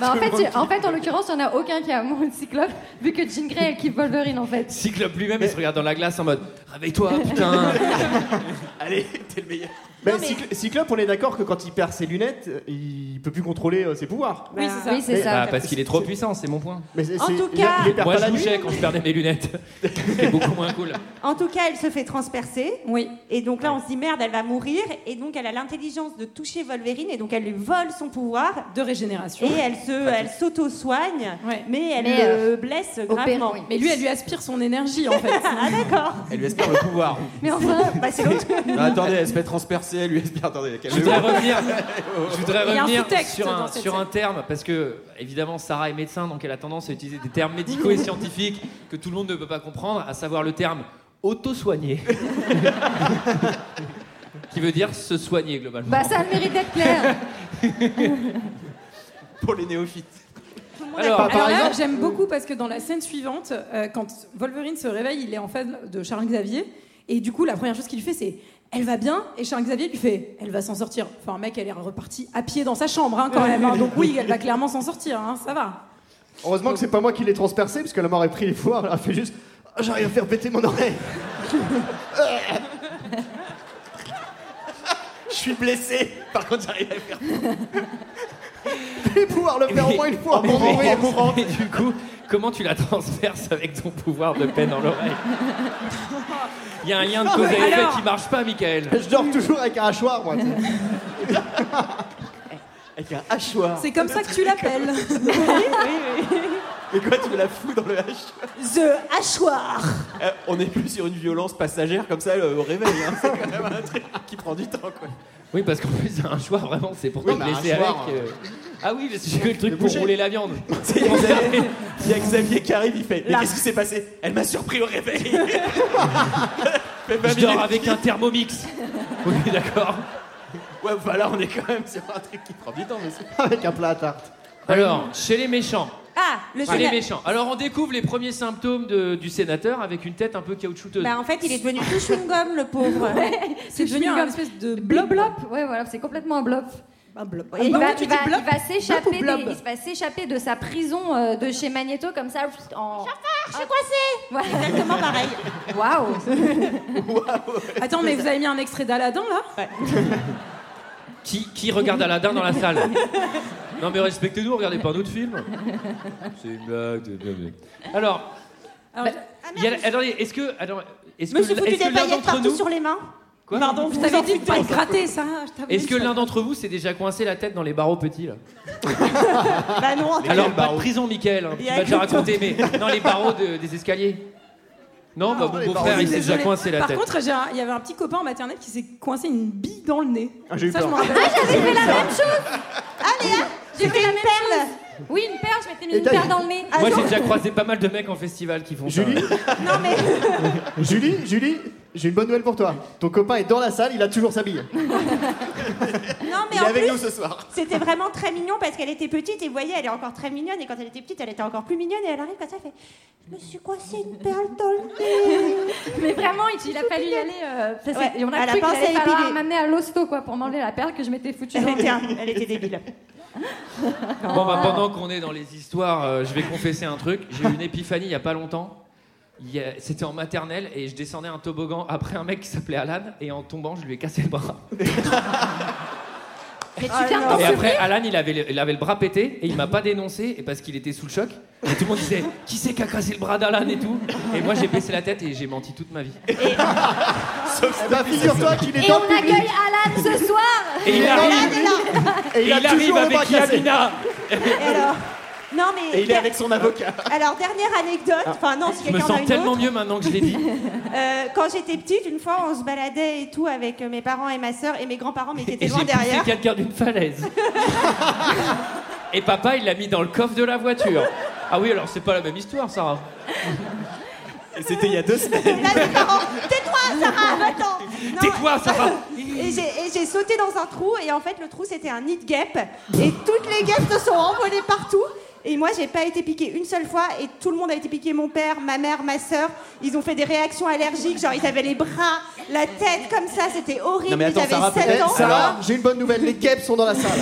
Speaker 8: Bah, en, fait, tu- en fait, en l'occurrence, il n'y en a aucun qui a amoureux de Cyclope, vu que Jean Grey, elle kiffe Wolverine en fait.
Speaker 6: Cyclope lui-même il se regarde dans la glace en mode réveille-toi putain.
Speaker 9: Allez, t'es le meilleur. Mais, Cycl- Cyclope, on est d'accord que quand il perd ses lunettes, il peut plus contrôler euh, ses pouvoirs.
Speaker 7: Oui, c'est ça.
Speaker 8: Oui, c'est
Speaker 6: Bah,
Speaker 8: ça.
Speaker 6: parce qu'il est trop puissant, c'est mon point.
Speaker 9: Mais c'est-
Speaker 10: En
Speaker 9: c'est-
Speaker 10: tout
Speaker 9: il a-
Speaker 10: cas-
Speaker 9: il les perd
Speaker 6: Moi
Speaker 9: pas
Speaker 6: je
Speaker 9: la nuit.
Speaker 6: douchais quand je perdais mes lunettes. C'était beaucoup moins cool.
Speaker 10: En tout cas, elle se fait transpercer.
Speaker 7: Oui.
Speaker 10: Et donc là, on se dit merde, elle va mourir. Et donc, elle a l'intelligence de toucher Wolverine. Et donc, elle lui vole son pouvoir.
Speaker 7: De régénération.
Speaker 10: Et elle se, elle s'auto-soigne.
Speaker 7: Ouais.
Speaker 10: Mais elle euh,
Speaker 8: Mais, euh,
Speaker 10: le blesse gravement.
Speaker 7: Mais lui, elle lui aspire son énergie en fait.
Speaker 10: Ah, d'accord.
Speaker 3: Elle lui espère le pouvoir.
Speaker 8: Mais enfin,
Speaker 10: Bah, c'est l'autre.
Speaker 3: Non, Ah, attendez, elle se fait transpercer, elle lui espère. Attendez,
Speaker 6: Je voudrais revenir, je voudrais
Speaker 7: Il y a un
Speaker 6: revenir
Speaker 7: sous-texte
Speaker 6: sur,
Speaker 7: dans
Speaker 6: un,
Speaker 7: cette
Speaker 6: sur un terme, parce que, évidemment, Sarah est médecin, donc elle a tendance à utiliser des termes médicaux et scientifiques que tout le monde ne peut pas comprendre, à savoir le terme auto-soigné, qui veut dire se soigner globalement.
Speaker 8: Bah, ça a le mérite d'être clair.
Speaker 3: pour les néophytes.
Speaker 6: Alors,
Speaker 7: Ah, Alors là, j'aime beaucoup parce que dans la scène suivante, euh, quand Wolverine se réveille, il est en face de Charles Xavier. Et du coup, la première chose qu'il lui fait, c'est Elle va bien Et Charles Xavier lui fait Elle va s'en sortir. Enfin, mec, elle est repartie à pied dans sa chambre hein, quand même. hein. Donc oui, elle va clairement s'en sortir, hein, ça va.
Speaker 9: Heureusement que c'est pas moi qui l'ai transpercé, parce que la m'aurait pris les pouvoirs, elle a fait juste Ah, j'arrive à faire péter mon oreille. Je suis blessé.
Speaker 3: Par contre, j'arrive à faire.
Speaker 9: Je vais pouvoir le faire au moins une fois
Speaker 7: Oh,
Speaker 9: avant de
Speaker 6: Oh, Mais-
Speaker 9: mourir.
Speaker 6: mais du coup, comment tu la transperces avec ton pouvoir de peine dans l'oreille Il y a un lien de cause à effet
Speaker 7: Alors-
Speaker 6: qui marche pas, Michael.
Speaker 9: Je dors toujours avec un hachoir, moi. tu sais. avec un hachoir.
Speaker 7: C'est comme ça que tu l'appelles.
Speaker 3: Mais quoi, tu me la fous dans le H
Speaker 10: The hachoir.
Speaker 3: Eh, On n'est plus sur une violence passagère comme ça euh, au réveil. hein. C'est quand même un truc qui prend du temps, quoi.
Speaker 6: Oui, parce qu'en plus, c'est un choix vraiment, c'est pour te
Speaker 3: Oui, bah, un
Speaker 6: blesser
Speaker 3: choix,
Speaker 6: avec.
Speaker 3: hein.
Speaker 6: euh, Ah oui, parce que j'ai vu le truc pour
Speaker 3: boucher.
Speaker 6: rouler la viande.
Speaker 3: Tu sais, Il y a Xavier- il y a Xavier qui arrive, il fait Mais qu'est-ce qui s'est passé Elle m'a surpris au réveil. Fait vingt
Speaker 6: Je dors
Speaker 3: minutes.
Speaker 6: avec un thermomix. Oui, d'accord.
Speaker 3: Ouais, bah là, on est quand même sur un truc qui prend du temps, monsieur.
Speaker 9: Avec un plat à tarte.
Speaker 6: Alors, chez les méchants.
Speaker 10: Ah, le
Speaker 6: Chez les
Speaker 10: sénat-
Speaker 6: méchants. Alors, on découvre les premiers symptômes de- du sénateur avec une tête un peu caoutchouteuse.
Speaker 10: Bah, en fait, il est devenu tout chewing-gum, le pauvre.
Speaker 7: C'est devenu
Speaker 8: chewing-gum.
Speaker 7: un espèce de blob.
Speaker 8: Blop, blop. Ouais, voilà, c'est complètement un blop.
Speaker 7: Un blob.
Speaker 8: Et il,
Speaker 7: Comment
Speaker 8: va,
Speaker 7: tu
Speaker 8: il
Speaker 7: dis
Speaker 8: va-
Speaker 7: blob
Speaker 8: il va s'échapper
Speaker 7: Blob ou
Speaker 8: des-
Speaker 7: blob
Speaker 8: il va s'échapper de sa prison euh, de chez Magneto comme ça en
Speaker 10: Je suis coincée.
Speaker 8: Voilà.
Speaker 10: Exactement pareil.
Speaker 8: waouh
Speaker 7: Attends, mais vous avez mis un extrait d'Aladin là
Speaker 6: Qui, qui regarde Aladdin dans la salle Non mais respectez-nous, regardez pas d'autres films. C'est une blague. c'est une blague. Alors, bah,
Speaker 19: Alors,
Speaker 6: il y a- attendez, est-ce que, alors, est-ce
Speaker 7: Je me suis
Speaker 6: que,
Speaker 7: foutu
Speaker 6: est-ce que
Speaker 7: des
Speaker 6: l'un
Speaker 7: paillettes
Speaker 6: d'entre
Speaker 7: partout
Speaker 6: nous,
Speaker 7: sur les mains.
Speaker 6: Quoi
Speaker 7: Pardon,
Speaker 19: je
Speaker 7: vous
Speaker 19: t'avais
Speaker 7: en
Speaker 19: dit de
Speaker 7: foutez
Speaker 19: pas
Speaker 7: un
Speaker 19: le
Speaker 7: peu.
Speaker 19: gratter, ça. hein, je t'avais
Speaker 6: est-ce
Speaker 19: dit
Speaker 6: que
Speaker 19: ça.
Speaker 6: l'un d'entre vous s'est déjà coincé la tête dans les barreaux petits là
Speaker 7: Bah non, attends.
Speaker 6: Alors pas de prison, Michael. hein,
Speaker 7: Il
Speaker 6: tu
Speaker 7: y a
Speaker 6: m'as déjà
Speaker 7: que toi.
Speaker 6: raconté, mais dans les barreaux de- des escaliers. Non, bah, mon beau-frère, il s'est déjà
Speaker 19: Désolée.
Speaker 6: coincé la
Speaker 19: Par
Speaker 6: tête.
Speaker 19: contre, j'ai un- il y avait un petit copain en maternelle qui s'est coincé une bille dans le nez.
Speaker 6: Ah, j'ai eu
Speaker 19: ça,
Speaker 6: peur.
Speaker 19: je m'en rappelle.
Speaker 6: Ah, j'avais fait la même
Speaker 19: chose
Speaker 7: hein,
Speaker 8: J'ai fait la même perle. Oui, une perle, je m'étais mis une perle dans le nez.
Speaker 7: Ah.
Speaker 6: Moi, j'ai déjà croisé pas mal de mecs en festival qui font
Speaker 1: Julie
Speaker 6: ça.
Speaker 1: Julie, Julie, j'ai une bonne nouvelle pour toi. Ton copain est dans la salle, il a toujours sa bille.
Speaker 7: Non, mais
Speaker 1: Il est
Speaker 7: en
Speaker 1: avec
Speaker 7: plus,
Speaker 1: nous ce soir.
Speaker 7: C'était vraiment très mignon parce qu'elle était petite et vous voyez, elle est encore très mignonne. Et quand elle était petite, elle était encore plus mignonne. Et elle arrive comme ça, elle fait Je me suis coincée une perle dans le nez.
Speaker 8: Mais vraiment, il il a fallu y aller. euh, ça, c'est-
Speaker 7: Ouais,
Speaker 8: et on a
Speaker 7: elle a
Speaker 8: cru qu'il
Speaker 7: pensé
Speaker 8: allait
Speaker 7: à
Speaker 8: falloir
Speaker 7: épiler.
Speaker 8: m'amener à l'hosto quoi, pour m'enlever la perle que je m'étais foutue.
Speaker 7: Elle
Speaker 8: dans le
Speaker 7: était,
Speaker 8: nez.
Speaker 7: un- elle était débile.
Speaker 6: Bon, bah, pendant qu'on est dans les histoires, euh, je vais confesser un truc. J'ai eu une épiphanie il y a pas longtemps. Il y a- C'était en maternelle et je descendais un toboggan après un mec qui s'appelait Alan et en tombant, je lui ai cassé le bras.
Speaker 8: Mais tu
Speaker 7: Ah,
Speaker 8: viens de
Speaker 7: non.
Speaker 8: t'en
Speaker 6: Et après,
Speaker 8: souvenir
Speaker 6: Alan, il avait, le, il avait le bras pété et il m'a pas dénoncé et parce qu'il était sous le choc. Et tout le monde disait Qui c'est qui a cassé le bras d'Alan et tout Et moi, j'ai baissé la tête et j'ai menti toute ma vie.
Speaker 1: Eh ben, figure-toi qu'il est
Speaker 8: Et
Speaker 1: dans
Speaker 8: on
Speaker 1: le public.
Speaker 8: accueille Alan ce soir.
Speaker 6: Et il arrive,
Speaker 1: Et il, a toujours le bras cassé.
Speaker 7: Et alors Non, mais.
Speaker 1: Et il est avec son avocat.
Speaker 7: Alors, dernière anecdote. Enfin, non, si
Speaker 6: Je me
Speaker 7: quelqu'un en a
Speaker 6: sens
Speaker 7: une autre.
Speaker 6: tellement mieux maintenant que je l'ai dit.
Speaker 7: Euh, quand j'étais petite, une fois, on se baladait et tout avec euh, mes parents et ma sœur et mes grands-parents, mais qui étaient
Speaker 6: Et j'ai
Speaker 7: loin
Speaker 6: poussé
Speaker 7: derrière.
Speaker 6: quelqu'un d'une falaise. et papa, il l'a mis dans le coffre de la voiture. Ah oui, alors c'est pas la même histoire, Sarah.
Speaker 3: Et c'était il y a deux semaines.
Speaker 7: Là, mes parents, tais-toi, Sarah, va-t'en Non,
Speaker 6: Tais-toi, Sarah
Speaker 7: Et j'ai et j'ai sauté dans un trou, et en fait, le trou, c'était un nid de guêpe. Et toutes les guêpes se sont envolées partout. Et moi, j'ai pas été piquée une seule fois, et tout le monde a été piqué. Mon père, ma mère, ma sœur. Ils ont fait des réactions allergiques, genre ils avaient les bras, la tête comme ça, c'était horrible.
Speaker 1: Non, mais attends,
Speaker 7: ils avaient
Speaker 1: Sarah,
Speaker 7: 7
Speaker 1: peut-être-
Speaker 7: ans.
Speaker 1: Sarah, j'ai une bonne nouvelle. Les guêpes sont dans la salle.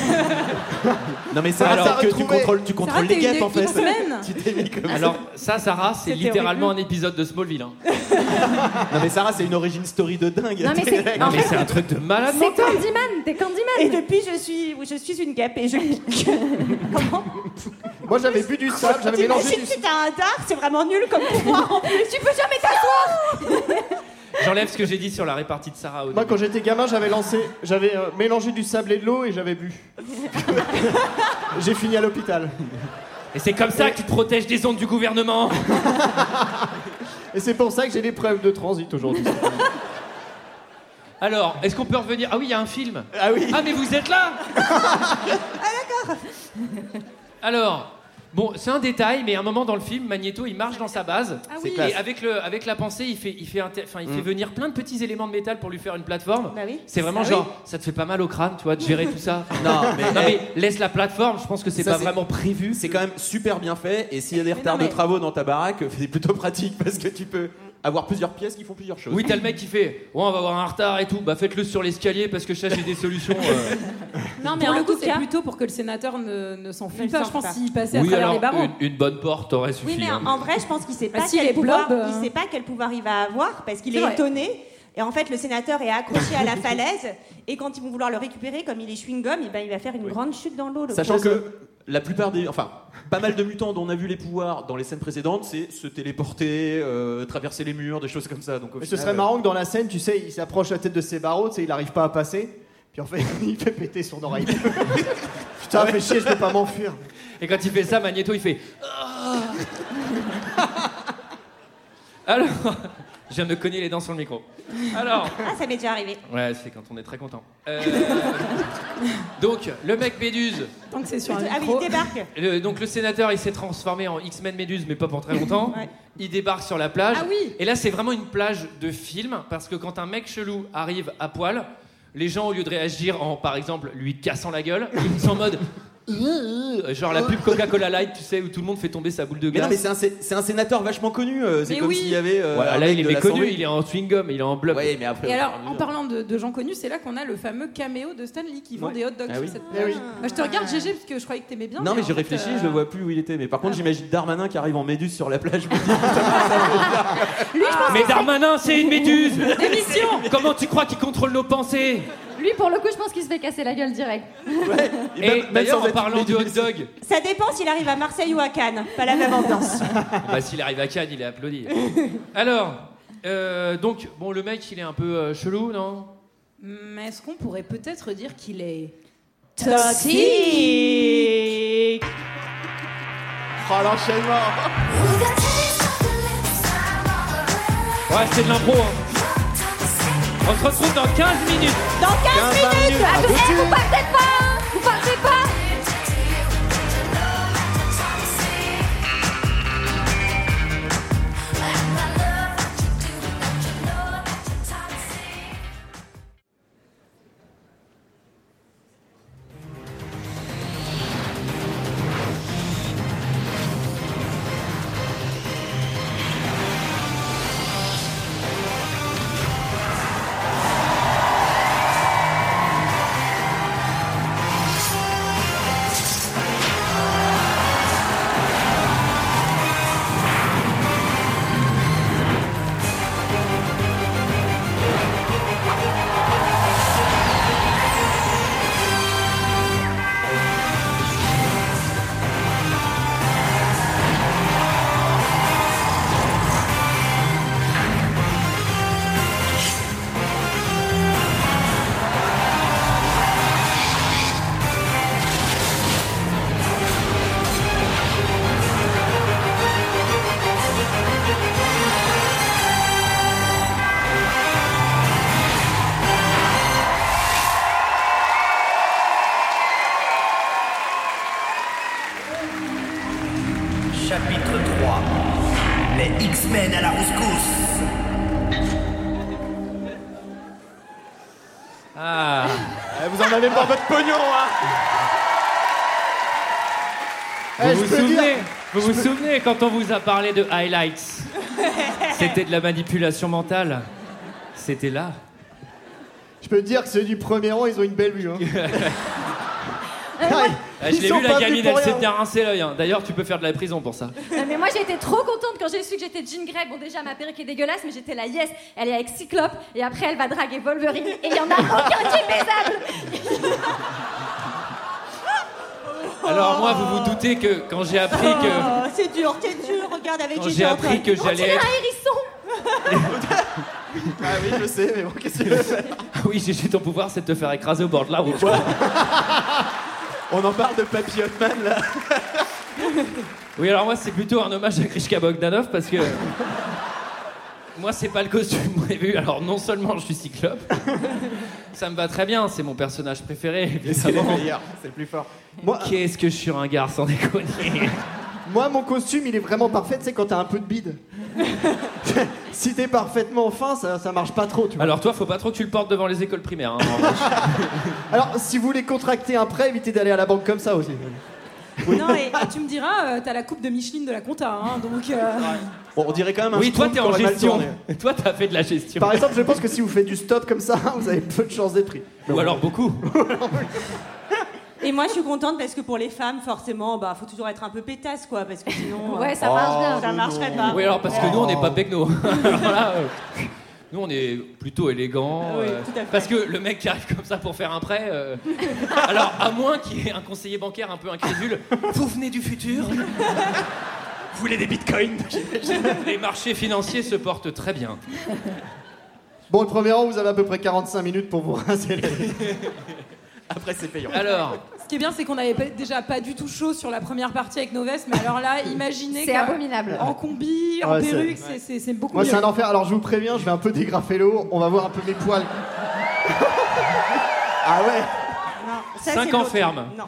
Speaker 3: Non mais ça,
Speaker 1: Alors,
Speaker 3: alors que tu
Speaker 1: retrouver-
Speaker 3: contrôles, tu contrôles
Speaker 1: Sarah,
Speaker 3: les
Speaker 1: t'es
Speaker 3: guêpes
Speaker 1: une
Speaker 3: en fait.
Speaker 1: X-Men.
Speaker 3: tu t'es mis comme ça.
Speaker 6: Alors, ça, Sarah, c'est
Speaker 3: C'était
Speaker 6: littéralement un épisode de Smallville. hein.
Speaker 3: Non mais Sarah, c'est une origin story de dingue.
Speaker 8: Non, mais c'est-
Speaker 3: Direct.
Speaker 8: en
Speaker 6: Non, mais c'est un truc de malade
Speaker 8: C'est
Speaker 6: mental.
Speaker 8: Candyman, t'es Candyman.
Speaker 7: Et depuis, je suis, je suis une guêpe et je pique.
Speaker 1: Moi, j'avais bu du sable, j'avais mélangé
Speaker 7: T'imagines
Speaker 1: du
Speaker 7: si t'as un dard, c'est vraiment nul comme pouvoir en plus.
Speaker 8: Tu peux jamais t'asseoir.
Speaker 6: J'enlève ce que j'ai dit sur la répartie de Sarah. au
Speaker 1: Moi,
Speaker 6: début.
Speaker 1: quand j'étais gamin, j'avais lancé, j'avais euh, mélangé du sable et de l'eau et j'avais bu. J'ai fini à l'hôpital.
Speaker 6: Et c'est comme ça que tu te protèges des ondes du gouvernement.
Speaker 1: Et c'est pour ça que j'ai des preuves de transit aujourd'hui.
Speaker 6: Alors, est-ce qu'on peut revenir Ah oui, il y a un film. Ah oui. Ah mais vous êtes là Ah d'accord. Alors, bon, c'est un détail, mais à un moment dans le film, Magneto, il marche dans sa base.
Speaker 19: Ah oui.
Speaker 6: Et avec, le, avec la pensée, il fait, il, fait, inter- enfin, il fait venir plein de petits éléments de métal pour lui faire une plateforme.
Speaker 7: Bah oui.
Speaker 6: C'est vraiment
Speaker 7: Ah
Speaker 6: genre, ça te fait pas mal au crâne, tu vois, de gérer tout ça.
Speaker 3: Non, mais-
Speaker 6: laisse la plateforme, je pense que c'est
Speaker 3: Ça,
Speaker 6: pas vraiment prévu.
Speaker 3: C'est quand même super bien fait. Et s'il y a des retards
Speaker 6: mais-
Speaker 3: de travaux dans ta baraque, c'est plutôt pratique parce que tu peux avoir plusieurs pièces qui font plusieurs choses.
Speaker 6: Oui, t'as le mec qui fait, ouais, on va avoir un retard et tout, bah faites-le sur l'escalier parce que je cherche des solutions. euh.
Speaker 19: Non, mais
Speaker 7: Pour
Speaker 19: en
Speaker 7: le
Speaker 19: tout
Speaker 7: coup,
Speaker 19: c'est
Speaker 7: cas-
Speaker 19: plutôt pour que le sénateur ne, ne s'enfuit
Speaker 7: Ne
Speaker 19: pas. Je
Speaker 7: sorte
Speaker 19: pense
Speaker 7: pas.
Speaker 19: qu'il passait à
Speaker 6: oui,
Speaker 19: travers
Speaker 6: alors euh,
Speaker 19: les barreaux.
Speaker 6: une, une bonne porte aurait suffi.
Speaker 7: Oui, mais
Speaker 6: hein.
Speaker 7: en vrai, je pense qu'il sait
Speaker 8: Bah,
Speaker 7: pas
Speaker 19: Ah, si,
Speaker 7: quel
Speaker 19: les
Speaker 7: pouvoir,
Speaker 19: blobs, euh.
Speaker 7: il sait pas quel pouvoir il va avoir parce qu'il
Speaker 19: C'est
Speaker 7: est,
Speaker 19: vrai.
Speaker 7: étonné. Et en fait, le sénateur est accroché à la falaise. Et quand ils vont vouloir le récupérer, comme il est chewing-gum, eh ben, il va faire une grande chute dans l'eau. le
Speaker 3: Sachant
Speaker 7: pauvre.
Speaker 3: que la plupart des. Enfin, pas mal de mutants dont on a vu les pouvoirs dans les scènes précédentes, c'est se téléporter, euh, traverser les murs, des choses comme ça. Donc, au
Speaker 1: Mais ce
Speaker 3: final,
Speaker 6: Ah
Speaker 1: serait
Speaker 3: euh,
Speaker 1: marrant que dans la scène, tu sais, il s'approche la tête de ses barreaux, tu sais, il arrive pas à passer. Puis en fait, il fait péter son oreille. Putain, fais chier, je peux pas m'enfuir.
Speaker 6: Et quand il fait ça, Magneto, il fait. Ah Alors, je viens de me cogner les dents sur le micro. Alors,
Speaker 7: Ah, ça m'est déjà arrivé.
Speaker 6: ouais, c'est quand on est très content. Euh, donc, le mec Méduse,
Speaker 19: Tant que c'est sur un
Speaker 7: Ah oui,
Speaker 19: micro.
Speaker 7: il débarque.
Speaker 6: le- donc le sénateur, il s'est transformé en X-Men Méduse, mais pas pour très longtemps.
Speaker 7: Ouais.
Speaker 6: Il débarque sur la plage.
Speaker 19: Ah oui.
Speaker 6: Et là, c'est vraiment une plage de film, parce que quand un mec chelou arrive à poil, les gens, au lieu de réagir en, par exemple, lui cassant la gueule, ils sont en mode. Euh, euh, Genre la pub Coca-Cola Light, tu sais, où tout le monde fait tomber sa boule de
Speaker 3: Mais
Speaker 6: glace.
Speaker 3: non, mais c'est un, sé- c'est un sénateur vachement connu. euh, c'est
Speaker 19: Mais
Speaker 3: comme
Speaker 19: oui.
Speaker 3: s'il y avait. euh,
Speaker 6: Voilà,
Speaker 3: un
Speaker 6: là,
Speaker 3: mec
Speaker 6: il est
Speaker 3: de la
Speaker 6: méconnu,
Speaker 3: Sambrue.
Speaker 6: il est en chewing-gum, il est en blob.
Speaker 3: Ouais, mais
Speaker 19: Et
Speaker 3: après. on
Speaker 19: alors,
Speaker 3: parle
Speaker 19: en
Speaker 3: mieux.
Speaker 19: parlant de, de gens connus, c'est là qu'on a le fameux caméo de Stanley qui vend
Speaker 3: Ouais.
Speaker 19: des hot dogs
Speaker 3: Ah
Speaker 19: sur
Speaker 3: oui.
Speaker 19: cette
Speaker 1: Eh oui.
Speaker 19: Bah, je te regarde, GG, parce que je croyais que t'aimais bien.
Speaker 3: Non, mais j'ai
Speaker 19: en fait,
Speaker 3: réfléchi,
Speaker 19: euh, Ah.
Speaker 3: je le vois plus où il était. Mais par contre, j'imagine Darmanin qui arrive en méduse sur la plage.
Speaker 6: Mais Darmanin, c'est une méduse Démission Comment tu crois qu'il contrôle nos pensées
Speaker 8: Lui, pour le coup, je pense qu'il se fait casser la gueule direct.
Speaker 20: Et même- même
Speaker 6: d'ailleurs,
Speaker 20: sans
Speaker 6: en
Speaker 20: être
Speaker 6: parlant du hot dog,
Speaker 21: Ça dépend s'il arrive à Marseille ou à Cannes. Pas la même ambiance.
Speaker 6: bah, s'il arrive à Cannes, il est applaudi. Alors, euh, donc, bon, le mec, il est un peu euh, chelou, non
Speaker 7: Mais est-ce qu'on pourrait peut-être dire qu'il est.
Speaker 21: Toxique
Speaker 3: Oh l'enchaînement
Speaker 6: Ouais, c'est de l'impro. hein. On se retrouve dans 15 minutes.
Speaker 21: Dans 15,
Speaker 6: minutes,
Speaker 8: Ah,
Speaker 6: à
Speaker 8: tout-
Speaker 6: tout de
Speaker 8: eh, vous
Speaker 6: suite.
Speaker 8: partez pas hein Vous partez pas
Speaker 15: Chapitre 3 Les X-Men à la rescousse
Speaker 6: Ah.
Speaker 3: Vous en avez pas votre pognon, hein
Speaker 6: Vous
Speaker 3: Eh, je
Speaker 6: vous
Speaker 3: peux dire-
Speaker 6: souvenez, vous vous souvenez quand on vous a parlé de highlights C'était de la manipulation mentale. C'était là.
Speaker 1: Je peux te dire que ceux du premier rang, ils ont une belle vue. Hein.
Speaker 6: Ah,
Speaker 1: Ils
Speaker 6: Eh, je l'ai
Speaker 1: sont
Speaker 6: vu,
Speaker 1: pas
Speaker 6: la gamine,
Speaker 1: venus pour
Speaker 6: elle s'est
Speaker 1: rien.
Speaker 6: bien rincée l'œil. hein. D'ailleurs, tu peux faire de la prison pour ça.
Speaker 8: Non, mais moi j'ai été trop contente quand j'ai su que j'étais Jean Grey. Bon déjà ma perruque est dégueulasse mais j'étais la yes. Elle est avec Cyclope et après elle va draguer Wolverine et il y en a aucun qui est baisable.
Speaker 6: Alors, moi, vous vous doutez que quand j'ai appris que.
Speaker 21: Oh, c'est dur, t'es dur, regarde avec
Speaker 6: Quand j'ai appris que j'allais
Speaker 21: un
Speaker 6: être-
Speaker 3: Ah oui, je sais, mais bon, qu'est-ce que tu veux faire
Speaker 6: Oui, Gigi, ton pouvoir, c'est de te faire écraser au bord de l'arbre.
Speaker 3: On en parle de Papy Hotman, là
Speaker 6: Oui, alors moi, c'est plutôt un hommage à Krishka Bogdanov parce que. Moi, c'est pas le costume prévu. Alors, non seulement je suis cyclope, ça me va très bien, c'est mon personnage préféré,
Speaker 3: C'est le
Speaker 6: évidemment.
Speaker 3: meilleur, c'est le plus fort.
Speaker 6: Qu'est-ce que je suis un gars, sans déconner.
Speaker 1: Moi, mon costume, il est vraiment parfait, c'est quand t'as un peu de bide. si t'es parfaitement fin, ça, ça marche pas trop, tu vois.
Speaker 6: Alors, toi, faut pas trop que tu le portes devant les écoles primaires. hein, en revanche.
Speaker 1: Alors, si vous voulez contracter un prêt, évitez d'aller à la banque comme ça aussi.
Speaker 7: Non, et, et tu me diras, euh, t'as la coupe de Micheline de la compta, hein, donc. euh,
Speaker 3: Bon, on dirait quand même un
Speaker 6: oui, toi,
Speaker 3: schtroumpf
Speaker 6: t'es
Speaker 3: qui
Speaker 6: en
Speaker 3: aurait mal
Speaker 6: gestion.
Speaker 3: tourné.
Speaker 6: Toi, t'as fait de la gestion.
Speaker 1: Par exemple, je pense que si vous faites du stop comme ça, vous avez peu de chances d'être pris.
Speaker 6: Ou alors beaucoup.
Speaker 21: Et moi, je suis contente parce que pour les femmes, forcément, bah, faut toujours être un peu pétasse, quoi, parce que sinon. euh,
Speaker 8: Ouais,
Speaker 6: Oh.
Speaker 8: ça marche bien.
Speaker 21: Ça marcherait pas.
Speaker 6: Oui, alors parce que nous, on n'est pas pecno. Alors là, euh, nous, on est plutôt élégant.
Speaker 21: Oui,
Speaker 6: euh,
Speaker 21: tout à fait.
Speaker 6: parce que le mec qui arrive comme ça pour faire un prêt, euh, alors à moins qu'il y ait un conseiller bancaire un peu incrédule, vous venez du futur Vous voulez des bitcoins Les marchés financiers se portent très bien.
Speaker 1: Bon, le premier rang, vous avez à peu près 45 minutes pour vous rincer les-
Speaker 3: Après, c'est payant.
Speaker 6: Alors,
Speaker 7: Ce qui est bien, c'est qu'on avait pas- déjà pas du tout chaud sur la première partie avec nos vestes, mais alors là, imaginez.
Speaker 8: C'est
Speaker 7: quoi,
Speaker 8: abominable.
Speaker 7: En combi, en
Speaker 1: Ouais, c'est-
Speaker 7: perruque, c'est- c'est c'est beaucoup
Speaker 1: Moi,
Speaker 7: mieux.
Speaker 1: c'est un enfer. Alors, je vous préviens, je vais un peu dégrafer le haut. On va voir un peu mes poils. ah ouais
Speaker 21: Non, ça,
Speaker 6: Cinq
Speaker 21: c'est
Speaker 6: ans
Speaker 21: bloqué.
Speaker 6: ferme.
Speaker 21: Non.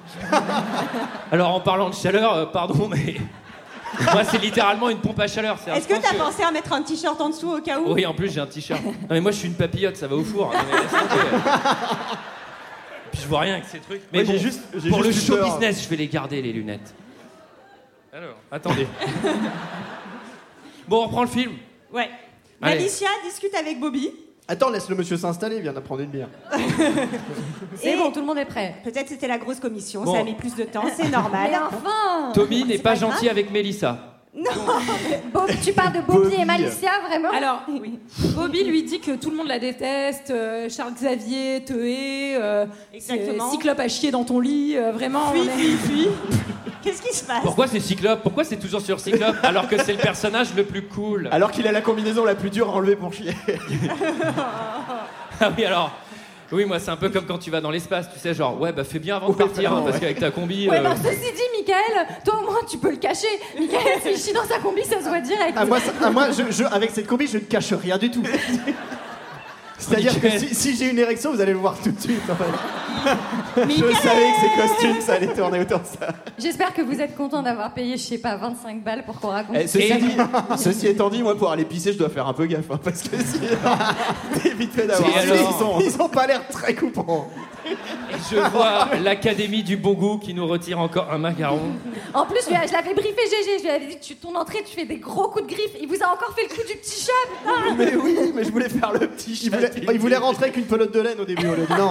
Speaker 6: alors en parlant de chaleur, euh, pardon, mais moi, c'est littéralement une pompe à chaleur. c'est un
Speaker 21: Est-ce que
Speaker 6: sens
Speaker 21: t'as pensé à mettre un t-shirt en dessous au cas où
Speaker 6: Oui, en plus j'ai un t-shirt. Non mais moi je suis une papillote, ça va au four. Non, mais laisse tomber. Puis je vois rien avec ces trucs. Mais
Speaker 3: Moi, j'ai
Speaker 6: bon,
Speaker 3: juste- j'ai
Speaker 6: pour
Speaker 3: juste eu
Speaker 6: le show
Speaker 3: peur.
Speaker 6: business, je vais les garder les lunettes. Alors, attendez. bon, on reprend le film.
Speaker 21: Ouais.
Speaker 6: Allez.
Speaker 21: Alicia discute avec Bobby.
Speaker 1: Attends, laisse le monsieur s'installer, il vient d'apprendre une bière.
Speaker 8: C'est bon, tout le monde est prêt.
Speaker 21: Peut-être c'était la grosse commission,
Speaker 6: Bon.
Speaker 21: ça a mis plus de temps, c'est
Speaker 8: Mais
Speaker 21: normal.
Speaker 8: enfin
Speaker 6: Tommy n'est pas,
Speaker 21: pas
Speaker 6: gentil avec Mélissa.
Speaker 8: Non, mais Bob- tu parles de Bobby et Malicia, vraiment
Speaker 7: Alors, oui. Bobby lui dit que tout le monde la déteste, euh, Charles Xavier, Teé, euh,
Speaker 22: Exactement.
Speaker 7: c'est- Cyclope a chié dans ton lit, euh, vraiment.
Speaker 22: Fuis, fuis,
Speaker 7: Qu'est-ce qui se passe
Speaker 6: Pourquoi c'est Cyclope Pourquoi c'est toujours sur Cyclope alors que c'est le personnage le plus cool
Speaker 3: Alors qu'il a la combinaison la plus dure à enlever pour chier.
Speaker 6: Ah oui, alors. Oui, moi, c'est un peu comme quand tu vas dans l'espace, tu sais, genre, ouais, bah fais bien avant de partir, hein, parce qu'avec ta combi.
Speaker 8: Ouais,
Speaker 6: euh,
Speaker 8: ben, ceci dit, Michael, toi au moins tu peux le cacher. Michael, s'il chie dans sa combi, ça se voit direct.
Speaker 1: Ah, moi, ça- ah, moi, je- je- avec cette combi, je ne cache rien du tout. C'est-à-dire que si, si j'ai une érection, vous allez le voir tout de suite. en fait. je
Speaker 8: Michael
Speaker 1: savais que ces costumes, ça allait tourner autour de ça.
Speaker 8: J'espère que vous êtes content d'avoir payé, je sais pas, 25 balles pour qu'on raconte.
Speaker 3: Eh, ceci, dit- ceci étant dit, moi pour aller pisser, je dois faire un peu gaffe hein, parce que sinon, t'es vite fait d'avoir.
Speaker 6: Et alors
Speaker 3: Ils, ils ont pas l'air très coupants.
Speaker 6: et je vois l'Académie du bon goût qui nous retire encore un macaron.
Speaker 8: En plus, je, lui ai- je l'avais briefé GG, je lui avais dit tu, ton entrée, tu fais des gros coups de griffe. Il vous a encore fait le coup du petit chat,
Speaker 21: Ah.
Speaker 8: putain
Speaker 3: Mais oui, mais je voulais faire le petit
Speaker 1: Il voulait, il voulait rentrer avec une pelote de laine au début. On lui a dit non.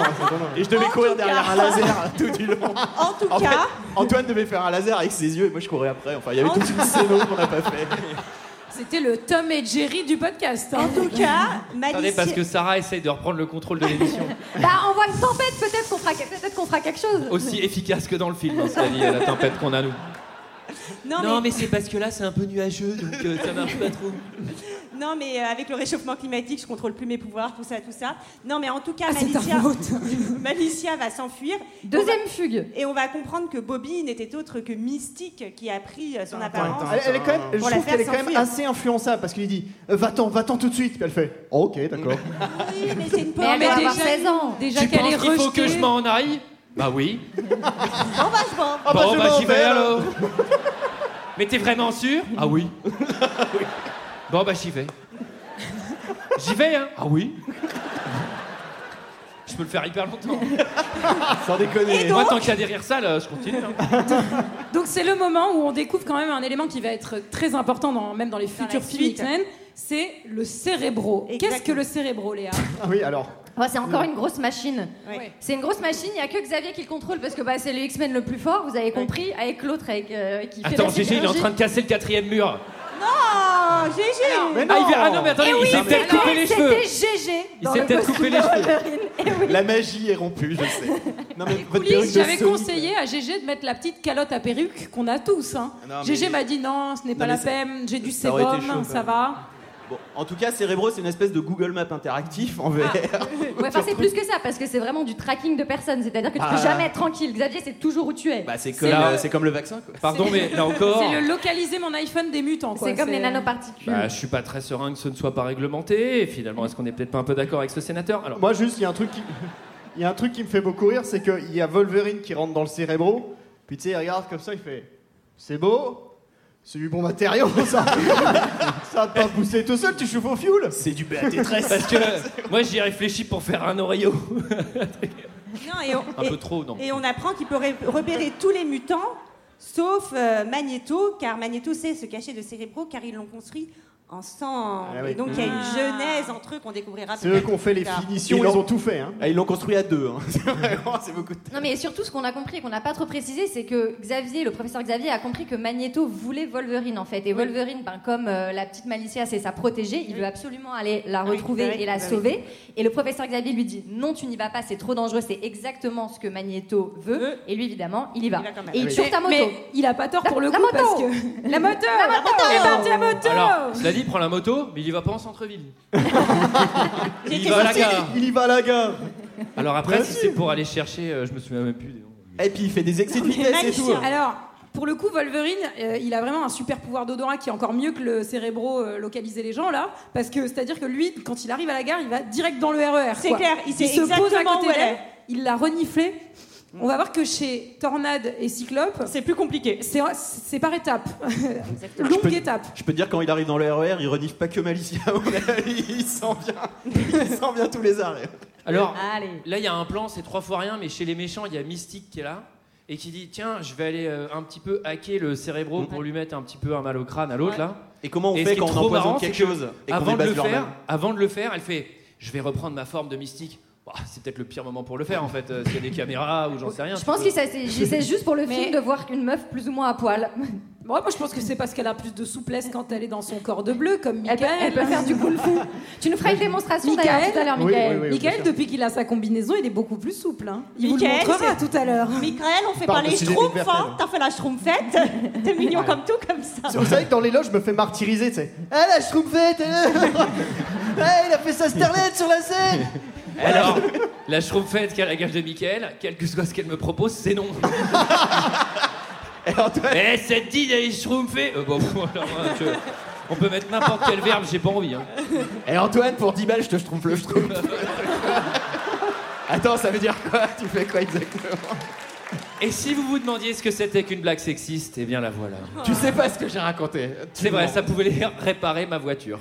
Speaker 3: Et je devais courir derrière un laser tout du long.
Speaker 22: En tout
Speaker 3: En fait,
Speaker 22: cas,
Speaker 3: Antoine devait faire un laser avec ses yeux et moi je courais après. Enfin, il y avait toute une scène qu'on n'a pas fait.
Speaker 7: C'était le Tom et Jerry du podcast. hein.
Speaker 22: En tout cas,
Speaker 6: Attendez, parce que Sarah essaye de reprendre le contrôle de l'émission.
Speaker 8: Bah, envoie une tempête, peut-être qu'on fera, peut-être qu'on fera quelque chose.
Speaker 6: Aussi efficace que dans le film, hein, cela dit, la tempête qu'on a, nous.
Speaker 22: Non, mais-
Speaker 6: c'est parce que là, c'est un peu nuageux, donc euh, ça marche pas trop.
Speaker 22: Non, mais euh, avec le réchauffement climatique, je contrôle plus mes pouvoirs, tout ça, tout ça. Non, mais en tout cas,
Speaker 8: Ah, c'est
Speaker 22: Malicia,
Speaker 8: un vote.
Speaker 22: Malicia va s'enfuir.
Speaker 8: Deuxième
Speaker 22: On va-
Speaker 8: fugue.
Speaker 22: Et on va comprendre que Bobby n'était autre que Mystique qui a pris euh, son
Speaker 1: Elle,
Speaker 22: apparence.
Speaker 1: elle est quand même, je
Speaker 22: pour la
Speaker 1: trouve
Speaker 22: faire
Speaker 1: qu'elle est quand même
Speaker 22: s'enfuir.
Speaker 1: assez influençable parce qu'il lui dit euh, va-t'en, va-t'en tout de suite. Puis elle fait oh, ok, d'accord.
Speaker 22: Oui, mais c'est une
Speaker 7: Mais
Speaker 22: pomme.
Speaker 7: elle
Speaker 22: déjà-
Speaker 7: doit avoir 16 ans. Déjà
Speaker 6: tu
Speaker 7: qu'elle
Speaker 6: penses
Speaker 7: est
Speaker 6: qu'il faut
Speaker 7: rejetée.
Speaker 6: que je m'en aille Bah oui.
Speaker 22: Bon, bah, je m'en-
Speaker 1: Ah bah,
Speaker 6: bon,
Speaker 1: je
Speaker 6: bah
Speaker 1: m'en
Speaker 6: j'y vais
Speaker 1: vais,
Speaker 6: alors. Mais t'es vraiment sûr Ah oui. Oui. Bon, bah j'y vais. J'y vais, hein Ah oui. Je peux le faire hyper longtemps.
Speaker 3: Sans déconner.
Speaker 22: Et
Speaker 6: Moi,
Speaker 22: donc
Speaker 6: tant qu'il y a derrière ça, là, je continue. hein.
Speaker 7: Donc c'est le moment où on découvre quand même un élément qui va être très important, dans- même dans les futurs films
Speaker 22: suite.
Speaker 7: X-Men, c'est le cérébro. Qu'est-ce que le cérébro, Léa
Speaker 1: Ah oui, alors.
Speaker 8: Ouais, c'est encore une grosse machine.
Speaker 22: Ouais.
Speaker 8: C'est une grosse machine, il n'y a que Xavier qui le contrôle parce que bah, c'est le X-Men le plus fort, vous avez compris, avec l'autre avec, euh, qui fait
Speaker 6: Attends,
Speaker 8: la
Speaker 6: GG, il est en
Speaker 8: sidérurgie.
Speaker 6: train de casser le quatrième mur.
Speaker 22: Oh, GG
Speaker 1: Mais
Speaker 6: Ah, il vient- ah non, mais attendez,
Speaker 8: Eh
Speaker 6: il
Speaker 8: oui,
Speaker 6: s'est peut-être
Speaker 8: alors,
Speaker 6: coupé les cheveux.
Speaker 8: C'était GG
Speaker 6: Il
Speaker 8: dans
Speaker 6: s'est
Speaker 8: le
Speaker 6: peut-être
Speaker 8: costume
Speaker 6: coupé
Speaker 8: de
Speaker 6: les cheveux.
Speaker 8: Wolverine. Eh oui.
Speaker 3: La magie est rompue, je sais. Non, mais votre
Speaker 7: Coulisses,
Speaker 3: perruque de
Speaker 7: J'avais
Speaker 3: Sonic-
Speaker 7: conseillé à Gégé de mettre la petite calotte à perruque qu'on a tous. Hein.
Speaker 3: Ah Non, mais-
Speaker 7: Gégé m'a dit non, ce n'est pas
Speaker 3: mais
Speaker 7: la
Speaker 3: ça-
Speaker 7: peine, j'ai du
Speaker 3: ça aurait été
Speaker 7: sébum,
Speaker 3: chaud, quand
Speaker 7: ça
Speaker 3: même.
Speaker 7: va.
Speaker 3: Bon, en tout cas, Cerebro, c'est une espèce de Google Maps interactif en VR.
Speaker 8: Ouais, enfin, c'est plus que ça parce que c'est vraiment du tracking de personnes, c'est-à-dire que tu
Speaker 3: Ah.
Speaker 8: peux jamais être tranquille. Xavier, c'est toujours où tu es.
Speaker 3: Bah, c'est
Speaker 7: C'est
Speaker 3: comme,
Speaker 7: le-
Speaker 3: euh, c'est comme le vaccin, quoi.
Speaker 6: Pardon, mais là
Speaker 3: Oh.
Speaker 6: encore.
Speaker 7: C'est le localiser mon iPhone des mutants. quoi.
Speaker 8: C'est comme les nanoparticules.
Speaker 6: Bah, je suis pas très serein que ce ne soit pas réglementé. Et finalement, est-ce qu'on est peut-être pas un peu d'accord avec ce sénateur Alors,
Speaker 1: Moi, juste, il y a un truc qui. Il y a un truc qui me fait beaucoup rire, c'est qu'il y a Wolverine qui rentre dans le cérébro, puis tu sais, il regarde comme ça, il fait C'est beau, c'est du bon matériau, ça Ça va pas pousser tout seul, tu chauffes au fioul
Speaker 3: C'est du
Speaker 6: parce que euh, moi, j'y réfléchis pour faire un Oreo.
Speaker 22: Non, et on,
Speaker 6: Un
Speaker 22: et-
Speaker 6: peu trop, non.
Speaker 22: Et on apprend qu'il peut ré- repérer tous les mutants, sauf euh, Magneto, car Magneto sait se cacher de Cérébro, car ils l'ont construit ensemble.
Speaker 3: Ah oui.
Speaker 22: Et donc il y a une
Speaker 7: Ah.
Speaker 22: genèse entre eux qu'on découvrira
Speaker 1: C'est eux
Speaker 22: peut-être
Speaker 1: qui ont fait
Speaker 22: plus
Speaker 1: les
Speaker 22: tard.
Speaker 1: finitions,
Speaker 3: Ils
Speaker 1: ils,
Speaker 3: l'ont-
Speaker 1: ont tout fait. Hein.
Speaker 3: Ah, ils l'ont construit à deux, hein. C'est vraiment- c'est beaucoup de
Speaker 8: Non mais surtout ce qu'on a compris et qu'on n'a pas trop précisé, c'est que Xavier, le professeur Xavier a compris que Magneto voulait Wolverine en fait. Et Wolverine, ben, comme euh, la petite Malicia c'est sa protégée, il veut absolument aller la
Speaker 22: Ah oui,
Speaker 8: retrouver
Speaker 22: bah oui,
Speaker 8: et la
Speaker 22: bah oui.
Speaker 8: sauver. Et le professeur Xavier lui dit non, tu n'y vas pas, c'est trop dangereux, c'est exactement ce que Magneto veut. Et lui évidemment, il y va.
Speaker 22: Il va quand même.
Speaker 8: et il
Speaker 22: Oui.
Speaker 8: chope ta moto.
Speaker 7: Mais il a pas tort pour le
Speaker 8: la
Speaker 7: coup
Speaker 8: moto
Speaker 7: parce que. La moto La moto Eh ben, ta moto
Speaker 6: Alors, cela dit, il prend la moto, mais il y va pas en centre-ville. il
Speaker 22: J'étais
Speaker 6: va à la
Speaker 22: sortie-
Speaker 6: gare.
Speaker 3: Il y va à la gare
Speaker 6: Alors après,
Speaker 3: Bien
Speaker 6: si
Speaker 3: sûr.
Speaker 6: c'est pour aller chercher, euh, je me souviens même plus. des noms.
Speaker 3: Et puis il fait des exits vitesse et
Speaker 22: hein.
Speaker 3: tout. hein.
Speaker 7: Alors, pour le coup, Wolverine, euh, il a vraiment un super pouvoir d'odorat qui est encore mieux que le cérébro euh, localiser les gens là, parce que c'est-à-dire que lui, quand il arrive à la gare, il va direct dans le RER.
Speaker 22: C'est
Speaker 7: quoi.
Speaker 22: clair, il sait
Speaker 7: se pose à
Speaker 22: exactement
Speaker 7: côté
Speaker 22: où elle
Speaker 7: d'elle,
Speaker 22: est.
Speaker 7: Il l'a reniflé. On va voir que chez Tornade et Cyclope,
Speaker 22: C'est plus compliqué.
Speaker 7: c'est c'est par étapes,
Speaker 22: Exactement.
Speaker 7: longue
Speaker 3: Je peux-
Speaker 7: étape.
Speaker 3: Je peux te dire, quand il arrive dans le RER, il renifle pas que Malicia. à mon avis. il sent bien. Il sent bien tous les arrêts.
Speaker 6: Alors,
Speaker 22: Allez.
Speaker 6: Là, il y a un plan, c'est trois fois rien, mais chez les méchants, il y a Mystique qui est là et qui dit Tiens, je vais aller euh, un petit peu hacker le cérébro pour lui mettre un petit peu un mal au crâne à l'autre,
Speaker 22: Ouais.
Speaker 6: là.
Speaker 3: Et comment on
Speaker 6: Et ce
Speaker 3: fait
Speaker 6: qui
Speaker 3: quand
Speaker 6: est
Speaker 3: on
Speaker 6: trop
Speaker 3: empoisonne
Speaker 6: marrant,
Speaker 3: quelque
Speaker 6: c'est que
Speaker 3: chose et qu'on
Speaker 6: avant, de
Speaker 3: débasse
Speaker 6: le
Speaker 3: leur
Speaker 6: faire,
Speaker 3: main
Speaker 6: avant de le faire, elle fait Je vais reprendre ma forme de Mystique. Bah, c'est peut-être le pire moment pour le faire, en fait, euh, s'il y a des caméras ou j'en sais rien.
Speaker 8: Je
Speaker 6: tu
Speaker 8: pense
Speaker 6: peux-
Speaker 8: que ça, c'est c'est juste pour le
Speaker 7: Mais-
Speaker 8: film de voir une meuf plus ou moins à poil.
Speaker 7: Moi, moi, je pense que c'est parce qu'elle a plus de souplesse quand elle est dans son corps de bleu, comme Michael.
Speaker 8: elle peut faire du kung-fu.
Speaker 7: Tu nous feras une
Speaker 8: démonstration d'ailleurs tout à l'heure, Oui, Michael. oui, oui, oui, bien sûr.
Speaker 7: depuis qu'il a sa combinaison, il est beaucoup plus souple. hein. Il
Speaker 10: Michael,
Speaker 7: vous le montrera
Speaker 10: c'est-
Speaker 7: tout à l'heure.
Speaker 10: Michael, on fait
Speaker 7: Parle
Speaker 10: parler
Speaker 7: de Cédric
Speaker 10: schtroumpf,
Speaker 7: Bertel.
Speaker 10: hein T'as fait la schtroumpfette T'es mignon
Speaker 7: Ouais.
Speaker 10: comme tout, comme ça.
Speaker 11: Vous savez que dans les loges, je me fais martyriser, tu sais.
Speaker 4: Ah la schtroumpfette Ah il a fait sa starlette sur la scène
Speaker 6: Alors, la schtroumpfette qui a la gage de Michael, quel que soit ce qu'elle me propose, c'est non. Eh, cette dit d'aller schtroumpfer Euh, bon, bon, alors, euh, je- On peut mettre n'importe quel verbe, j'ai pas envie. hein.
Speaker 3: Et Antoine, pour 10 balles, je te trompe le schtroumpf. Attends, ça veut dire quoi Tu fais quoi exactement
Speaker 6: Et si vous vous demandiez ce que c'était qu'une blague sexiste, eh bien la voilà.
Speaker 3: Tu sais pas ce que j'ai raconté.
Speaker 6: C'est vrai, ça pouvait les réparer ma voiture.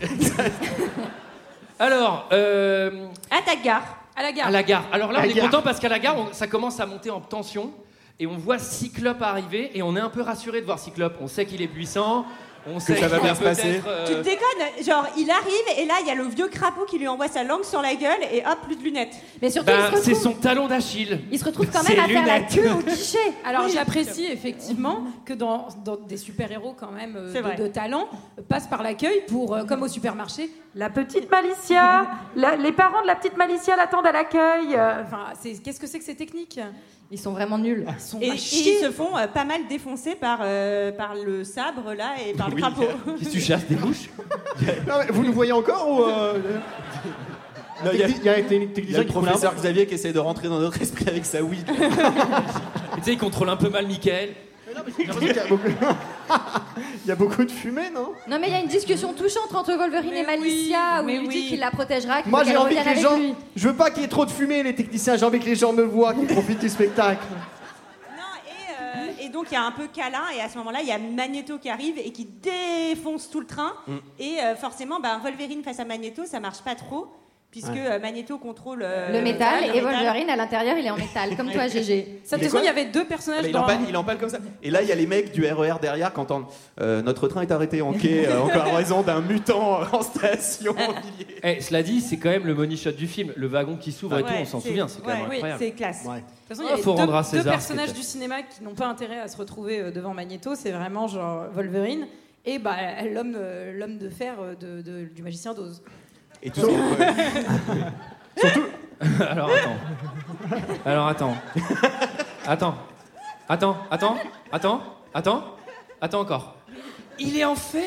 Speaker 6: Alors, euh,
Speaker 10: À ta gare.
Speaker 7: À la gare.
Speaker 6: à la gare. Alors là,
Speaker 7: La
Speaker 6: on est
Speaker 7: gare.
Speaker 6: content parce qu'à la gare, on- ça commence à monter en tension et on voit Cyclope arriver et on est un peu rassuré de voir Cyclope. On sait qu'il est puissant, on sait
Speaker 3: ça va
Speaker 6: qu'il
Speaker 3: bien
Speaker 6: peut
Speaker 3: se passer.
Speaker 6: être, euh,
Speaker 10: Tu te déconnes Genre, il arrive et là, il y a le vieux crapaud qui lui envoie sa langue sur la gueule et hop, plus de lunettes.
Speaker 8: Mais
Speaker 6: bah, c'est son talon d'Achille.
Speaker 8: Il se retrouve
Speaker 6: quand même Ses à faire la lunettes. queue au
Speaker 8: guichet.
Speaker 7: Alors
Speaker 8: Oui.
Speaker 7: j'apprécie effectivement que dans, dans des super-héros quand même euh,
Speaker 10: C'est vrai.
Speaker 7: de, de talent euh, passent par l'accueil pour, euh, comme au supermarché, la petite Malicia, la- les parents de la petite Malicia l'attendent à l'accueil. Euh, Enfin, c'est- qu'est-ce que c'est que ces techniques
Speaker 8: Ils sont vraiment nuls.
Speaker 10: Et,
Speaker 7: à
Speaker 10: et
Speaker 7: chier.
Speaker 10: ils se font euh, pas mal défoncer par, euh, par le sabre là et par le
Speaker 11: Oui.
Speaker 10: crapaud.
Speaker 3: Qu'est-ce que tu chasses des mouches
Speaker 11: Non, mais vous nous voyez encore ou. euh,
Speaker 3: Non, il y a-
Speaker 11: Il y a un techni-
Speaker 3: Il y a
Speaker 11: technicien
Speaker 3: le
Speaker 11: qui fout la
Speaker 3: professeur Xavier qui essaye de rentrer dans notre esprit avec sa oui.
Speaker 6: Tu sais, il contrôle un peu mal Michael.
Speaker 11: Il y a beaucoup de fumée, non
Speaker 8: Non, mais il y a une discussion touchante entre Wolverine et Malicia où il lui dit qu'il la protégera. qu'il
Speaker 11: Moi,
Speaker 8: faut
Speaker 11: j'ai
Speaker 8: qu'elle
Speaker 11: envie
Speaker 8: revienne
Speaker 11: que les
Speaker 8: avec
Speaker 11: gens.
Speaker 8: lui.
Speaker 11: Je veux pas qu'il y ait trop de fumée, les techniciens. J'ai envie que les gens me voient, qu'ils profitent du spectacle.
Speaker 10: Euh, et donc il y a un peu câlin et à ce moment-là il y a Magneto qui arrive et qui défonce tout le train
Speaker 3: Mm.
Speaker 10: et euh, forcément bah, Wolverine face à Magneto ça marche pas trop puisque
Speaker 8: Ouais.
Speaker 10: euh, Magneto contrôle euh,
Speaker 8: Le métal
Speaker 10: le
Speaker 8: et
Speaker 10: métal.
Speaker 8: Wolverine à l'intérieur, il est en métal, comme toi, GG.
Speaker 7: Ça,
Speaker 3: de toute façon, il y avait
Speaker 7: deux personnages
Speaker 3: Mais il, empale, il empale comme ça. Et là, il y a les mecs du RER derrière qui entendent euh, Notre train est arrêté en quai, euh, encore en raison d'un mutant euh, en station.
Speaker 6: Eh, cela dit, c'est quand même le money shot du film. Le wagon qui s'ouvre
Speaker 7: Ah
Speaker 6: et tout, on s'en souvient, c'est quand même incroyable.
Speaker 10: classe.
Speaker 7: De toute façon,
Speaker 6: Ah,
Speaker 7: il y avait
Speaker 6: faut
Speaker 7: deux,
Speaker 6: rendre à
Speaker 7: deux
Speaker 6: César ce
Speaker 7: personnages
Speaker 6: qui est-
Speaker 7: du cinéma qui n'ont pas intérêt à se retrouver euh, devant Magneto. C'est vraiment genre Wolverine et bah, l'homme euh, l'homme de fer euh, de- de- du magicien d'Oz.
Speaker 3: Et tout Surtout.
Speaker 6: Alors attends. Alors attends. Attends. Attends, attends, attends, attends, attends encore. Il est en fer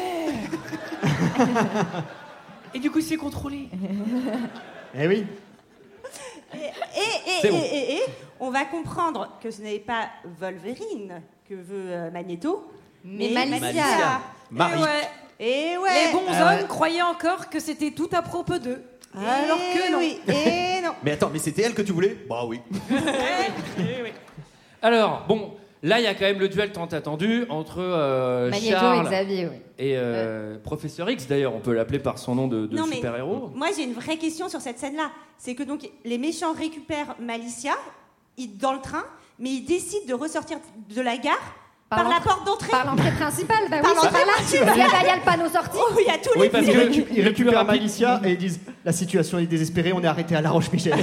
Speaker 6: Et du coup, il s'est contrôlé.
Speaker 11: Eh oui.
Speaker 10: et, et,
Speaker 6: C'est
Speaker 10: et,
Speaker 6: bon.
Speaker 10: et- et- et on va comprendre que ce n'est pas Wolverine que veut euh, Magneto
Speaker 7: Mais
Speaker 10: mais,
Speaker 7: Malicia.
Speaker 10: Malicia
Speaker 7: Marie. Eh ouais.
Speaker 10: et ouais
Speaker 7: Les bons
Speaker 3: Ah ouais.
Speaker 7: hommes croyaient encore que c'était tout à propos d'eux. Alors
Speaker 10: Eh
Speaker 7: que non.
Speaker 10: oui, eh non.
Speaker 3: Mais attends, mais c'était elle que tu voulais Bah oui.
Speaker 6: Alors, bon, là, il y a quand même le duel tant attendu entre euh,
Speaker 8: Magneto
Speaker 6: Charles
Speaker 8: et Xavier, oui.
Speaker 6: et euh, Professeur X, d'ailleurs, on peut l'appeler par son nom de, de
Speaker 10: Non, mais
Speaker 6: super-héros.
Speaker 10: Moi, j'ai une vraie question sur cette scène-là. C'est que donc les méchants récupèrent Malicia ils- dans le train, mais ils décident de ressortir de la gare par, la
Speaker 8: l'entrée-
Speaker 10: porte d'entrée.
Speaker 8: Par l'entrée principale, bah oui,
Speaker 10: Par
Speaker 8: c'est
Speaker 10: l'entrée
Speaker 8: pas là.
Speaker 10: principale.
Speaker 8: Parce que là, il y a le panneau sorti.
Speaker 10: Oh, il y a tous
Speaker 11: Oui,
Speaker 10: les
Speaker 11: parce
Speaker 10: films.
Speaker 11: qu'ils récu- ils récupèrent Malicia et ils disent La situation est désespérée, on est arrêté à La Roche-Michel.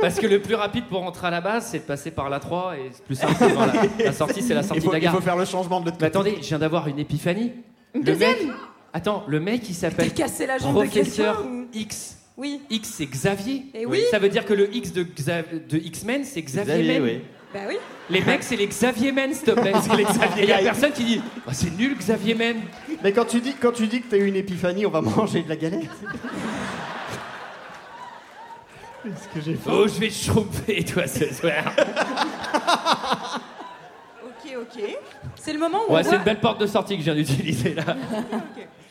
Speaker 6: Parce que le plus rapide pour rentrer à la base, c'est de passer par la 3 et c'est plus simple. c'est devant la, la sortie, c'est la sortie
Speaker 3: Il faut-
Speaker 6: de la gare.
Speaker 3: il faut faire le changement de l'autre
Speaker 6: Mais attendez, je viens d'avoir une épiphanie. Une
Speaker 7: deuxième
Speaker 6: Attends, le mec, il s'appelle
Speaker 7: T'as cassé la jambe de
Speaker 6: Professeur
Speaker 7: quelqu'un, ou-
Speaker 6: X.
Speaker 7: Oui.
Speaker 6: X, c'est Xavier.
Speaker 7: Eh oui.
Speaker 6: Ça veut dire que le X de, Xav- de X-Men, c'est Xavier, Men.
Speaker 7: Bah oui.
Speaker 6: Les mecs, c'est les Xavier Men, s'il te plaît.
Speaker 11: C'est les Xavier
Speaker 6: Et Il y a
Speaker 11: Men.
Speaker 6: personne qui dit Oh, c'est nul, Xavier Men.
Speaker 11: Mais quand tu dis, quand tu dis que t'as eu une épiphanie, on va manger de la galette. Qu'est-ce que j'ai fait
Speaker 6: Oh, je vais te choper, toi, ce soir.
Speaker 10: Ok, ok.
Speaker 7: C'est le moment où on
Speaker 6: Ouais, c'est
Speaker 7: voit...
Speaker 6: une belle porte de sortie que je viens d'utiliser là.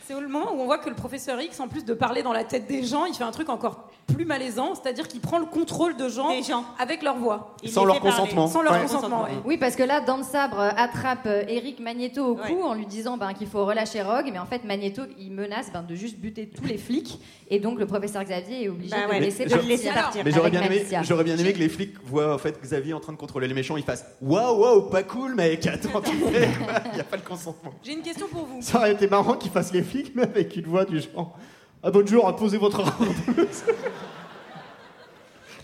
Speaker 7: C'est le moment où on voit que le professeur X, en plus de parler dans la tête des gens, il fait un truc encore plus malaisant, c'est-à-dire qu'il prend le contrôle de gens, avec leur voix.
Speaker 3: Il Sans les leur fait parler. consentement.
Speaker 7: Sans leur
Speaker 3: Ouais.
Speaker 7: consentement, ouais.
Speaker 8: Oui, parce que là, Dan Sabre euh, attrape euh, Eric Magneto au cou en lui disant ben, qu'il faut relâcher Rogue, mais en fait, Magneto, il menace ben, de juste buter tous les flics, et donc le professeur Xavier est obligé
Speaker 10: Bah
Speaker 8: de
Speaker 10: ouais.
Speaker 8: le laisser
Speaker 3: Mais
Speaker 8: de
Speaker 3: je- Mais j'aurais bien, aimé, j'aurais bien aimé que les flics voient en fait Xavier en train de contrôler les méchants, ils fassent Waouh, waouh, pas cool, mec, attends, tu fais quoi Il n'y a pas le consentement.
Speaker 7: J'ai une question pour vous.
Speaker 11: Ça aurait été marrant qu'ils fassent les flics, mais avec une voix du genre Ah, bonjour, jour, posez votre rendez-vous.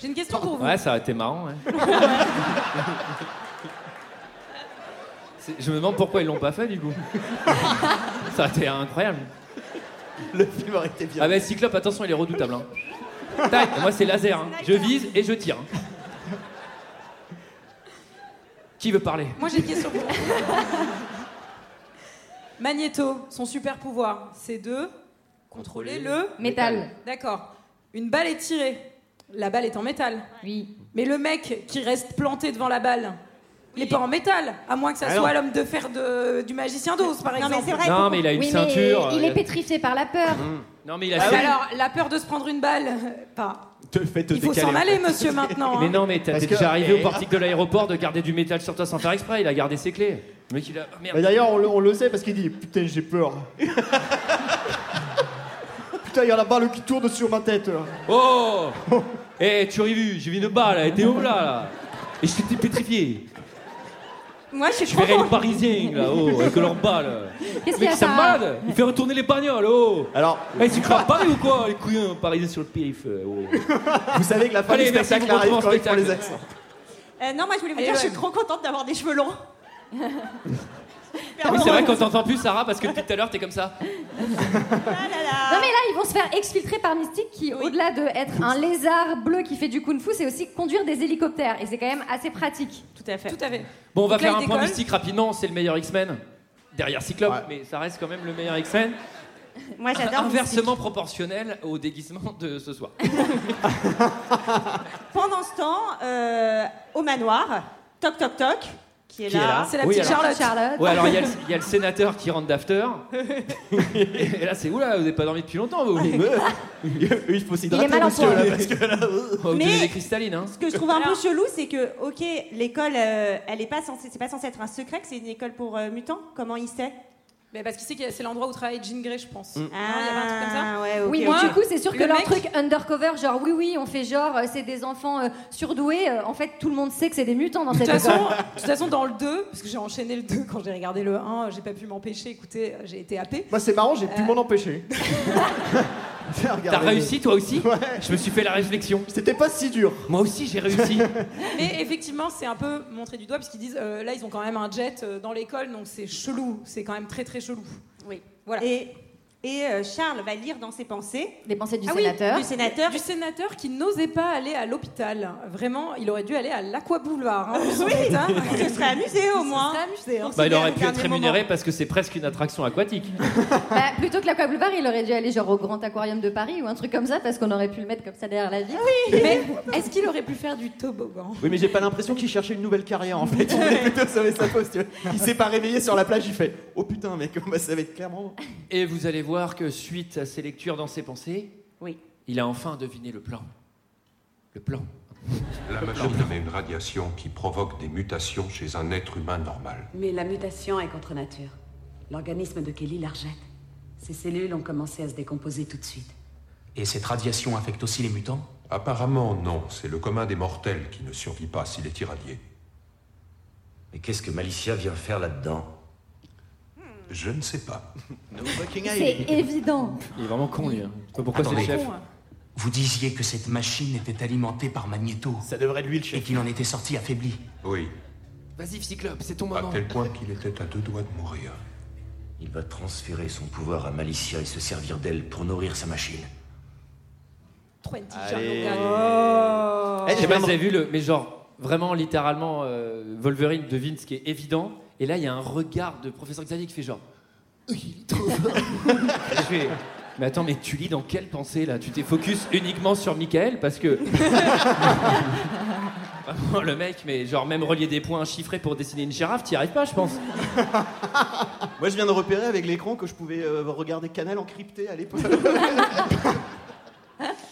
Speaker 7: J'ai une question pour vous.
Speaker 6: Ouais, ça a été marrant. hein. C'est- Je me demande pourquoi ils l'ont pas fait du coup. Ça a été incroyable.
Speaker 3: Le film aurait été bien.
Speaker 6: Ah bah Cyclope, attention, il est redoutable. hein. Tac, moi c'est laser. hein. Je vise et je tire. hein. Qui veut parler
Speaker 7: Moi j'ai une question. Magneto, son super pouvoir, c'est de contrôler le
Speaker 8: Métal.
Speaker 7: D'accord. Une balle est tirée. La balle est en métal.
Speaker 8: Oui.
Speaker 7: Mais le mec qui reste planté devant la balle, il n'est pas en métal, à moins que ça
Speaker 6: Ah
Speaker 7: soit
Speaker 6: non.
Speaker 7: l'homme de fer de- du magicien d'Oz, par exemple.
Speaker 6: c'est vrai, Non, mais il a une Oui, mais ceinture, il
Speaker 8: Il
Speaker 6: euh,
Speaker 8: est pétrifié par la peur.
Speaker 3: Mm.
Speaker 6: Non mais il a
Speaker 7: Ah
Speaker 6: su-
Speaker 7: oui. Alors, la peur de se prendre une balle, euh, pas.
Speaker 3: Te fais te
Speaker 7: Il faut
Speaker 6: décaler,
Speaker 7: s'en
Speaker 6: en fait.
Speaker 7: aller, monsieur, maintenant.
Speaker 6: Mais
Speaker 7: hein.
Speaker 6: non, mais t'as-
Speaker 11: Parce
Speaker 6: t'es
Speaker 11: que-
Speaker 6: déjà arrivé
Speaker 11: Eh,
Speaker 6: au portique de l'aéroport de garder du métal sur toi sans faire exprès. Il a gardé ses clés. Le mec, il a. Ah, merde.
Speaker 11: Mais d'ailleurs, on, le- on le sait parce qu'il dit Putain, j'ai peur. Putain, il y a la balle qui tourne sur ma tête. là.
Speaker 6: Oh Eh, tu as vu J'ai vu une balle, elle était où là, là Et j'étais pétrifié.
Speaker 7: Moi, je suis
Speaker 6: Je verrais
Speaker 7: trop
Speaker 6: les Parisiens là, oh, avec leurs balles.
Speaker 7: Qu'est-ce qu'il
Speaker 6: Mais
Speaker 7: y a,
Speaker 6: ça
Speaker 7: ça
Speaker 6: malade Il fait retourner les bagnoles, oh
Speaker 3: Alors.
Speaker 6: Eh, tu crois à Paris ou quoi, les couillons Parisiens sur le pif, euh, oh.
Speaker 3: Vous savez que la fin
Speaker 6: Allez,
Speaker 3: du
Speaker 6: merci,
Speaker 3: spectacle
Speaker 6: vous
Speaker 3: arrive
Speaker 6: retrouvez
Speaker 3: quand
Speaker 6: en
Speaker 3: ils font les
Speaker 6: spectacle.
Speaker 3: accents.
Speaker 10: Euh, non, moi je voulais vous
Speaker 7: Allez,
Speaker 10: dire, je suis
Speaker 7: Loane.
Speaker 10: trop contente d'avoir des cheveux longs.
Speaker 6: Ah Oui, c'est vrai qu'on t'entend plus, Sarah, parce que depuis tout à l'heure, t'es comme ça.
Speaker 8: Non mais là ils vont se faire exfiltrer par Mystique qui au-delà de être un lézard bleu qui fait du kung-fu, c'est aussi conduire des hélicoptères et c'est quand même assez pratique.
Speaker 10: Tout à fait.
Speaker 7: Tout à fait.
Speaker 6: Bon, on va
Speaker 7: Donc là, il
Speaker 6: faire un point
Speaker 7: décolle.
Speaker 6: mystique rapidement, c'est le meilleur X-Men. Derrière Cyclope, mais ça reste quand même le meilleur X-Men.
Speaker 10: Moi j'adore.
Speaker 6: Inversement proportionnel au déguisement de ce soir.
Speaker 10: Pendant ce temps, euh, au manoir, toc toc toc, qui est
Speaker 6: Qui est
Speaker 10: là.
Speaker 6: là C'est la Oui, petite alors- Charlotte.
Speaker 8: Charlotte.
Speaker 6: Ouais, alors il y, a le- il y a le sénateur qui rentre d'after. Et là, c'est oula, vous n'avez pas dormi depuis longtemps, vous.
Speaker 3: Eux, il faut
Speaker 10: Il est mal en
Speaker 6: monsieur,
Speaker 10: point.
Speaker 6: là, parce que là, on va vous
Speaker 10: Mais-
Speaker 6: donner des cristallines, hein.
Speaker 10: Ce que je trouve un peu chelou, c'est que, ok, l'école, euh, elle est pas censée, c'est pas censé être un secret que c'est une école pour euh, mutants. Comment il sait
Speaker 7: Mais parce qu'il sait que c'est l'endroit où travaille Jean Grey, je pense.
Speaker 10: Mm.
Speaker 7: Non, il y avait un truc comme ça.
Speaker 10: Ah, ouais, ok,
Speaker 8: oui, mais
Speaker 7: Moi,
Speaker 8: du coup, c'est sûr que
Speaker 7: le
Speaker 8: leur
Speaker 7: mec-
Speaker 8: truc undercover, genre oui, oui, on fait genre euh, c'est des enfants euh, surdoués, euh, en fait tout le monde sait que c'est des mutants dans
Speaker 7: De
Speaker 8: cette
Speaker 7: toute, façon,
Speaker 8: école.
Speaker 7: de toute façon, dans le 2, parce que j'ai enchaîné le 2 quand j'ai regardé le 1, j'ai pas pu m'empêcher, écoutez, euh, j'ai été happée.
Speaker 11: Moi, c'est marrant, j'ai pu m'en empêcher.
Speaker 6: T'as réussi toi aussi Je me suis fait la réflexion.
Speaker 11: C'était pas si dur.
Speaker 6: Moi aussi j'ai réussi.
Speaker 7: Mais effectivement, c'est un peu montré du doigt, parce qu'ils disent, euh, là, ils ont quand même un jet euh, dans l'école, donc c'est chelou, c'est quand même très très chelou.
Speaker 10: Oui. Voilà. Et, et euh, Charles va lire dans ses pensées.
Speaker 8: Les pensées du
Speaker 7: Ah oui,
Speaker 8: sénateur.
Speaker 7: du sénateur. Du sénateur qui n'osait pas aller à l'hôpital. Vraiment, il aurait dû aller à l'Aquaboulevard. Hein, oui,
Speaker 10: il se serait amusé au moins.
Speaker 7: Il se serait amusé. hein.
Speaker 6: Bah, il aurait pu être rémunéré parce que c'est presque une attraction aquatique.
Speaker 8: Bah, plutôt que l'Aqua Boulevard, il aurait dû aller genre au Grand Aquarium de Paris ou un truc comme ça parce qu'on aurait pu le mettre comme ça derrière la vie.
Speaker 7: Ah Oui. Mais est-ce qu'il aurait pu faire du toboggan
Speaker 3: Oui, mais j'ai pas l'impression qu'il cherchait une nouvelle carrière en fait. Il voulait plutôt sauver sa poste. tu vois. Il s'est pas réveillé sur la plage, il fait Oh putain, mec, bah, ça va être clairement.
Speaker 6: Et vous allez voir que suite à ses lectures dans ses pensées,
Speaker 10: Oui.
Speaker 6: il a enfin deviné le plan. Le plan.
Speaker 23: La machine est une radiation qui provoque des mutations chez un être humain normal.
Speaker 24: Mais la mutation est contre nature. L'organisme de Kelly la rejette. Ses cellules ont commencé à se décomposer tout de suite.
Speaker 17: Et cette radiation affecte aussi les mutants
Speaker 23: Apparemment, non. C'est le commun des mortels qui ne survit pas s'il est irradié.
Speaker 5: Mais qu'est-ce que Malicia vient faire là-dedans
Speaker 23: Je ne sais pas.
Speaker 8: C'est évident.
Speaker 6: Il est vraiment con lui. hein. Je sais pas pourquoi c'est le
Speaker 17: Attendez.
Speaker 6: chef.
Speaker 17: Vous disiez que cette machine était alimentée par Magneto. Ça devrait être lui le chef. Et qu'il en était sorti affaibli.
Speaker 23: Oui,
Speaker 6: Vas-y Cyclope, c'est ton
Speaker 23: à
Speaker 6: moment.
Speaker 23: tel point qu'il était à deux doigts de mourir.
Speaker 5: Il va transférer son pouvoir à Malicia et se servir d'elle pour nourrir sa machine.
Speaker 7: 20
Speaker 3: Allez.
Speaker 7: Charles
Speaker 6: Eh, je sais pas si vous avez vu le, mais genre vraiment littéralement euh, Wolverine devine ce qui est évident. Et là il y a un regard de professeur Xavier qui fait genre. Oui, il est trop fort. Et je fais, Mais attends, mais tu lis dans quelle pensée là Tu t'es focus uniquement sur Michael parce que. Vraiment, le mec, mais genre même relier des points chiffrés pour dessiner une girafe, t'y arrives pas, je pense.
Speaker 3: Moi, je viens de repérer avec l'écran que je pouvais euh, regarder Canal encrypté à l'époque.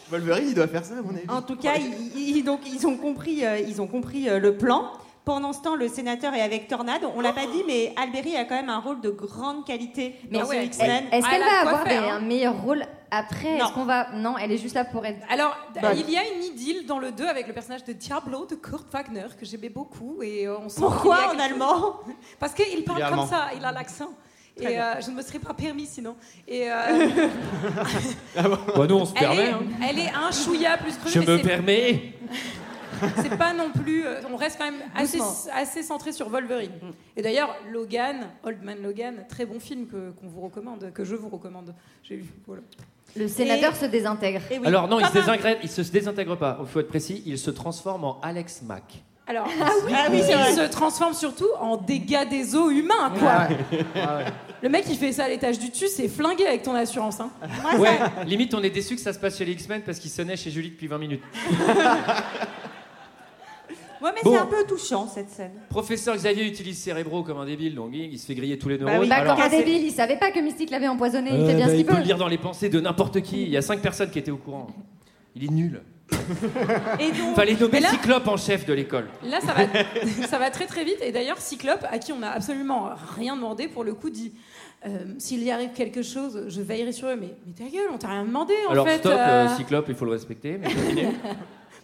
Speaker 3: Wolverine, il doit faire ça, à mon avis.
Speaker 10: En tout cas, ils, ils- donc, ils ont compris, euh, ils ont compris euh, le plan. Pendant ce temps, le sénateur est avec Tornade. On l'a pas dit, mais Alberi a quand même un rôle de grande qualité
Speaker 8: Mais
Speaker 10: dans ce
Speaker 8: est-
Speaker 10: X-Men.
Speaker 8: est-ce qu'elle
Speaker 10: Elle a de
Speaker 8: va
Speaker 10: quoi
Speaker 8: avoir
Speaker 10: faire,
Speaker 8: des-
Speaker 10: hein.
Speaker 8: un meilleur rôle après Est-ce qu'on va Non, elle est juste là pour être.
Speaker 7: Alors, euh,
Speaker 8: Bah.
Speaker 7: il y a une idylle dans le 2 avec le personnage de Diablo de Kurt Wagner que j'aimais beaucoup et euh, on sent
Speaker 10: Pourquoi
Speaker 7: qu'il y a
Speaker 10: en
Speaker 7: quelque chose-
Speaker 10: allemand
Speaker 7: Parce qu'il parle
Speaker 10: Il est
Speaker 7: comme
Speaker 10: allemand.
Speaker 7: ça, il a l'accent.
Speaker 10: Très
Speaker 7: Et
Speaker 10: bien.
Speaker 7: euh, je ne me serais pas permis sinon. Et euh,
Speaker 6: Bah nous on se
Speaker 7: elle,
Speaker 6: permet.
Speaker 7: est,
Speaker 6: hein.
Speaker 7: elle est un chouïa plus creux.
Speaker 6: Je
Speaker 7: mais
Speaker 6: me
Speaker 7: c'est-
Speaker 6: permets.
Speaker 7: c'est pas non plus. euh, On reste quand même assez, assez centré sur Wolverine. Et d'ailleurs, Logan, Old Man Logan, très bon film que- qu'on vous recommande, que je vous recommande. J'ai vu. Voilà.
Speaker 8: Le sénateur
Speaker 7: Et-
Speaker 8: se désintègre.
Speaker 6: Alors non, il se, désintègre, il se désintègre pas, il faut être précis, il se transforme en Alex Mack.
Speaker 7: Alors,
Speaker 6: oui. Ah oui, c'est vrai.
Speaker 7: il se transforme surtout en dégâts des eaux humains, quoi. Le mec, il fait ça à l'étage du dessus, c'est flingué avec ton assurance. Hein.
Speaker 6: Ouais, limite on est déçu que ça se passe chez les X-Men parce qu'il sonnait chez Julie depuis 20 minutes.
Speaker 10: Ouais, mais
Speaker 6: Bon.
Speaker 10: c'est un peu touchant cette scène.
Speaker 6: Professeur Xavier utilise Cérébro comme un débile, donc il il se fait griller tous les
Speaker 8: Bah,
Speaker 6: neurones.
Speaker 8: quand
Speaker 6: Alors-
Speaker 8: un débile, il savait pas que Mystique l'avait empoisonné, il
Speaker 6: Euh,
Speaker 8: fait bien
Speaker 6: bah,
Speaker 8: ce
Speaker 6: il
Speaker 8: qu'il
Speaker 6: peut
Speaker 8: peut.
Speaker 6: le lire dans les pensées de n'importe qui. Il y a cinq personnes qui étaient au courant. Il est nul.
Speaker 7: Et donc,
Speaker 6: Fallait nommer
Speaker 7: mais là,
Speaker 6: Cyclope en chef de l'école.
Speaker 7: là, ça va, ça va très très vite. Et d'ailleurs, Cyclope, à qui on n'a absolument rien demandé, pour le coup, dit euh, s'il y arrive quelque chose, je veillerai sur eux. Mais, mais ta gueule, on t'a rien demandé en
Speaker 6: Alors
Speaker 7: fait.
Speaker 6: stop,
Speaker 7: euh.
Speaker 6: euh, Cyclope, il faut le respecter. Mais,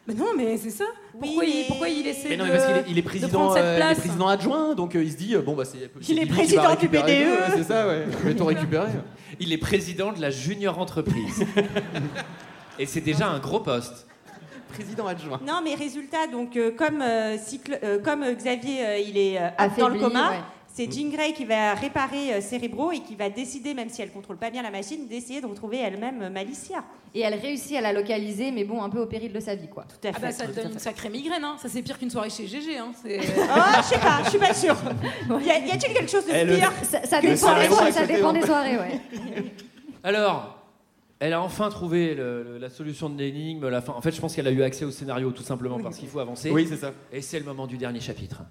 Speaker 7: Mais non, mais c'est ça. Pourquoi, il, pourquoi il essaie
Speaker 3: Mais non,
Speaker 7: de,
Speaker 3: mais parce qu'il est, il est
Speaker 7: de
Speaker 3: président,
Speaker 7: prendre cette
Speaker 3: euh, il est
Speaker 7: place
Speaker 3: président adjoint, donc euh, il se dit euh, bon bah c'est. c'est
Speaker 7: est
Speaker 3: lui qui va
Speaker 7: président du BDE.
Speaker 3: récupérer
Speaker 8: E.
Speaker 3: tout, ouais, C'est ça, ouais. Je vais tout récupérer.
Speaker 6: Il est président de la junior entreprise. Et c'est déjà un gros poste.
Speaker 3: Président adjoint.
Speaker 10: Non, mais résultat, donc euh, comme, euh, Cyclo- euh, comme euh, Xavier, euh, il est euh, up dans le
Speaker 8: Affaibli,
Speaker 10: coma,
Speaker 8: ouais.
Speaker 10: c'est Jean Grey qui va réparer euh, Cérébro et qui va décider, même si elle contrôle pas bien la machine, d'essayer de retrouver elle-même euh, Malicia.
Speaker 8: Et elle réussit à la localiser, mais bon, un peu au péril de sa vie, quoi.
Speaker 10: Tout à
Speaker 7: Ah bah ça te donne une sacrée migraine, hein. ça c'est pire qu'une soirée chez GG. Hein. C'est-
Speaker 10: Ah, je sais pas, je suis pas sûre. Y a- y a-t-il quelque chose de
Speaker 6: Eh, le-
Speaker 3: euh,
Speaker 10: pire
Speaker 8: Ça, ça
Speaker 6: Que
Speaker 8: dépend,
Speaker 6: ça
Speaker 8: des
Speaker 6: reste
Speaker 8: soirées,
Speaker 6: à
Speaker 8: ça
Speaker 6: côté,
Speaker 8: dépend
Speaker 6: hein.
Speaker 8: des soirées, ouais.
Speaker 6: Alors, elle a enfin trouvé le- le- la solution de l'énigme. La fin. En fait, je pense qu'elle a eu accès au scénario tout simplement parce qu'il faut avancer.
Speaker 3: Oui, c'est ça.
Speaker 6: Et c'est le moment du dernier chapitre.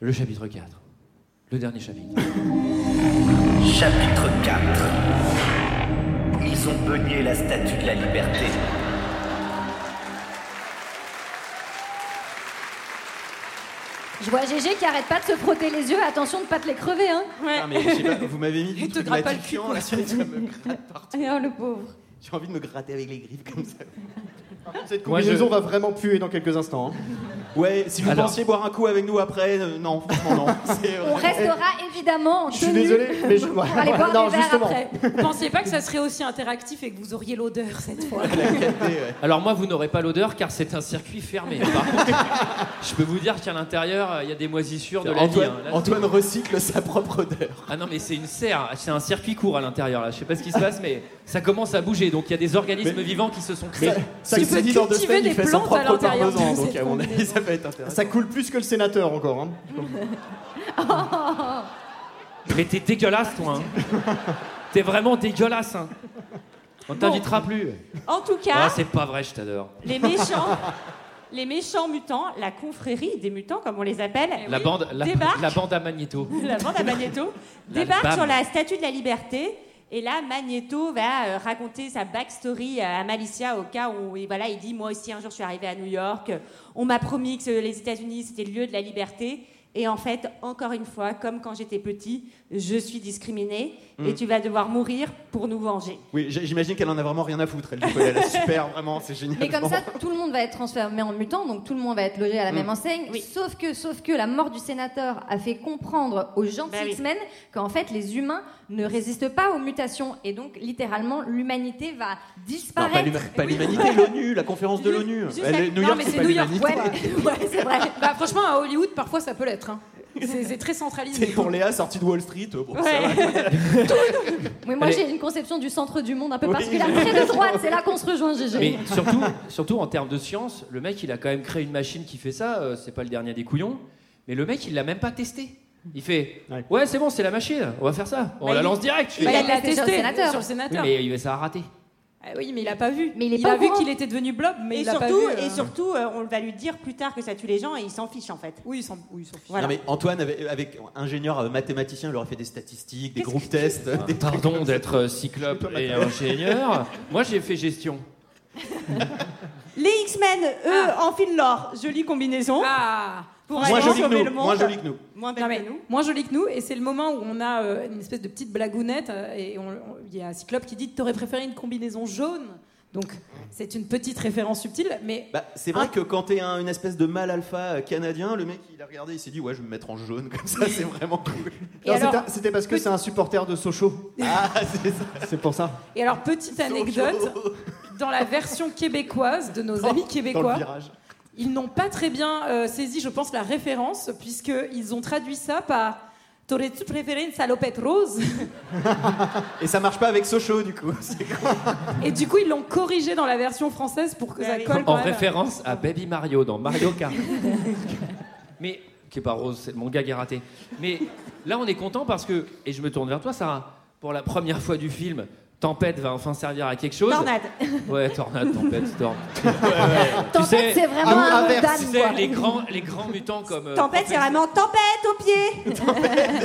Speaker 6: Le chapitre 4. Le dernier chapitre.
Speaker 16: Chapitre 4 Ils ont peigné la statue de la liberté.
Speaker 8: Je vois GG qui arrête pas de se frotter les yeux, attention de pas te les crever, hein.
Speaker 3: Non, mais je sais pas, vous m'avez mis du
Speaker 8: te
Speaker 3: truc
Speaker 8: gratte pas le
Speaker 3: gratifiant,
Speaker 8: cul, quoi.
Speaker 3: là, ça me gratte partout.
Speaker 10: Ah,
Speaker 8: Oh, le pauvre.
Speaker 3: J'ai envie de me gratter avec les griffes comme ça.
Speaker 9: Cette
Speaker 3: Moi, je-
Speaker 9: combinaison va vraiment puer dans quelques instants.
Speaker 11: hein.
Speaker 3: Ouais, si vous
Speaker 9: Alors.
Speaker 3: pensiez boire un coup avec nous après, euh, non, franchement non. C'est, euh,
Speaker 8: On restera évidemment en
Speaker 9: Je suis
Speaker 8: tenue
Speaker 9: désolé, mais je-
Speaker 8: pour aller boire
Speaker 9: Non,
Speaker 8: des verres
Speaker 9: justement.
Speaker 8: après.
Speaker 7: Vous pensiez pas que ça serait aussi interactif et que vous auriez l'odeur cette fois
Speaker 6: Alors moi, vous n'aurez pas l'odeur car c'est un circuit fermé. Par contre, je peux vous dire qu'à l'intérieur, euh, il y a des moisissures de la
Speaker 3: Antoine,
Speaker 6: vie. hein. Là,
Speaker 3: Antoine recycle sa propre odeur.
Speaker 6: Ah non, mais c'est une serre, c'est un circuit court à l'intérieur là. Je sais pas ce qui se passe, mais ça commence à bouger. Donc il y a des organismes vivants qui se sont créés.
Speaker 9: Ça, il s'est dit dans deux semaines, il fait son propre parmesan, donc à mon avis,
Speaker 3: ça va être intéressant.
Speaker 9: Ça coule plus que le sénateur encore. Hein.
Speaker 6: Mais t'es dégueulasse, toi. hein. t'es vraiment dégueulasse. hein. On t'invitera plus.
Speaker 10: En tout
Speaker 6: Ah,
Speaker 10: cas,
Speaker 6: c'est pas vrai, je t'adore.
Speaker 10: les méchants. Les méchants mutants, la confrérie des mutants, comme on les appelle,
Speaker 7: Eh
Speaker 6: La bande, la,
Speaker 10: débarque,
Speaker 6: la bande à Magnéto.
Speaker 10: la bande à Magneto,
Speaker 6: La
Speaker 10: débarque
Speaker 6: bam.
Speaker 10: sur la statue de la liberté. Et là, Magneto va euh, raconter sa backstory à Malicia au cas où et voilà, il dit Moi aussi, un jour, je suis arrivé à New York. On m'a promis que les États-Unis, c'était le lieu de la liberté. Et en fait, encore une fois, comme quand j'étais petit, je suis discriminé
Speaker 3: Mm.
Speaker 6: Hmm.
Speaker 10: et tu vas devoir mourir pour nous venger.
Speaker 3: Oui, j- j'imagine qu'elle en a vraiment rien à foutre. Elle, du coup, elle a la super, vraiment, c'est génial.
Speaker 8: Mais comme ça, tout le monde va être transformé en mutant, donc tout le monde va être logé à la
Speaker 3: Mm.
Speaker 8: même enseigne. Sauf que, sauf que la mort du sénateur a fait comprendre aux gentils
Speaker 10: Bah oui.
Speaker 8: X-Men qu'en fait les humains ne résistent pas aux mutations et donc littéralement l'humanité va
Speaker 3: Non, pas
Speaker 8: disparaître.
Speaker 3: l'huma- pas l'humanité, l'ONU, la conférence de l'ONU. Elle est- New York, c'est pas l'humanité.
Speaker 7: ouais, c'est vrai. Bah, franchement, à Hollywood, parfois ça peut l'être. hein. C'est c'est très
Speaker 3: C'est
Speaker 7: centralisé. Bah,
Speaker 3: pour Léa, sortie de Wall Street. euh, Bon, ça
Speaker 7: Ouais.
Speaker 3: va.
Speaker 8: Oui, moi
Speaker 6: Allez.
Speaker 8: j'ai une conception du centre du monde un peu
Speaker 3: Oui.
Speaker 8: particulière, très de droite, c'est là qu'on se rejoint, GG.
Speaker 6: Mais surtout, surtout en termes de science, le mec il a quand même créé une machine qui fait ça, euh, c'est pas le dernier des couillons, mais le mec il l'a même pas testé. Il fait Ouais, c'est bon, c'est la machine, on va faire ça, on
Speaker 7: Bah,
Speaker 6: la
Speaker 7: il-
Speaker 6: lance direct. Je
Speaker 7: bah,
Speaker 6: fais,
Speaker 7: il l'a
Speaker 8: testé sur le
Speaker 7: testé
Speaker 8: sénateur.
Speaker 7: sur le sénateur.
Speaker 6: Oui, mais il- ça a raté.
Speaker 7: Ah oui, mais il a pas vu.
Speaker 8: Mais il est
Speaker 7: il
Speaker 8: pas
Speaker 7: a
Speaker 8: au
Speaker 7: vu
Speaker 8: courant.
Speaker 7: qu'il était devenu blob, mais
Speaker 10: et,
Speaker 7: il a pas
Speaker 10: surtout,
Speaker 7: vu. euh,
Speaker 10: et surtout, euh, on va lui dire plus tard que ça tue les gens et il s'en fiche en fait.
Speaker 7: Oui, il s'en fiche.
Speaker 3: Non, mais Antoine, avec, avec- ingénieur euh, mathématicien, il aurait fait des statistiques, des
Speaker 6: Qu'est-ce
Speaker 3: groupes tests.
Speaker 6: Ah, Pardon d'être euh, cyclope et ingénieur. Moi j'ai fait gestion.
Speaker 10: Les X-Men, eux,
Speaker 7: Ah.
Speaker 10: enfilent l'or. Jolie combinaison. Pour
Speaker 7: Moins
Speaker 10: aller
Speaker 7: joli que
Speaker 10: sauver
Speaker 7: nous,
Speaker 10: le monde.
Speaker 7: moins joli que nous.
Speaker 10: Moins belle
Speaker 7: Non, mais
Speaker 10: que nous.
Speaker 7: moins joli que nous, et c'est le moment où on a euh, une espèce de petite blagounette, euh, et on- on- il y a Cyclope qui dit T'aurais préféré une combinaison jaune Donc, c'est une petite référence subtile, mais.
Speaker 3: Bah, c'est vrai que quand t'es un- une espèce de mal alpha euh, canadien, le mec il a regardé, il s'est dit ouais je vais me mettre en jaune comme ça, c'est vraiment cool.
Speaker 7: Et alors-
Speaker 9: c'était- C'était parce que c'est un supporter de Sochaux.
Speaker 3: Ah, c'est ça.
Speaker 9: C'est pour ça.
Speaker 7: Et alors, petite anecdote, dans la version québécoise de nos amis
Speaker 9: Dans le
Speaker 7: québécois,
Speaker 9: virage.
Speaker 7: Ils n'ont pas très bien euh, saisi, je pense, la référence, puisqu'ils ont traduit ça par T'aurais-tu préféré une salopette rose
Speaker 3: Et ça marche pas avec Socho du coup. C'est con.
Speaker 7: Et du coup, ils l'ont corrigé dans la version française pour que ça colle. quand
Speaker 6: En
Speaker 7: même.
Speaker 6: référence à Baby Mario dans Mario Kart. Mais, qui est pas rose, c'est- mon gag est raté. Mais là, on est content parce que, et je me tourne vers toi, Sarah, pour la première fois du film, Tempête va enfin servir à quelque chose.
Speaker 25: Tornade.
Speaker 6: Ouais, tornade, tempête, storm.
Speaker 25: Tempête, c'est vraiment Amour un inverse. Dan,
Speaker 6: ah, Tu sais,
Speaker 25: quoi.
Speaker 6: les grands, les grands mutants comme. euh,
Speaker 25: Tempête, c'est vraiment tempête aux pieds.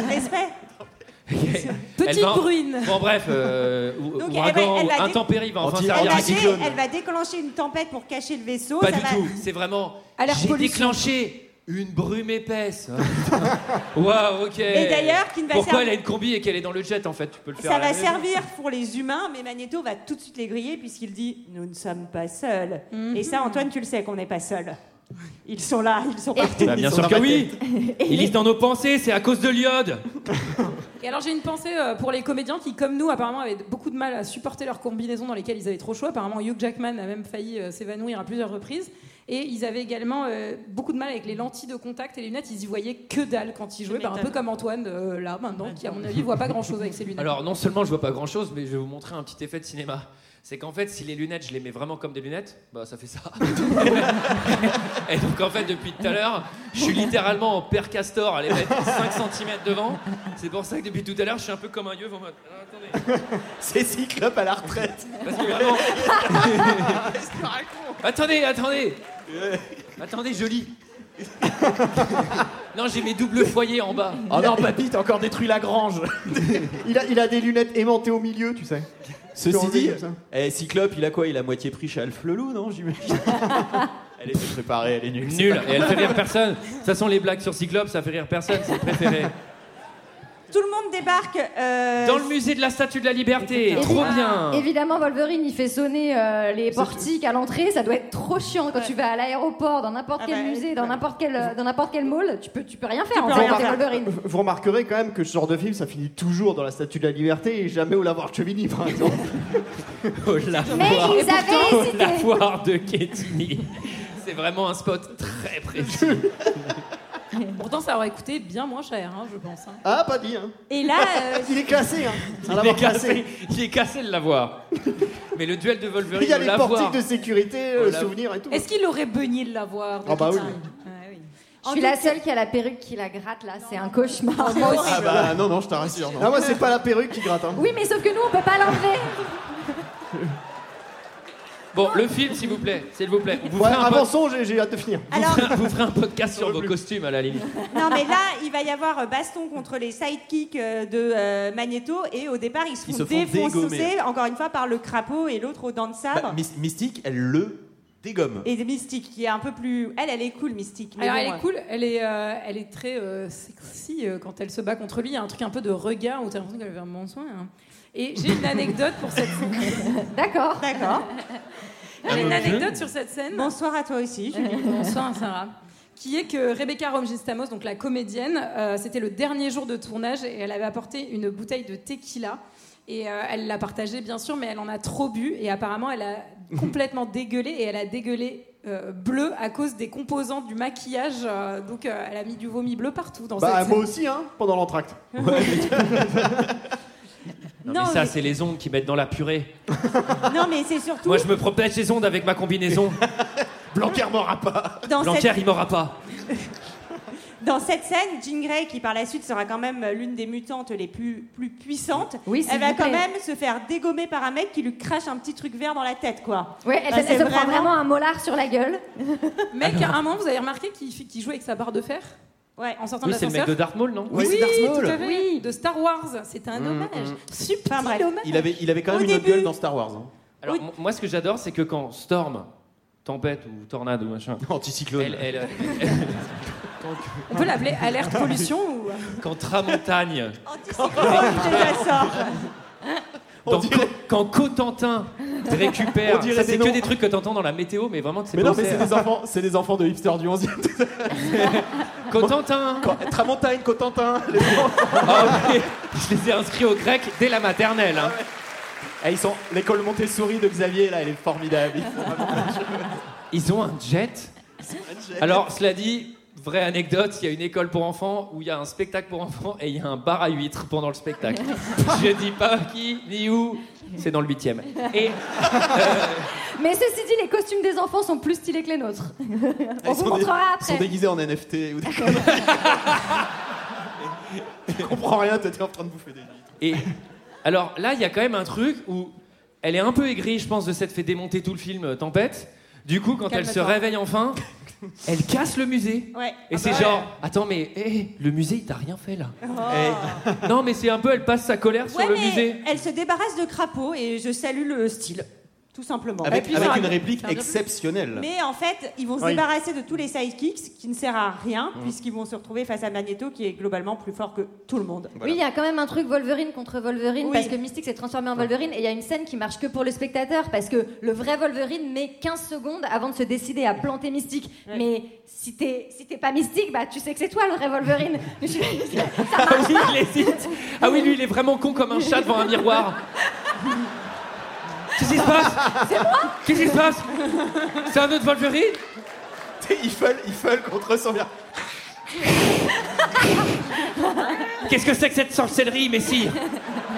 Speaker 25: Respect.
Speaker 6: elle
Speaker 25: petite
Speaker 6: va-
Speaker 25: bruine.
Speaker 6: Bon, bref, euh, ou-
Speaker 25: Donc, elle va-
Speaker 6: ouragan,
Speaker 25: elle va
Speaker 6: ou
Speaker 25: dé-
Speaker 6: intempérie va enfin
Speaker 25: Elle
Speaker 6: servir
Speaker 25: va,
Speaker 6: à
Speaker 25: dé-
Speaker 6: quelque chose.
Speaker 25: elle va déclencher une tempête pour cacher le vaisseau.
Speaker 6: Pas
Speaker 25: Oh, ça
Speaker 6: du
Speaker 25: va-
Speaker 6: tout, c'est vraiment.
Speaker 25: Alerte
Speaker 6: J'ai
Speaker 25: pollution.
Speaker 6: déclenché une brume épaisse. Waouh, ok.
Speaker 25: Et d'ailleurs, qui ne va
Speaker 6: Pourquoi
Speaker 25: servir-
Speaker 6: elle a une combi et qu'elle est dans le jet en fait Tu peux le faire.
Speaker 25: Ça
Speaker 6: à la
Speaker 25: va
Speaker 6: maison.
Speaker 25: servir pour les humains, mais Magneto va tout de suite les griller puisqu'il dit Nous ne sommes pas seuls. Et
Speaker 7: Mhm.
Speaker 25: ça, Antoine, tu le sais qu'on n'est pas seuls. Ils sont là, ils sont partout.
Speaker 6: Bah, bien
Speaker 3: Ils sont
Speaker 6: sûr
Speaker 3: dans
Speaker 6: que
Speaker 3: ma
Speaker 6: oui.
Speaker 25: Et
Speaker 6: Ils lisent dans nos pensées, c'est à cause de l'iode.
Speaker 7: Et alors j'ai une pensée euh, pour les comédiens qui, comme nous, apparemment avaient beaucoup de mal à supporter leurs combinaisons dans lesquelles ils avaient trop chaud. Apparemment, Hugh Jackman a même failli euh, s'évanouir à plusieurs reprises. Et ils avaient également euh, beaucoup de mal avec les lentilles de contact et les lunettes. Ils y voyaient que dalle quand ils jouaient, Bah, un peu comme Antoine euh, là maintenant, qui à mon avis voit pas grand chose avec ses lunettes.
Speaker 6: Alors non seulement je vois pas grand chose, mais je vais vous montrer un petit effet de cinéma. C'est qu'en fait, si les lunettes, je les mets vraiment comme des lunettes, bah ça fait ça. et donc en fait, depuis tout à l'heure, je suis littéralement en père castor à les mettre 5 cm devant. C'est pour ça que depuis tout à l'heure, je suis un peu comme un yeux en mode. Ah, attendez.
Speaker 3: C'est Cyclope à la retraite.
Speaker 6: Parce que vraiment. attendez, attendez. Attendez, je lis. non, j'ai mes doubles foyers en bas.
Speaker 3: Oh non, papy, t'as encore détruit la grange.
Speaker 6: il, a, des lunettes aimantées au milieu,
Speaker 3: tu sais. Ceci dit, eh, Cyclope, il a quoi Il a moitié pris chez Alf Lelou, non J'imagine. elle était préparée, elle est nulle.
Speaker 6: Nul, et elle fait rire personne. De toute façon, les blagues sur Cyclope, ça fait rire personne, c'est le préféré.
Speaker 25: Tout le monde débarque. euh,
Speaker 6: Dans le musée de la Statue de la Liberté, trop
Speaker 3: Ah.
Speaker 6: bien.
Speaker 8: Évidemment, Wolverine, il fait sonner euh, les portiques à l'entrée. Ça doit être trop chiant quand tu vas à l'aéroport, dans n'importe quel musée, dans n'importe quel, euh, dans n'importe quel mall. Tu peux, Ah bah, tu peux rien faire en fait, quand t'es Wolverine.
Speaker 1: Vous- Vous remarquerez quand même que ce genre de film, ça finit toujours dans la Statue de la Liberté et jamais au lavoir de Chevigny, par exemple.
Speaker 6: Oh, la
Speaker 1: Mais
Speaker 8: Eh,
Speaker 6: foire. Oh,
Speaker 1: ils Et pourtant- avaient hésité.
Speaker 6: La foire de Kétini. C'est vraiment un spot très précis.
Speaker 7: Pourtant, ça aurait coûté bien moins cher, hein, je pense. hein.
Speaker 1: Ah, pas dit, hein.
Speaker 25: Et là, euh,
Speaker 1: Il est classé, hein. Un
Speaker 6: Il est
Speaker 1: lavoir
Speaker 6: cassé, il est cassé le lavoir. Mais le duel de Wolverine,
Speaker 1: Il y a
Speaker 6: au
Speaker 1: les
Speaker 6: lavoir.
Speaker 1: portiques de sécurité, euh,
Speaker 6: Au lavoir.
Speaker 1: souvenirs et tout.
Speaker 7: Est-ce qu'il aurait beugné de l'avoir
Speaker 1: Ah bah oui.
Speaker 8: Je suis la seule qui a la perruque qui la gratte là. C'est un cauchemar.
Speaker 1: Ah bah non, non, je t'en rassure. Ah, moi, c'est pas la perruque qui gratte. Hein.
Speaker 8: Oui, mais sauf que nous, on peut pas l'enlever.
Speaker 6: Bon, le film, s'il vous plaît, s'il vous plaît. Vous
Speaker 1: Ouais,
Speaker 6: ferez un pod-
Speaker 1: avançons, j'ai j'ai hâte de finir.
Speaker 6: vous ferez- vous ferez un podcast sur vos costumes à la limite.
Speaker 25: Non, mais là, il va y avoir euh, baston contre les sidekicks euh, de euh, Magneto. Et au départ, ils se font,
Speaker 3: Ils se font
Speaker 25: défoncer,
Speaker 3: dégommer.
Speaker 25: encore une fois, par le crapaud et l'autre aux dents de sabre.
Speaker 3: Bah, Mys- Mystique, elle le dégomme.
Speaker 25: Et Mystique, qui est un peu plus. Elle, elle est cool, Mystique. mais
Speaker 7: Alors
Speaker 25: bon,
Speaker 7: elle
Speaker 25: euh,
Speaker 7: est cool, elle est, euh, elle est très euh, sexy euh, quand elle se bat contre lui. Il y a un truc un peu de regard où t'as l'impression qu'elle avait un bon soin. hein. Et j'ai une anecdote pour cette scène.
Speaker 8: D'accord.
Speaker 25: D'accord.
Speaker 7: J'ai une anecdote sur cette scène. Euh,
Speaker 25: Bonsoir à toi aussi, Julie.
Speaker 7: Bonsoir Sarah. Qui est que Rebecca Romgistamos, donc la comédienne, euh, c'était le dernier jour de tournage et elle avait apporté une bouteille de tequila. Et euh, elle l'a partagée bien sûr, mais elle en a trop bu et apparemment elle a complètement dégueulé et elle a dégueulé euh, bleu à cause des composants du maquillage. euh, donc euh, elle a mis du vomi bleu partout dans
Speaker 1: Bah,
Speaker 7: cette
Speaker 1: moi
Speaker 7: scène.
Speaker 1: aussi, hein, pendant l'entracte.
Speaker 6: Non,
Speaker 7: Non,
Speaker 6: mais ça,
Speaker 7: mais-
Speaker 6: c'est les ondes qui mettent dans la purée.
Speaker 25: Non, mais c'est surtout.
Speaker 6: Moi, je me protège des ondes avec ma combinaison. Blanquer m'aura pas.
Speaker 25: Dans
Speaker 6: Blanquer,
Speaker 25: cette-
Speaker 6: il m'aura pas.
Speaker 25: Dans cette scène, Jean Grey, qui par la suite sera quand même l'une des mutantes les plus, plus puissantes,
Speaker 8: Oui, s'il
Speaker 25: elle va
Speaker 8: vous
Speaker 25: quand
Speaker 8: plaît.
Speaker 25: même se faire dégommer par un mec qui lui crache un petit truc vert dans la tête, quoi.
Speaker 8: Ouais, elle,
Speaker 25: Bah,
Speaker 8: elle
Speaker 25: c'est
Speaker 8: se prend vraiment un molar sur la gueule.
Speaker 7: Mec, à un moment, vous avez remarqué qu'il fi- qu'il jouait avec sa barre de fer
Speaker 25: Ouais.
Speaker 7: En sortant
Speaker 6: Oui,
Speaker 7: de
Speaker 6: c'est le
Speaker 7: l'ascenseur
Speaker 6: mec de Darth Maul, non
Speaker 7: Oui,
Speaker 3: Oui, c'est Darth
Speaker 7: tout
Speaker 3: Maul.
Speaker 7: à fait. Oui, de Star Wars. C'était un
Speaker 3: Mm,
Speaker 7: hommage.
Speaker 3: mm.
Speaker 7: Subtil hommage.
Speaker 3: Il avait, il avait quand même
Speaker 7: Au
Speaker 3: une autre
Speaker 7: début-
Speaker 3: gueule dans Star Wars. hein.
Speaker 6: Alors, m- moi, ce que j'adore, c'est que quand Storm, tempête ou tornade ou machin.
Speaker 3: Anticyclone.
Speaker 6: Elle, euh, elle,
Speaker 7: On peut l'appeler alerte pollution ou.
Speaker 6: quand Tramontagne.
Speaker 3: On
Speaker 6: Dans- Quand Cotentin
Speaker 3: On
Speaker 6: récupère.
Speaker 3: dirait
Speaker 6: Ça,
Speaker 3: des
Speaker 6: c'est que
Speaker 3: noms.
Speaker 6: des trucs que t'entends dans la météo, mais vraiment que c'est
Speaker 3: Mais non,
Speaker 6: beau,
Speaker 3: mais c'est
Speaker 6: c'est-
Speaker 3: des enfants, c'est des enfants de hipsters du 11e.
Speaker 6: Cotentin.
Speaker 3: Tramontagne, Cotentin. les-
Speaker 6: Ah, ouais. Je les ai inscrits au grec dès la maternelle. hein.
Speaker 3: Eh, ils sont l'école Montessori de Xavier là, elle est formidable.
Speaker 6: Ils ont un jet Alors, cela dit, vraie anecdote, il y a une école pour enfants où il y a un spectacle pour enfants et il y a un bar à huîtres pendant le spectacle. Je dis pas qui ni où, c'est dans le huitième. Et
Speaker 8: Mais ceci dit, les costumes des enfants sont plus stylés que les nôtres. On
Speaker 3: Ils sont
Speaker 8: vous
Speaker 3: dé-
Speaker 8: montrera
Speaker 3: Ils sont
Speaker 8: après.
Speaker 3: déguisés en NFT. ou des- Je comprends rien, t'étais en train de bouffer des vies.
Speaker 6: Et alors là, il y a quand même un truc où elle est un peu aigrie, je pense, de s'être fait démonter tout le film euh, Tempête. Du coup, quand elle se
Speaker 26: Calme-toi.
Speaker 6: réveille enfin, elle casse le musée.
Speaker 26: Ouais.
Speaker 6: Et
Speaker 26: Ah
Speaker 6: c'est
Speaker 26: bah
Speaker 6: genre,
Speaker 26: ouais.
Speaker 6: attends, mais hé, le musée, il t'a rien fait là.
Speaker 7: Oh.
Speaker 6: Eh. Non, mais c'est un peu, elle passe sa colère
Speaker 7: Ouais,
Speaker 6: sur le
Speaker 7: mais
Speaker 6: musée.
Speaker 7: elle se débarrasse de crapauds et je salue le style, tout simplement.
Speaker 3: Avec, avec
Speaker 7: ça-
Speaker 3: une réplique
Speaker 7: ça-
Speaker 3: exceptionnelle.
Speaker 7: Mais en fait, ils vont se
Speaker 3: Oui.
Speaker 7: débarrasser de tous les sidekicks qui ne sert à rien
Speaker 6: Mmh.
Speaker 3: Mm.
Speaker 7: puisqu'ils vont se retrouver face à Magneto qui est globalement plus fort que tout le monde.
Speaker 8: Oui, il y a quand même un truc Wolverine contre Wolverine
Speaker 7: Oui.
Speaker 8: parce que Mystique s'est transformé en Wolverine et il y a une scène qui marche que pour le spectateur parce que le vrai Wolverine met 15 secondes avant de se décider à planter Mystique. Mais si t'es si t'es pas Mystique, bah tu sais que c'est toi le vrai Wolverine. Mais je-
Speaker 6: Ah oui, il hésite. Ah oui, lui, il est vraiment con comme un chat devant un miroir. Qu'est-ce qui se passe
Speaker 8: C'est moi
Speaker 6: Qu'est-ce qui se passe C'est un autre Wolverine
Speaker 3: Il feule, il feule contre son miroir.
Speaker 6: Qu'est-ce que c'est que cette sorcellerie, Messi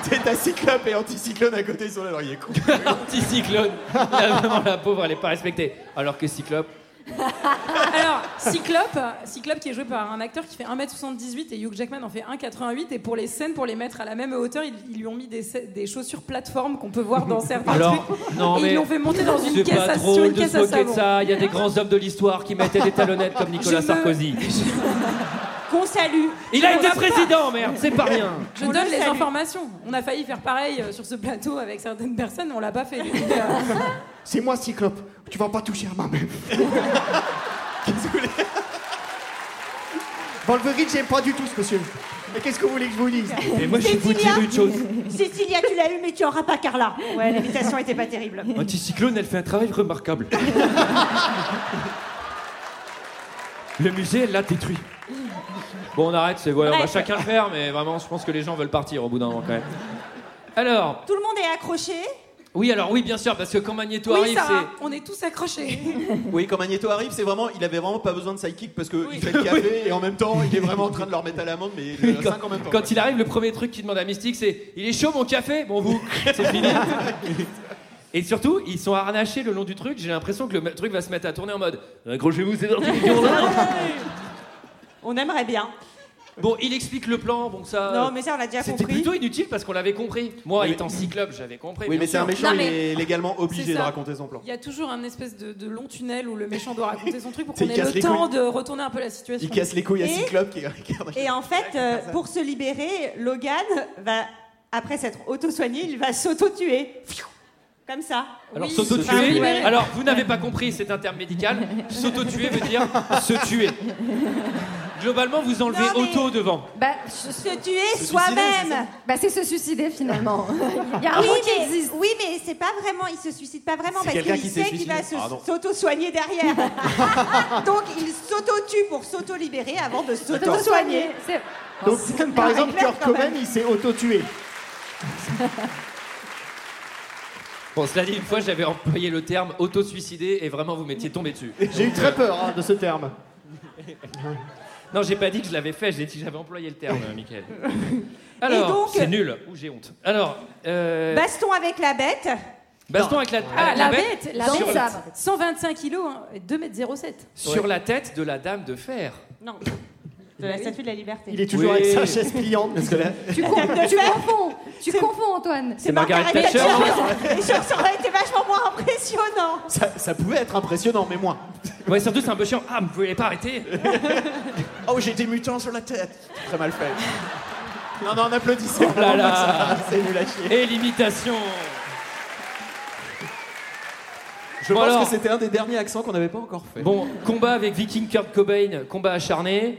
Speaker 3: T'es ta cyclope et anticyclone à côté, ils sont là, alors il est con.
Speaker 6: Anticyclone. Là, Ah, vraiment, la pauvre, elle est pas respectée. Alors que Cyclope,
Speaker 2: Alors, Cyclope, Cyclope qui est joué par un acteur qui fait 1m78 et Hugh Jackman en fait 1m88 et pour les scènes, pour les mettre à la même hauteur, ils, ils lui ont mis des, se- des chaussures plateforme qu'on peut voir dans certains
Speaker 6: Alors,
Speaker 2: trucs.
Speaker 6: non,
Speaker 2: et
Speaker 6: mais.
Speaker 2: ils l'ont fait monter dans une
Speaker 6: c'est
Speaker 2: caisse
Speaker 6: pas
Speaker 2: à, sur
Speaker 6: drôle
Speaker 2: une
Speaker 6: de
Speaker 2: caisse
Speaker 6: se
Speaker 2: à
Speaker 6: moquer de
Speaker 2: savon.
Speaker 6: ça. Il y a des grands hommes de l'histoire qui mettaient des talonnettes comme
Speaker 2: Je
Speaker 6: Nicolas
Speaker 2: me-
Speaker 6: Sarkozy.
Speaker 7: Qu'on salue.
Speaker 6: Il a
Speaker 2: On
Speaker 6: été
Speaker 2: l'a pas.
Speaker 6: président, merde, c'est pas rien.
Speaker 2: Je donne les informations. On a failli faire pareil euh, sur ce plateau avec certaines personnes, on l'a pas fait. Donc, euh,
Speaker 3: C'est moi, Cyclope. Tu vas pas toucher à ma mère.
Speaker 27: Wolverine, j'aime pas du tout ce monsieur. Mais qu'est-ce que vous voulez que je vous dise
Speaker 6: Mais moi, je suis foutu d'une chose.
Speaker 7: Cécilia, tu l'as eu, mais tu auras pas Carla. Ouais, l'invitation était pas terrible.
Speaker 6: Anticyclone, elle fait un travail remarquable. Le musée, elle l'a détruit. Bon, on arrête, c'est ouais, on va
Speaker 7: Bref.
Speaker 6: chacun le faire, mais vraiment, je pense que les gens veulent partir au bout d'un moment quand même. Alors,
Speaker 7: Tout le monde est accroché.
Speaker 6: oui, alors oui, bien sûr, parce que quand Magneto
Speaker 7: oui,
Speaker 6: arrive,
Speaker 7: Sarah,
Speaker 6: c'est.
Speaker 2: on est tous accrochés.
Speaker 3: Oui, quand Magneto arrive, c'est vraiment, il avait vraiment pas besoin de sidekick parce qu'il fait le café et en même temps, il est vraiment en train de leur mettre à l'amende, mais le
Speaker 6: quand,
Speaker 3: cinq en même temps.
Speaker 6: quand il arrive, le premier truc qu'il demande à Mystique, c'est Il est chaud mon café Bon, vous, c'est fini. Et surtout, ils sont harnachés le long du truc. J'ai l'impression que le truc va se mettre à tourner en mode Accrochez-vous, c'est parti,
Speaker 7: On aimerait bien.
Speaker 6: Bon, il explique le plan, bon, ça.
Speaker 7: Non, mais ça, on l'a déjà
Speaker 6: Euh, C'était
Speaker 7: compris.
Speaker 6: plutôt inutile parce qu'on l'avait compris. Moi, étant cyclope, j'avais compris.
Speaker 3: Oui,
Speaker 6: bien
Speaker 3: mais c'est
Speaker 6: sûr.
Speaker 3: un méchant, il est légalement
Speaker 2: C'est
Speaker 3: obligé de
Speaker 2: ça.
Speaker 3: raconter son plan.
Speaker 2: Il y a toujours un espèce de, de long tunnel où le méchant doit raconter son truc pour
Speaker 3: C'est-
Speaker 2: qu'on
Speaker 3: il
Speaker 2: ait
Speaker 3: casse
Speaker 2: le
Speaker 3: les
Speaker 2: temps
Speaker 3: couilles.
Speaker 2: de retourner un peu la situation.
Speaker 3: Il casse les couilles à
Speaker 7: Et-
Speaker 3: Cyclope qui regarde.
Speaker 7: Et en fait, euh, pour se libérer, Logan va, après s'être auto-soigné, il va s'auto-tuer. Fiou Comme ça.
Speaker 6: Alors,
Speaker 7: Oui. Enfin,
Speaker 6: s'auto-tuer.
Speaker 7: libérer.
Speaker 6: Alors, vous n'avez pas compris, c'est un terme médical. S'auto-tuer veut dire se tuer. Globalement, vous enlevez auto devant.
Speaker 8: Bah,
Speaker 7: se tuer
Speaker 6: suicider,
Speaker 7: soi-même.
Speaker 8: Bah c'est se suicider finalement. Il y a un
Speaker 7: oui,
Speaker 8: mot qui
Speaker 7: mais,
Speaker 8: Ah, existe.
Speaker 7: oui, mais c'est pas vraiment, il se suicide pas vraiment
Speaker 8: C'est
Speaker 7: parce
Speaker 8: quelqu'un
Speaker 7: qu'il
Speaker 8: qui
Speaker 7: sait
Speaker 8: s'est
Speaker 7: qu'il va se-
Speaker 8: suicidé. Pardon.
Speaker 7: s'auto-soigner derrière. Donc il s'auto-tue pour s'auto-libérer avant de s'auto-soigner.
Speaker 8: C'est-
Speaker 1: Donc, par exemple,
Speaker 7: clair,
Speaker 1: Kurt
Speaker 7: quand même.
Speaker 1: Cobain, il s'est auto-tué.
Speaker 6: Bon, cela dit, une fois, j'avais employé le terme auto-suicider et vraiment, vous m'étiez tombé dessus.
Speaker 1: J'ai eu
Speaker 6: Donc,
Speaker 1: très
Speaker 6: euh,
Speaker 1: peur hein, de ce terme.
Speaker 6: Non, j'ai pas dit que je l'avais fait, j'ai dit que j'avais employé le terme, euh, Michael.
Speaker 7: Et
Speaker 6: Alors,
Speaker 7: donc- Bah,
Speaker 6: c'est nul. Ou j'ai honte. Alors, euh,
Speaker 7: Baston avec la bête.
Speaker 6: baston avec la,
Speaker 2: Ah,
Speaker 6: avec
Speaker 2: la bête, la
Speaker 6: sur,
Speaker 2: bête, 125 kilos, hein, et 2m07.
Speaker 6: sur la tête de la dame de fer.
Speaker 7: Non. De la statue de la liberté.
Speaker 1: Il est toujours
Speaker 6: Oui.
Speaker 1: avec sa chaise pliante. Parce que là...
Speaker 8: Tu, con- tu confonds, tu confonds Antoine.
Speaker 1: C'est Margaret Margaret Thatcher. Thatcher.
Speaker 7: Et ça ça aurait été vachement moins impressionnant.
Speaker 3: Ça, ça pouvait être impressionnant, mais moins.
Speaker 6: Ouais, surtout, c'est un peu chiant. Ah, vous pouvez pas arrêter
Speaker 3: Oh, j'ai des mutants sur la tête. Très mal fait. Non, non, on applaudissait.
Speaker 6: Oh là là.
Speaker 3: C'est nul à chier.
Speaker 6: Et l'imitation
Speaker 3: Je
Speaker 6: Bon,
Speaker 3: pense
Speaker 6: alors.
Speaker 3: que c'était un des derniers accents qu'on n'avait pas encore fait.
Speaker 6: Bon, combat avec Viking Kurt Cobain, combat acharné.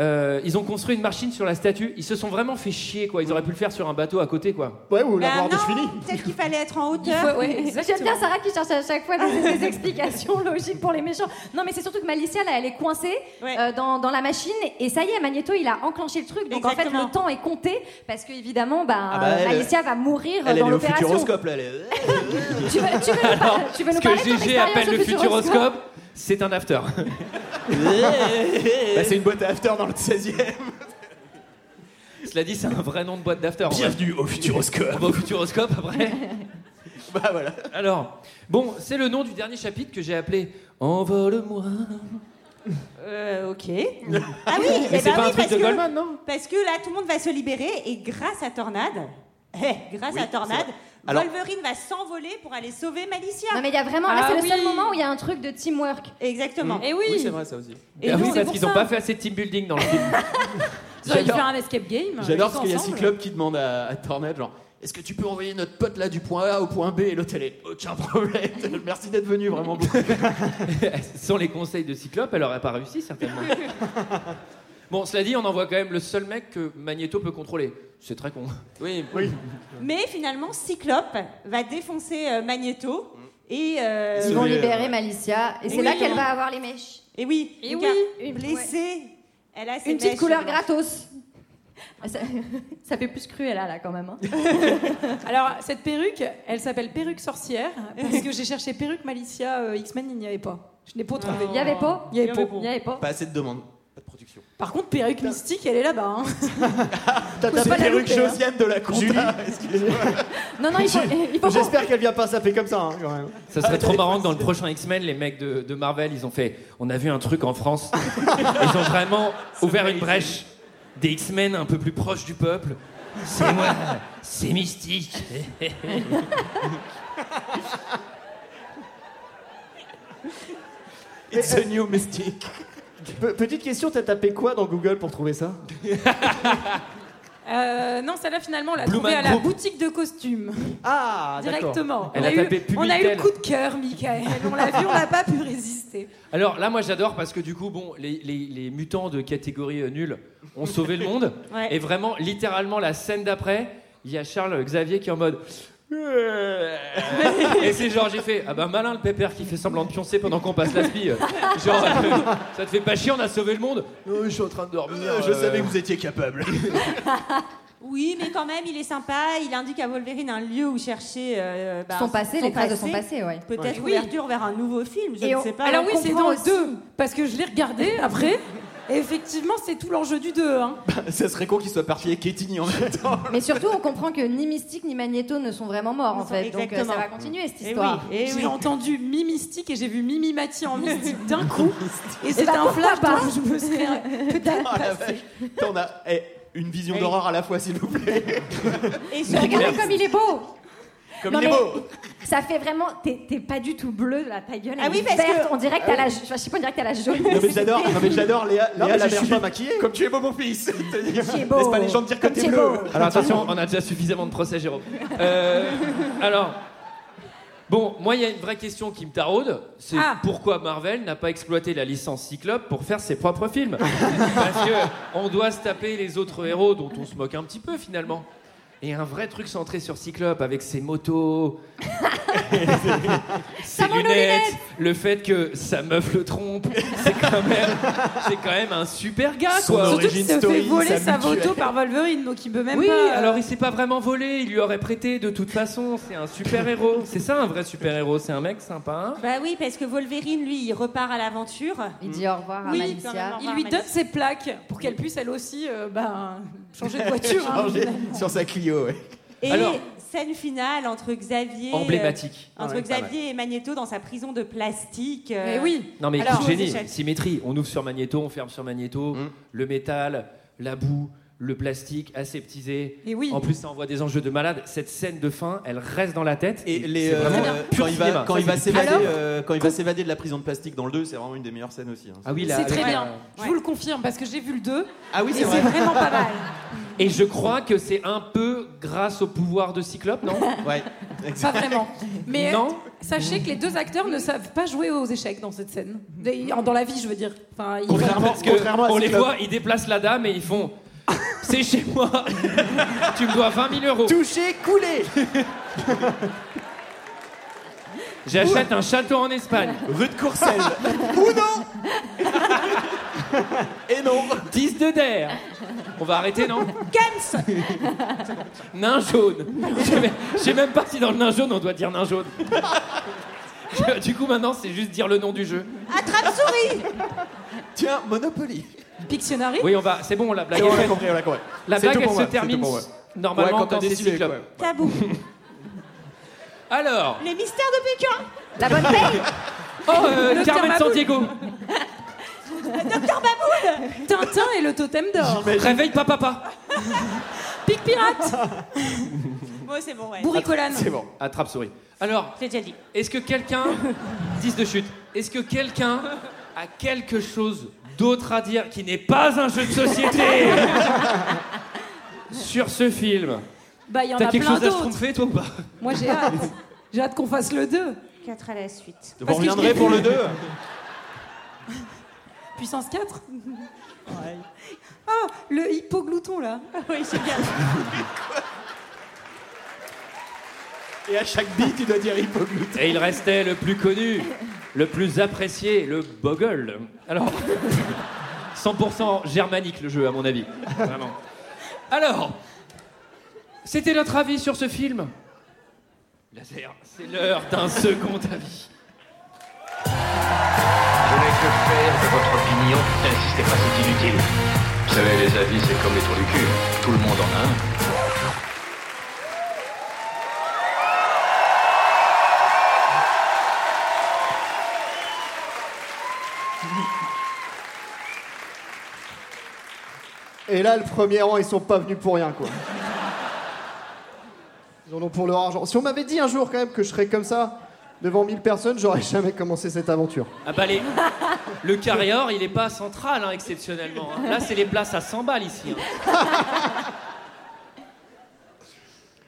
Speaker 6: Euh, ils ont construit une machine sur la statue. Ils se sont vraiment fait chier, quoi. Ils auraient pu le faire sur un bateau à côté, quoi.
Speaker 1: Ouais, ou
Speaker 7: Bah non, peut-être qu'il fallait être en hauteur.
Speaker 8: J'aime bien Sarah qui cherche à chaque fois des, des explications logiques pour les méchants. Non, mais c'est surtout que Malicia, là, elle est coincée euh, dans, dans la machine et ça y est, Magneto, il a enclenché le truc. Donc en fait,
Speaker 7: Exactement.
Speaker 8: le temps est compté parce que évidemment, bah,
Speaker 3: Ah bah, elle-
Speaker 8: Malicia va mourir
Speaker 3: Elle, elle
Speaker 8: dans
Speaker 3: est au
Speaker 8: l'opération.
Speaker 3: futuroscope, là. Elle est...
Speaker 8: Tu veux, tu veux nous par- tu veux nous
Speaker 6: Ce que
Speaker 8: parler de ton
Speaker 6: GG
Speaker 8: expérience
Speaker 6: appelle
Speaker 8: au
Speaker 6: le futuroscope, C'est un after.
Speaker 3: Bah, c'est une boîte à after dans le 16 e
Speaker 6: Cela dit, c'est un vrai nom de boîte d'after.
Speaker 3: Bienvenue au Futuroscope.
Speaker 6: On va au Futuroscope après.
Speaker 3: bah voilà.
Speaker 6: Alors, bon, c'est le nom du dernier chapitre que j'ai appelé Envole-moi.
Speaker 28: Euh, ok. Ah oui, eh
Speaker 6: Mais c'est
Speaker 28: ben
Speaker 6: pas
Speaker 28: oui,
Speaker 6: un truc
Speaker 28: parce
Speaker 6: de
Speaker 28: que-
Speaker 6: Goldman, non
Speaker 28: Parce que là, tout le monde va se libérer et grâce à Tornade, eh, grâce
Speaker 3: Oui,
Speaker 28: à Tornade,
Speaker 3: c'est vrai. Alors-
Speaker 28: Wolverine va s'envoler pour aller sauver Malicia.
Speaker 8: Non, mais il y a vraiment. là, c'est le seul moment où il y a un truc de teamwork.
Speaker 28: Exactement.
Speaker 7: Eh
Speaker 8: Et
Speaker 3: c'est vrai ça aussi.
Speaker 28: Et
Speaker 6: ah
Speaker 28: donc,
Speaker 6: oui,
Speaker 28: c'est
Speaker 6: parce
Speaker 28: pour
Speaker 6: qu'ils n'ont
Speaker 28: ça.
Speaker 6: pas fait assez de team building dans le film.
Speaker 7: Ils auraient dû faire un escape game.
Speaker 3: J'adore
Speaker 7: ils
Speaker 3: parce qu'il y a
Speaker 7: ensemble.
Speaker 3: Cyclope qui demande à, à Tornade genre est-ce que tu peux envoyer notre pote là du point A au point B et l'hôtel est aucun problème. Merci d'être venu vraiment beaucoup.
Speaker 6: Sans les conseils de Cyclope, elle n'aurait pas réussi certainement. bon, cela dit, on envoie quand même le seul mec que Magneto peut contrôler. C'est très con. Oui. oui.
Speaker 28: Mais finalement, Cyclope va défoncer euh, Magneto
Speaker 3: Mm.
Speaker 28: et euh,
Speaker 8: Ils vont libérer Malicia et c'est là qu'elle va avoir les mèches.
Speaker 28: Et oui,
Speaker 8: Et
Speaker 28: regarde,
Speaker 8: oui. Une-
Speaker 28: blessée. Elle a ses
Speaker 8: Une petite
Speaker 28: mèches
Speaker 8: couleur
Speaker 28: blanches.
Speaker 8: gratos. hein. Ah, Ça, ça fait plus cruel là, là quand même. hein.
Speaker 7: Alors, cette perruque, elle s'appelle perruque sorcière parce que j'ai cherché perruque Malicia euh, X-Men, il n'y avait pas. Je n'ai pas trouvé.
Speaker 8: Il y avait pas
Speaker 7: Il y avait pas.
Speaker 8: Il y avait pas.
Speaker 3: Pas assez de demandes, pas de production.
Speaker 7: Par contre, perruque mystique, elle est là-bas. hein. pas
Speaker 3: C'est
Speaker 7: la
Speaker 3: perruque
Speaker 7: louper, hein.
Speaker 3: Josiane de la compta. excusez-moi.
Speaker 8: Non, non, il faut. il faut qu'on-
Speaker 1: J'espère qu'elle vient pas s'appeler comme ça, hein, quand même.
Speaker 6: Ça serait trop marrant que dans le prochain X-Men, les mecs de, de Marvel, ils ont fait on a vu un truc en France. ils ont vraiment ouvert une brèche. Des X-Men un peu plus proches du peuple. C'est moi, c'est mystique.
Speaker 3: It's a new mystique.
Speaker 1: Pe- petite question, t'as tapé quoi dans Google pour trouver ça
Speaker 7: Euh, non, celle-là, finalement, on l'a
Speaker 1: Blue
Speaker 7: trouvée
Speaker 1: Man
Speaker 7: à la
Speaker 1: Group.
Speaker 7: boutique de costumes.
Speaker 1: Ah,
Speaker 6: d'accord.
Speaker 7: Directement.
Speaker 6: Elle
Speaker 7: on
Speaker 6: a
Speaker 7: eu,
Speaker 6: tapé
Speaker 7: on a eu
Speaker 6: Publitel.
Speaker 7: le coup de cœur, Michael. On l'a vu, on n'a pas pu résister.
Speaker 6: Alors là, moi j'adore parce que du coup, bon, les, les- les mutants de catégorie euh, nulle ont sauvé le monde.
Speaker 7: Ouais.
Speaker 6: Et vraiment, littéralement, la scène d'après, il y a Charles Xavier qui est en mode. Et c'est genre, j'ai fait Ah bah malin le pépère qui fait semblant de pioncer pendant qu'on passe la spie. Genre, euh, ça te fait pas chier, on a sauvé le monde Non, je suis en train de dormir.
Speaker 3: Euh, je savais que vous étiez capable.
Speaker 28: Oui, mais quand même, il est sympa. Il indique à Wolverine un lieu où chercher euh, bah,
Speaker 8: Son passé, les traces de son passé, ouais.
Speaker 28: Peut-être
Speaker 8: Ouais.
Speaker 28: ouverture vers un nouveau film, je
Speaker 8: Et
Speaker 28: ne
Speaker 8: on-
Speaker 28: sais pas.
Speaker 7: Alors
Speaker 28: On
Speaker 7: oui, c'est
Speaker 28: comprend
Speaker 7: dans
Speaker 28: aussi.
Speaker 7: le 2, parce que je l'ai regardé après. Et effectivement, c'est tout l'enjeu du 2. Hein.
Speaker 3: ça serait con qu'il soit parti et Kétini en même temps.
Speaker 8: Mais surtout, on comprend que ni Mystique ni Magneto ne sont vraiment morts en
Speaker 7: sont-
Speaker 8: fait. Donc euh,
Speaker 7: exactement.
Speaker 8: ça va continuer cette
Speaker 7: Eh oui,
Speaker 8: histoire.
Speaker 7: eh J'ai oui. entendu mi mystique et j'ai vu Mimi Mati en mystique d'un coup. Et
Speaker 8: Eh
Speaker 7: c'est
Speaker 8: ben,
Speaker 7: un
Speaker 8: pourquoi
Speaker 7: flash
Speaker 8: pas
Speaker 7: dont je me serais peut-être
Speaker 3: Oh, la
Speaker 7: passé.
Speaker 3: vache. Attends, on a eh, une vision d'horreur à la fois, s'il vous plaît.
Speaker 28: Et
Speaker 8: Mais regardez comme il est beau.
Speaker 3: Comme
Speaker 8: Non,
Speaker 3: il est
Speaker 8: mais
Speaker 3: beau.
Speaker 8: Ça fait vraiment. T'es t'es pas du tout bleu là, ta gueule.
Speaker 28: Ah
Speaker 8: elle
Speaker 28: oui,
Speaker 8: est
Speaker 28: parce
Speaker 8: verte.
Speaker 28: que-
Speaker 8: On dirait que t'as la. Je sais pas, on dirait que t'as la jaune.
Speaker 3: Non mais j'adore, non mais j'adore Léa,
Speaker 1: Non,
Speaker 3: Léa
Speaker 1: mais
Speaker 3: la
Speaker 1: je
Speaker 3: mère
Speaker 1: suis
Speaker 3: pas
Speaker 1: pas
Speaker 3: maquillée. Comme tu es beau mon fils.
Speaker 8: Tu es
Speaker 3: Laisse
Speaker 8: beau.
Speaker 3: pas les gens te dire que
Speaker 8: Comme
Speaker 3: t'es
Speaker 8: tu es
Speaker 3: bleu.
Speaker 8: beau.
Speaker 6: Alors attention, on a déjà suffisamment de procès, Jérôme. Euh, alors, bon, moi, il y a une vraie question qui me taraude. C'est
Speaker 7: Ah.
Speaker 6: pourquoi Marvel n'a pas exploité la licence Cyclope pour faire ses propres films Parce que on doit se taper les autres héros dont on se moque un petit peu finalement. Et un vrai truc centré sur Cyclope avec ses motos, ses
Speaker 8: mono-lunette.
Speaker 6: lunettes, le fait que sa meuf le trompe, c'est quand même, c'est quand même un super gars
Speaker 3: Son
Speaker 6: quoi.
Speaker 7: Surtout qu'il se fait voler sa
Speaker 3: mutuelle.
Speaker 7: moto par Wolverine, donc il peut même
Speaker 6: oui,
Speaker 7: pas. euh,
Speaker 6: alors il s'est pas vraiment volé, il lui aurait prêté de toute façon. C'est un super héros. C'est ça un vrai super héros, c'est un mec sympa.
Speaker 28: Bah oui, parce que Wolverine, lui, il repart à l'aventure.
Speaker 8: Il dit au revoir
Speaker 7: Oui,
Speaker 8: à Malicia.
Speaker 7: il lui donne ses plaques pour qu'elle puisse elle aussi euh, bah, changer de voiture. hein.
Speaker 3: Changer sur sa Clio, ouais.
Speaker 28: Et
Speaker 3: Alors-
Speaker 28: scène finale entre Xavier. euh,
Speaker 6: Emblématique. Ah
Speaker 28: entre
Speaker 6: Ouais, pas
Speaker 28: Xavier et Magneto dans sa prison de plastique.
Speaker 7: Mais oui.
Speaker 6: Non mais
Speaker 28: Alors,
Speaker 6: écoute, génie,
Speaker 28: aux échelles.
Speaker 6: symétrie. On ouvre sur Magnéto, on ferme sur Magnéto.
Speaker 7: Mm.
Speaker 6: Le métal, la boue, le plastique aseptisé.
Speaker 7: Et oui.
Speaker 6: En plus, ça envoie des enjeux de malade. Cette scène de fin, elle reste dans la tête.
Speaker 3: Et les,
Speaker 6: c'est
Speaker 3: euh,
Speaker 6: vraiment
Speaker 3: euh,
Speaker 6: pur
Speaker 3: quand il
Speaker 6: cinéma.
Speaker 3: va, quand
Speaker 6: Ça,
Speaker 3: il va
Speaker 6: c'est du
Speaker 3: s'évader,
Speaker 6: pur cinéma.
Speaker 3: euh, quand il va s'évader de la prison de plastique dans le 2, c'est vraiment une des meilleures scènes aussi. hein.
Speaker 6: Ah oui, la-
Speaker 7: C'est très
Speaker 6: la-
Speaker 7: bien. Je vous le confirme parce que j'ai vu le 2.
Speaker 3: Ah oui,
Speaker 7: et
Speaker 3: c'est vrai.
Speaker 7: vraiment pas mal.
Speaker 6: Et je crois que c'est un peu grâce au pouvoir de Cyclope, non
Speaker 3: Ouais.
Speaker 7: Pas vraiment. Mais euh,
Speaker 6: Non.
Speaker 7: sachez que les deux acteurs ne savent pas jouer aux échecs dans cette scène. Des- Dans la vie, je veux dire. Enfin, ils-
Speaker 6: Parce que on les voit, ils déplacent la dame et ils font. C'est chez moi. tu me dois 20 000 euros.
Speaker 1: Touché, coulé
Speaker 6: J'achète un château en Espagne.
Speaker 3: Rue de Courcelles. Ou non Et non
Speaker 6: 10 de der. On va arrêter, non
Speaker 28: Kams
Speaker 6: Nain jaune. Je sais même- Je sais même pas si dans le nain jaune on doit dire nain jaune. du coup, maintenant, c'est juste dire le nom du jeu.
Speaker 29: Attrape-souris
Speaker 3: Tiens, Monopoly.
Speaker 7: Pictionary
Speaker 6: Oui, on va. C'est bon, la blague.
Speaker 3: C'est bon, on
Speaker 6: est
Speaker 3: l'a
Speaker 6: faite.
Speaker 3: Ah, compris, on l'a compris.
Speaker 6: La
Speaker 3: C'est
Speaker 6: blague,
Speaker 3: tout
Speaker 6: elle
Speaker 3: pour
Speaker 6: se
Speaker 3: moi, c'est
Speaker 6: termine
Speaker 3: tout pour moi.
Speaker 6: normalement
Speaker 3: Ouais, quand
Speaker 6: quand,
Speaker 3: t'as
Speaker 6: c'est
Speaker 3: décidé,
Speaker 6: cyclope.
Speaker 3: ouais.
Speaker 29: Tabou.
Speaker 6: Alors.
Speaker 29: Les mystères de Pékin.
Speaker 8: La bonne paye.
Speaker 6: Oh, euh,
Speaker 7: Docteur
Speaker 6: Carmen
Speaker 7: Maboul.
Speaker 6: Sandiego.
Speaker 7: Docteur Baboul Tintin et le totem d'or.
Speaker 6: Réveille pas papa.
Speaker 7: Pic pirate
Speaker 29: Bon, c'est bon, ouais.
Speaker 7: Bourricolane.
Speaker 6: C'est bon. Attrape souris. Alors,
Speaker 29: J'ai déjà dit.
Speaker 6: est-ce que quelqu'un 10 de chute. Est-ce que quelqu'un a quelque chose d'autre à dire qui n'est pas un jeu de société sur ce film
Speaker 7: Bah, il y en a
Speaker 6: T'as quelque
Speaker 7: plein
Speaker 6: chose à se
Speaker 7: d'autres.
Speaker 6: tromper toi ou pas
Speaker 7: Moi, j'ai hâte. J'ai hâte qu'on fasse le 2.
Speaker 29: 4 à la suite.
Speaker 3: Vous reviendrez pour le 2
Speaker 7: Puissance 4 Ah, le hypoglouton, là. oui, c'est bien.
Speaker 3: Et à chaque bille, tu dois dire hypoglouton.
Speaker 6: Et il restait le plus connu, le plus apprécié, le Bogle. Alors, 100% germanique le jeu, à mon avis. Vraiment. Alors, c'était notre avis sur ce film. Laser, c'est l'heure d'un second avis.
Speaker 5: Je n'ai que faire de votre opinion. N'insistez pas, c'est inutile. Vous savez, les avis, c'est comme les trous du cul. Tout le monde en a un.
Speaker 1: Et là, le premier rang, ils sont pas venus pour rien, quoi. Ils en ont pour leur argent. Si on m'avait dit un jour, quand même, que je serais comme ça, devant 1000 personnes, j'aurais jamais commencé cette aventure.
Speaker 6: Ah bah les- le carrière, il n'est pas central, hein, exceptionnellement. hein. Là, c'est les places à 100 balles ici. hein.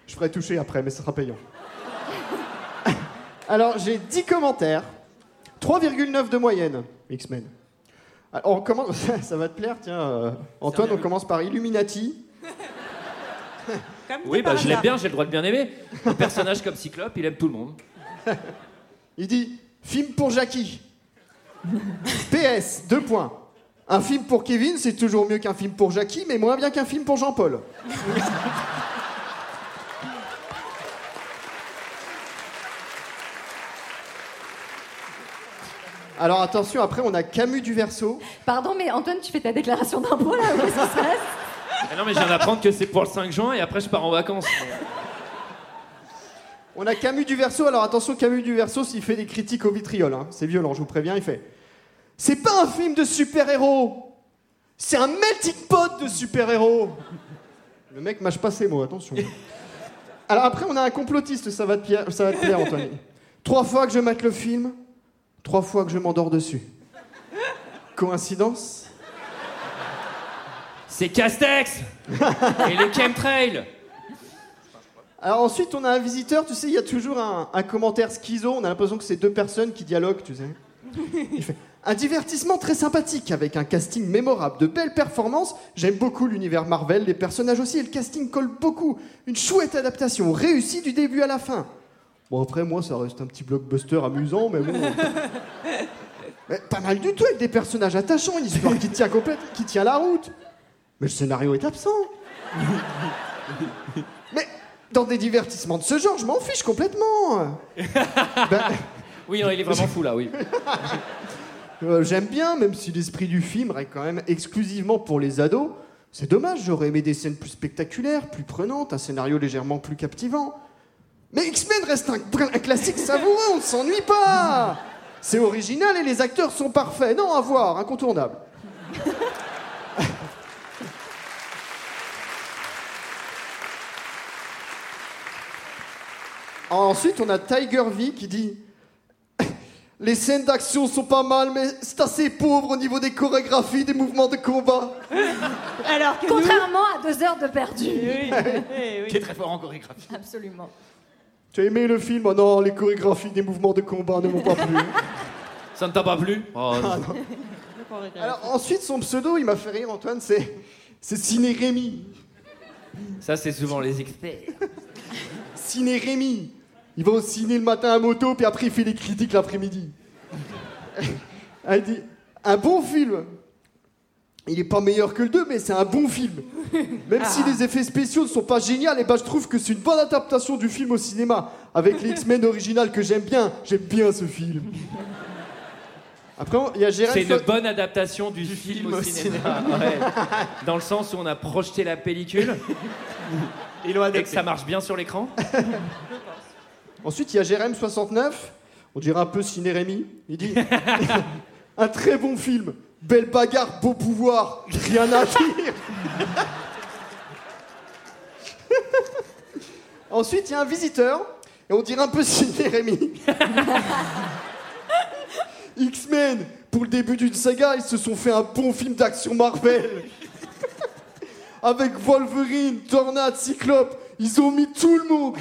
Speaker 1: Je ferai toucher après, mais ce sera payant. Alors, j'ai 10 commentaires. 3,9 de moyenne, X-Men. Alors, On commence... Ça va te plaire, tiens. euh, Antoine, on commence par Illuminati.
Speaker 6: Oui, bah
Speaker 1: par
Speaker 6: je l'aime
Speaker 1: hasard.
Speaker 6: bien, j'ai le droit de bien aimer. Un personnage comme Cyclope, il aime tout le monde.
Speaker 1: Il dit film pour Jackie. PS, deux points. Un film pour Kevin, c'est toujours mieux qu'un film pour Jackie, mais moins bien qu'un film pour Jean-Paul. Alors attention, après on a Camus du Verseau.
Speaker 8: Pardon, mais Antoine, tu fais ta déclaration d'impôt là Qu'est-ce qui se passe
Speaker 6: Ah non, mais je viens d'apprendre que c'est pour le 5 juin et après, je pars en vacances.
Speaker 1: On a Camus du Verseau. Alors attention, Camus du Verseau, s'il fait des critiques au vitriol, hein, c'est violent, je vous préviens, il fait. C'est pas un film de super-héros. C'est un melting pot de super-héros. Le mec mâche pas ses mots, attention. Alors après, on a un complotiste, ça va te plaire, ça va te plaire, Anthony. Trois fois que je mate le film, trois fois que je m'endors dessus. Coïncidence
Speaker 6: C'est Castex Et les chemtrails
Speaker 1: Alors ensuite, on a un visiteur, tu sais, il y a toujours un, un commentaire schizo, on a l'impression que c'est deux personnes qui dialoguent, tu sais. Un divertissement très sympathique avec un casting mémorable, de belles performances. J'aime beaucoup l'univers Marvel, les personnages aussi et le casting colle beaucoup. Une chouette adaptation, réussie du début à la fin. Bon, après, moi, ça reste un petit blockbuster amusant, mais bon. Mais pas mal du tout avec des personnages attachants, une histoire qui tient, complète, qui tient la route. Mais le scénario est absent. Mais dans des divertissements de ce genre, je m'en fiche complètement.
Speaker 6: Oui, non, il est vraiment fou là, oui.
Speaker 1: Euh, J'aime bien, même si l'esprit du film est quand même exclusivement pour les ados. C'est dommage, j'aurais aimé des scènes plus spectaculaires, plus prenantes, un scénario légèrement plus captivant. Mais X-Men reste un, un classique savoureux, on ne s'ennuie pas C'est original et les acteurs sont parfaits. Non, à voir, incontournable. Ensuite, on a Tiger V qui dit les scènes d'action sont pas mal, mais c'est assez pauvre au niveau des chorégraphies, des mouvements de combat.
Speaker 29: Alors
Speaker 1: que
Speaker 8: Contrairement à deux heures de perdu.
Speaker 1: Qui est
Speaker 30: très fort en chorégraphie.
Speaker 8: Absolument.
Speaker 1: Tu as aimé le film Ah Non, les chorégraphies des mouvements de combat ne m'ont pas plu.
Speaker 6: Ça ne t'a pas plu Oh, non.
Speaker 1: Alors ensuite, son pseudo, il m'a fait rire, Antoine, c'est c'est Ciné Rémi.
Speaker 6: Ça, c'est souvent les experts.
Speaker 1: Ciné Rémi. Il va au ciné le matin à moto, puis après il fait les critiques l'après-midi. Ah, il dit un bon film. Il est pas meilleur que le 2, mais c'est un bon film. Même si les effets spéciaux ne sont pas géniaux, et ben je trouve que c'est une bonne adaptation du film au cinéma. Avec les X-Men original que j'aime bien, j'aime bien ce film. Après, il y a Gérald
Speaker 2: C'est une
Speaker 1: Fa-
Speaker 2: bonne adaptation du, film, au
Speaker 1: au
Speaker 2: cinéma.
Speaker 1: cinéma.
Speaker 2: Ouais. Dans le sens où on a projeté la pellicule et que ça marche bien sur l'écran.
Speaker 1: Ensuite, il y a Jérém69, on dirait un peu Ciné Rémy. Il dit Un très bon film, belle bagarre, beau pouvoir, rien à dire. Ensuite, il y a un visiteur, et on dirait un peu Ciné Rémy. X-Men, pour le début d'une saga, ils se sont fait un bon film d'action Marvel. Avec Wolverine, Tornade, Cyclope, ils ont mis tout le monde.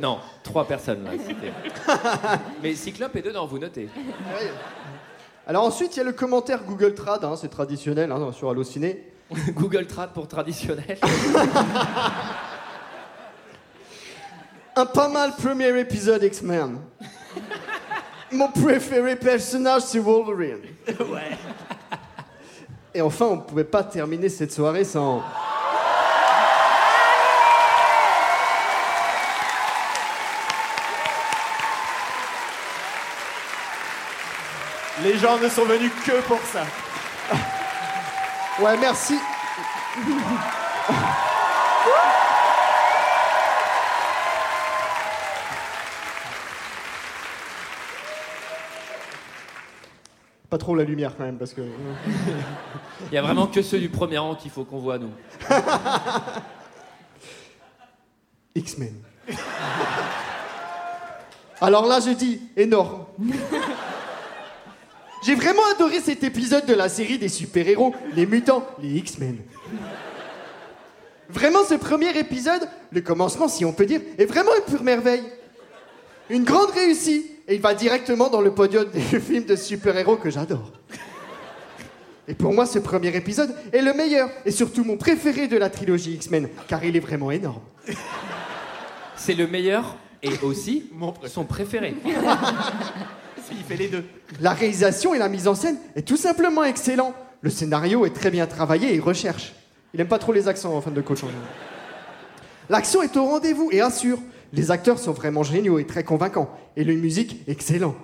Speaker 2: Non, trois personnes là. c'était. Mais Cyclope est dedans, vous notez.
Speaker 1: Alors ensuite, il y a le commentaire Google Trad, hein, c'est traditionnel hein, sur Allociné.
Speaker 2: Google Trad pour traditionnel.
Speaker 1: Un pas mal premier épisode X-Men. Mon préféré personnage, c'est Wolverine.
Speaker 16: Ouais.
Speaker 1: Et enfin, on ne pouvait pas terminer cette soirée sans...
Speaker 3: Les gens ne sont venus que pour ça.
Speaker 1: Ouais, merci. Pas trop la lumière quand même, parce que... hein.
Speaker 2: Il y a vraiment que ceux du premier rang qu'il faut qu'on voit nous.
Speaker 1: X-Men. Alors là, je dis énorme. J'ai vraiment adoré cet épisode de la série des super-héros, les mutants, les X-Men. Vraiment, ce premier épisode, le commencement, si on peut dire, est vraiment une pure merveille. Une grande réussite, et il va directement dans le podium des films de super-héros que j'adore. Et pour moi, ce premier épisode est le meilleur, et surtout mon préféré de la trilogie X-Men, car il est vraiment énorme.
Speaker 2: C'est le meilleur et aussi son préféré.
Speaker 3: Il fait les deux.
Speaker 1: La réalisation et la mise en scène est tout simplement excellent. Le scénario est très bien travaillé et recherche. Il aime pas trop les accents en fin de coach en général. L'action est au rendez-vous et assure. Les acteurs sont vraiment géniaux et très convaincants. Et la musique, excellent.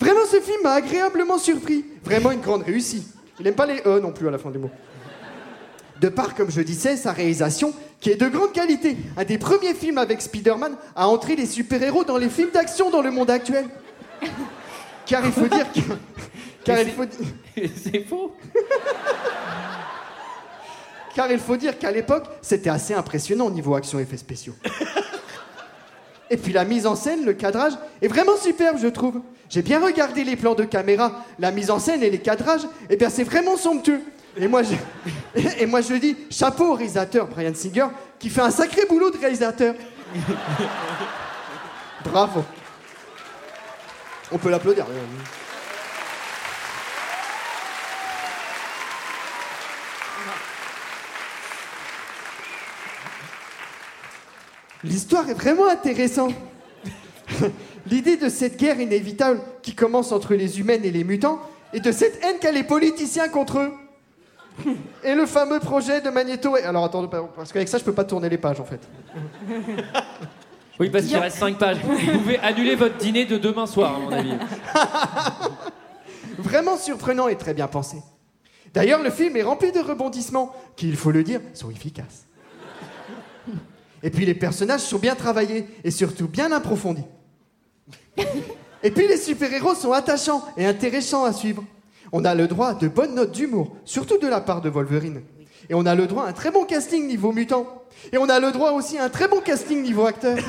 Speaker 1: Vraiment, ce film m'a agréablement surpris. Vraiment une grande réussite. Il aime pas les E non plus à la fin du mot. De part, comme je disais, sa réalisation, qui est de grande qualité, un des premiers films avec Spider-Man à entrer les super-héros dans les films d'action dans le monde actuel. Car il faut dire que. Car il faut.
Speaker 2: C'est faux.
Speaker 1: Car il faut dire qu'à l'époque, c'était assez impressionnant au niveau action effets spéciaux. Et puis la mise en scène, le cadrage est vraiment superbe, je trouve. J'ai bien regardé les plans de caméra, la mise en scène et les cadrages, et bien c'est vraiment somptueux. Et moi, je... et moi je dis chapeau au réalisateur Brian Singer qui fait un sacré boulot de réalisateur. Bravo. On peut l'applaudir. L'histoire est vraiment intéressante. L'idée de cette guerre inévitable qui commence entre les humaines et les mutants et de cette haine qu'ont les politiciens contre eux. Et le fameux projet de Magneto. est- Alors attendez, pardon, parce qu'avec ça, je peux pas tourner les pages en fait.
Speaker 2: Oui, parce qu'il reste 5 pages. Vous pouvez annuler votre dîner de demain soir, à mon avis.
Speaker 1: Vraiment surprenant et très bien pensé. D'ailleurs, le film est rempli de rebondissements qui, il faut le dire, sont efficaces. Et puis les personnages sont bien travaillés et surtout bien approfondis. Et puis les super-héros sont attachants et intéressants à suivre. On a le droit à de bonnes notes d'humour, surtout de la part de Wolverine. Et on a le droit à un très bon casting niveau mutant. Et on a le droit aussi à un très bon casting niveau acteur.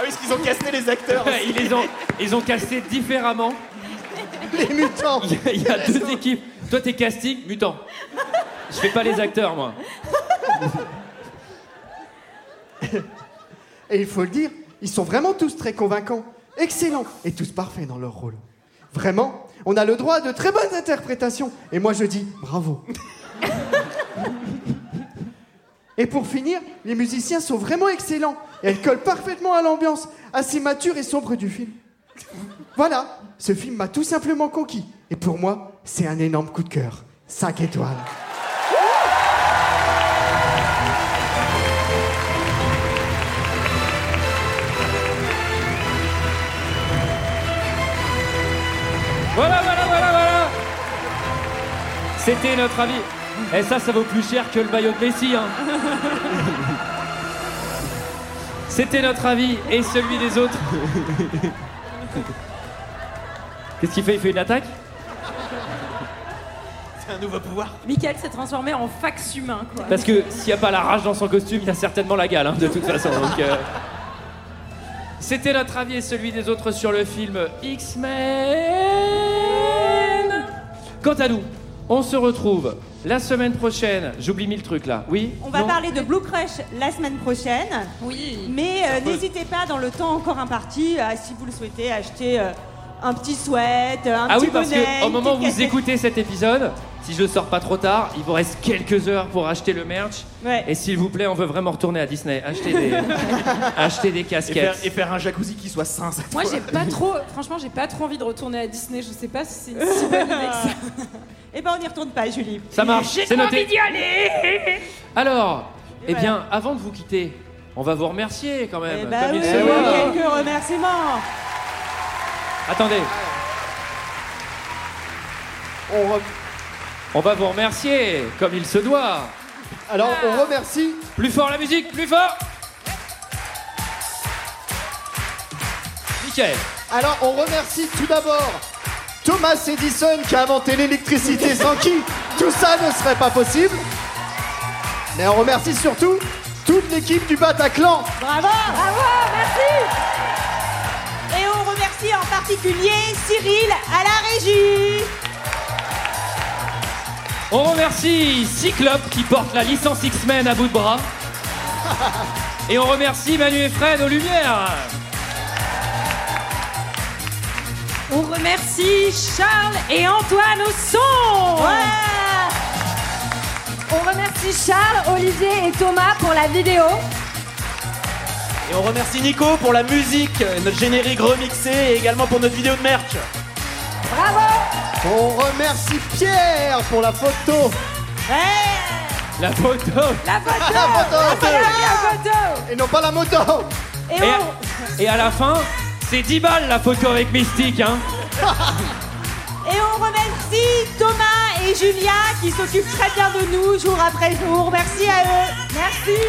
Speaker 3: Ah oui, parce qu'ils ont casté les acteurs.
Speaker 2: Ouais, ils, les ont, ils ont casté différemment.
Speaker 1: Les mutants
Speaker 2: Il y a, il y a deux équipes. Toi, t'es casting, mutant. Je fais pas les acteurs, moi.
Speaker 1: Et il faut le dire, ils sont vraiment tous très convaincants, excellents et tous parfaits dans leur rôle. Vraiment, on a le droit à de très bonnes interprétations. Et moi, je dis bravo. et pour finir, les musiciens sont vraiment excellents et elles collent parfaitement à l'ambiance, assez mature et sombre du film. Voilà, ce film m'a tout simplement conquis. Et pour moi, c'est un énorme coup de cœur. 5 étoiles.
Speaker 6: Voilà, voilà, voilà, voilà. C'était notre avis. Et ça, ça vaut plus cher que le maillot de Messi. hein. C'était notre avis et celui des autres. Qu'est-ce qu'il fait Il fait une attaque
Speaker 3: C'est un nouveau pouvoir.
Speaker 7: Michael s'est transformé en fax humain, quoi.
Speaker 6: Parce que s'il n'y a pas la rage dans son costume, il a certainement la gale, hein, de toute façon. donc, euh. C'était notre avis et celui des autres sur le film X-Men. Quant à nous, on se retrouve la semaine prochaine. J'oublie mille trucs là. Oui
Speaker 10: On va parler de Blue Crush la semaine prochaine.
Speaker 7: Oui.
Speaker 10: Mais euh, n'hésitez pas, dans le temps encore imparti, à, si vous le souhaitez, à acheter euh, un petit sweat, euh, un
Speaker 6: ah
Speaker 10: petit
Speaker 6: oui, parce
Speaker 10: bonnet,
Speaker 6: que au
Speaker 10: une
Speaker 6: moment où
Speaker 10: petite
Speaker 6: vous
Speaker 10: casquette.
Speaker 6: écoutez cet épisode, si je le sors pas trop tard, il vous reste quelques heures pour acheter le merch.
Speaker 10: Ouais.
Speaker 6: Et s'il vous plaît, on veut vraiment retourner à Disney. Achetez des, achetez des
Speaker 3: Et faire,
Speaker 6: casquettes.
Speaker 3: et faire un jacuzzi qui soit sain cette
Speaker 7: Moi,
Speaker 3: fois.
Speaker 7: j'ai pas trop. Franchement, j'ai pas trop envie de retourner à Disney. Je sais pas si c'est une si bonne idée que ça.
Speaker 10: Eh ben, on n'y retourne pas, Julie.
Speaker 6: Ça marche, c'est noté.
Speaker 10: aller
Speaker 6: Alors, eh
Speaker 10: voilà.
Speaker 6: bien, avant de vous quitter, on va vous remercier quand même.
Speaker 10: Eh ben
Speaker 6: comme il
Speaker 10: oui,
Speaker 6: se doit.
Speaker 10: quelques remerciements.
Speaker 6: Attendez.
Speaker 1: On,
Speaker 6: on va vous remercier comme il se doit.
Speaker 1: Alors, on remercie.
Speaker 6: Plus fort la musique, plus fort. Michael.
Speaker 1: Alors, on remercie tout d'abord Thomas Edison qui a inventé l'électricité sans qui tout ça ne serait pas possible. Mais on remercie surtout toute l'équipe du Bataclan.
Speaker 10: Bravo Bravo, merci Et on remercie en particulier Cyril à la régie
Speaker 6: On remercie Cyclope qui porte la licence X-Men à bout de bras. Et on remercie Manu et Fred aux Lumières.
Speaker 7: On remercie Charles et Antoine au son.
Speaker 8: On remercie Charles, Olivier et Thomas pour la vidéo.
Speaker 3: Et on remercie Nico pour la musique, euh, notre générique remixé et également pour notre vidéo de merch.
Speaker 1: On remercie Pierre pour la photo.
Speaker 6: La photo
Speaker 10: La
Speaker 1: photo Et non pas la moto
Speaker 6: Et, et à la fin, c'est 10 balles la photo avec Mystique. Hein.
Speaker 10: Et on remercie Thomas et Julia qui s'occupent très bien de nous jour après jour. Merci à eux. Merci.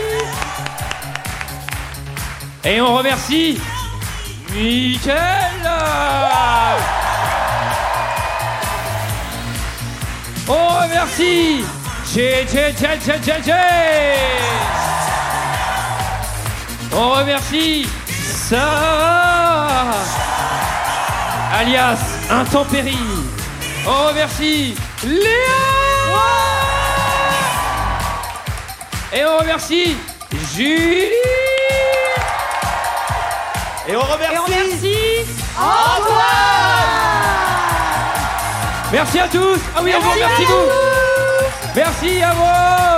Speaker 6: Et on remercie Michael On remercie Tché Tché Tché Tché Tché Tché On remercie Sarah Alias Intempérie On remercie Léa Et on remercie Julie
Speaker 3: Et on remercie,
Speaker 6: Merci à tous Ah oui, on vous
Speaker 3: Merci
Speaker 6: remercie
Speaker 3: à
Speaker 6: vous Merci à vous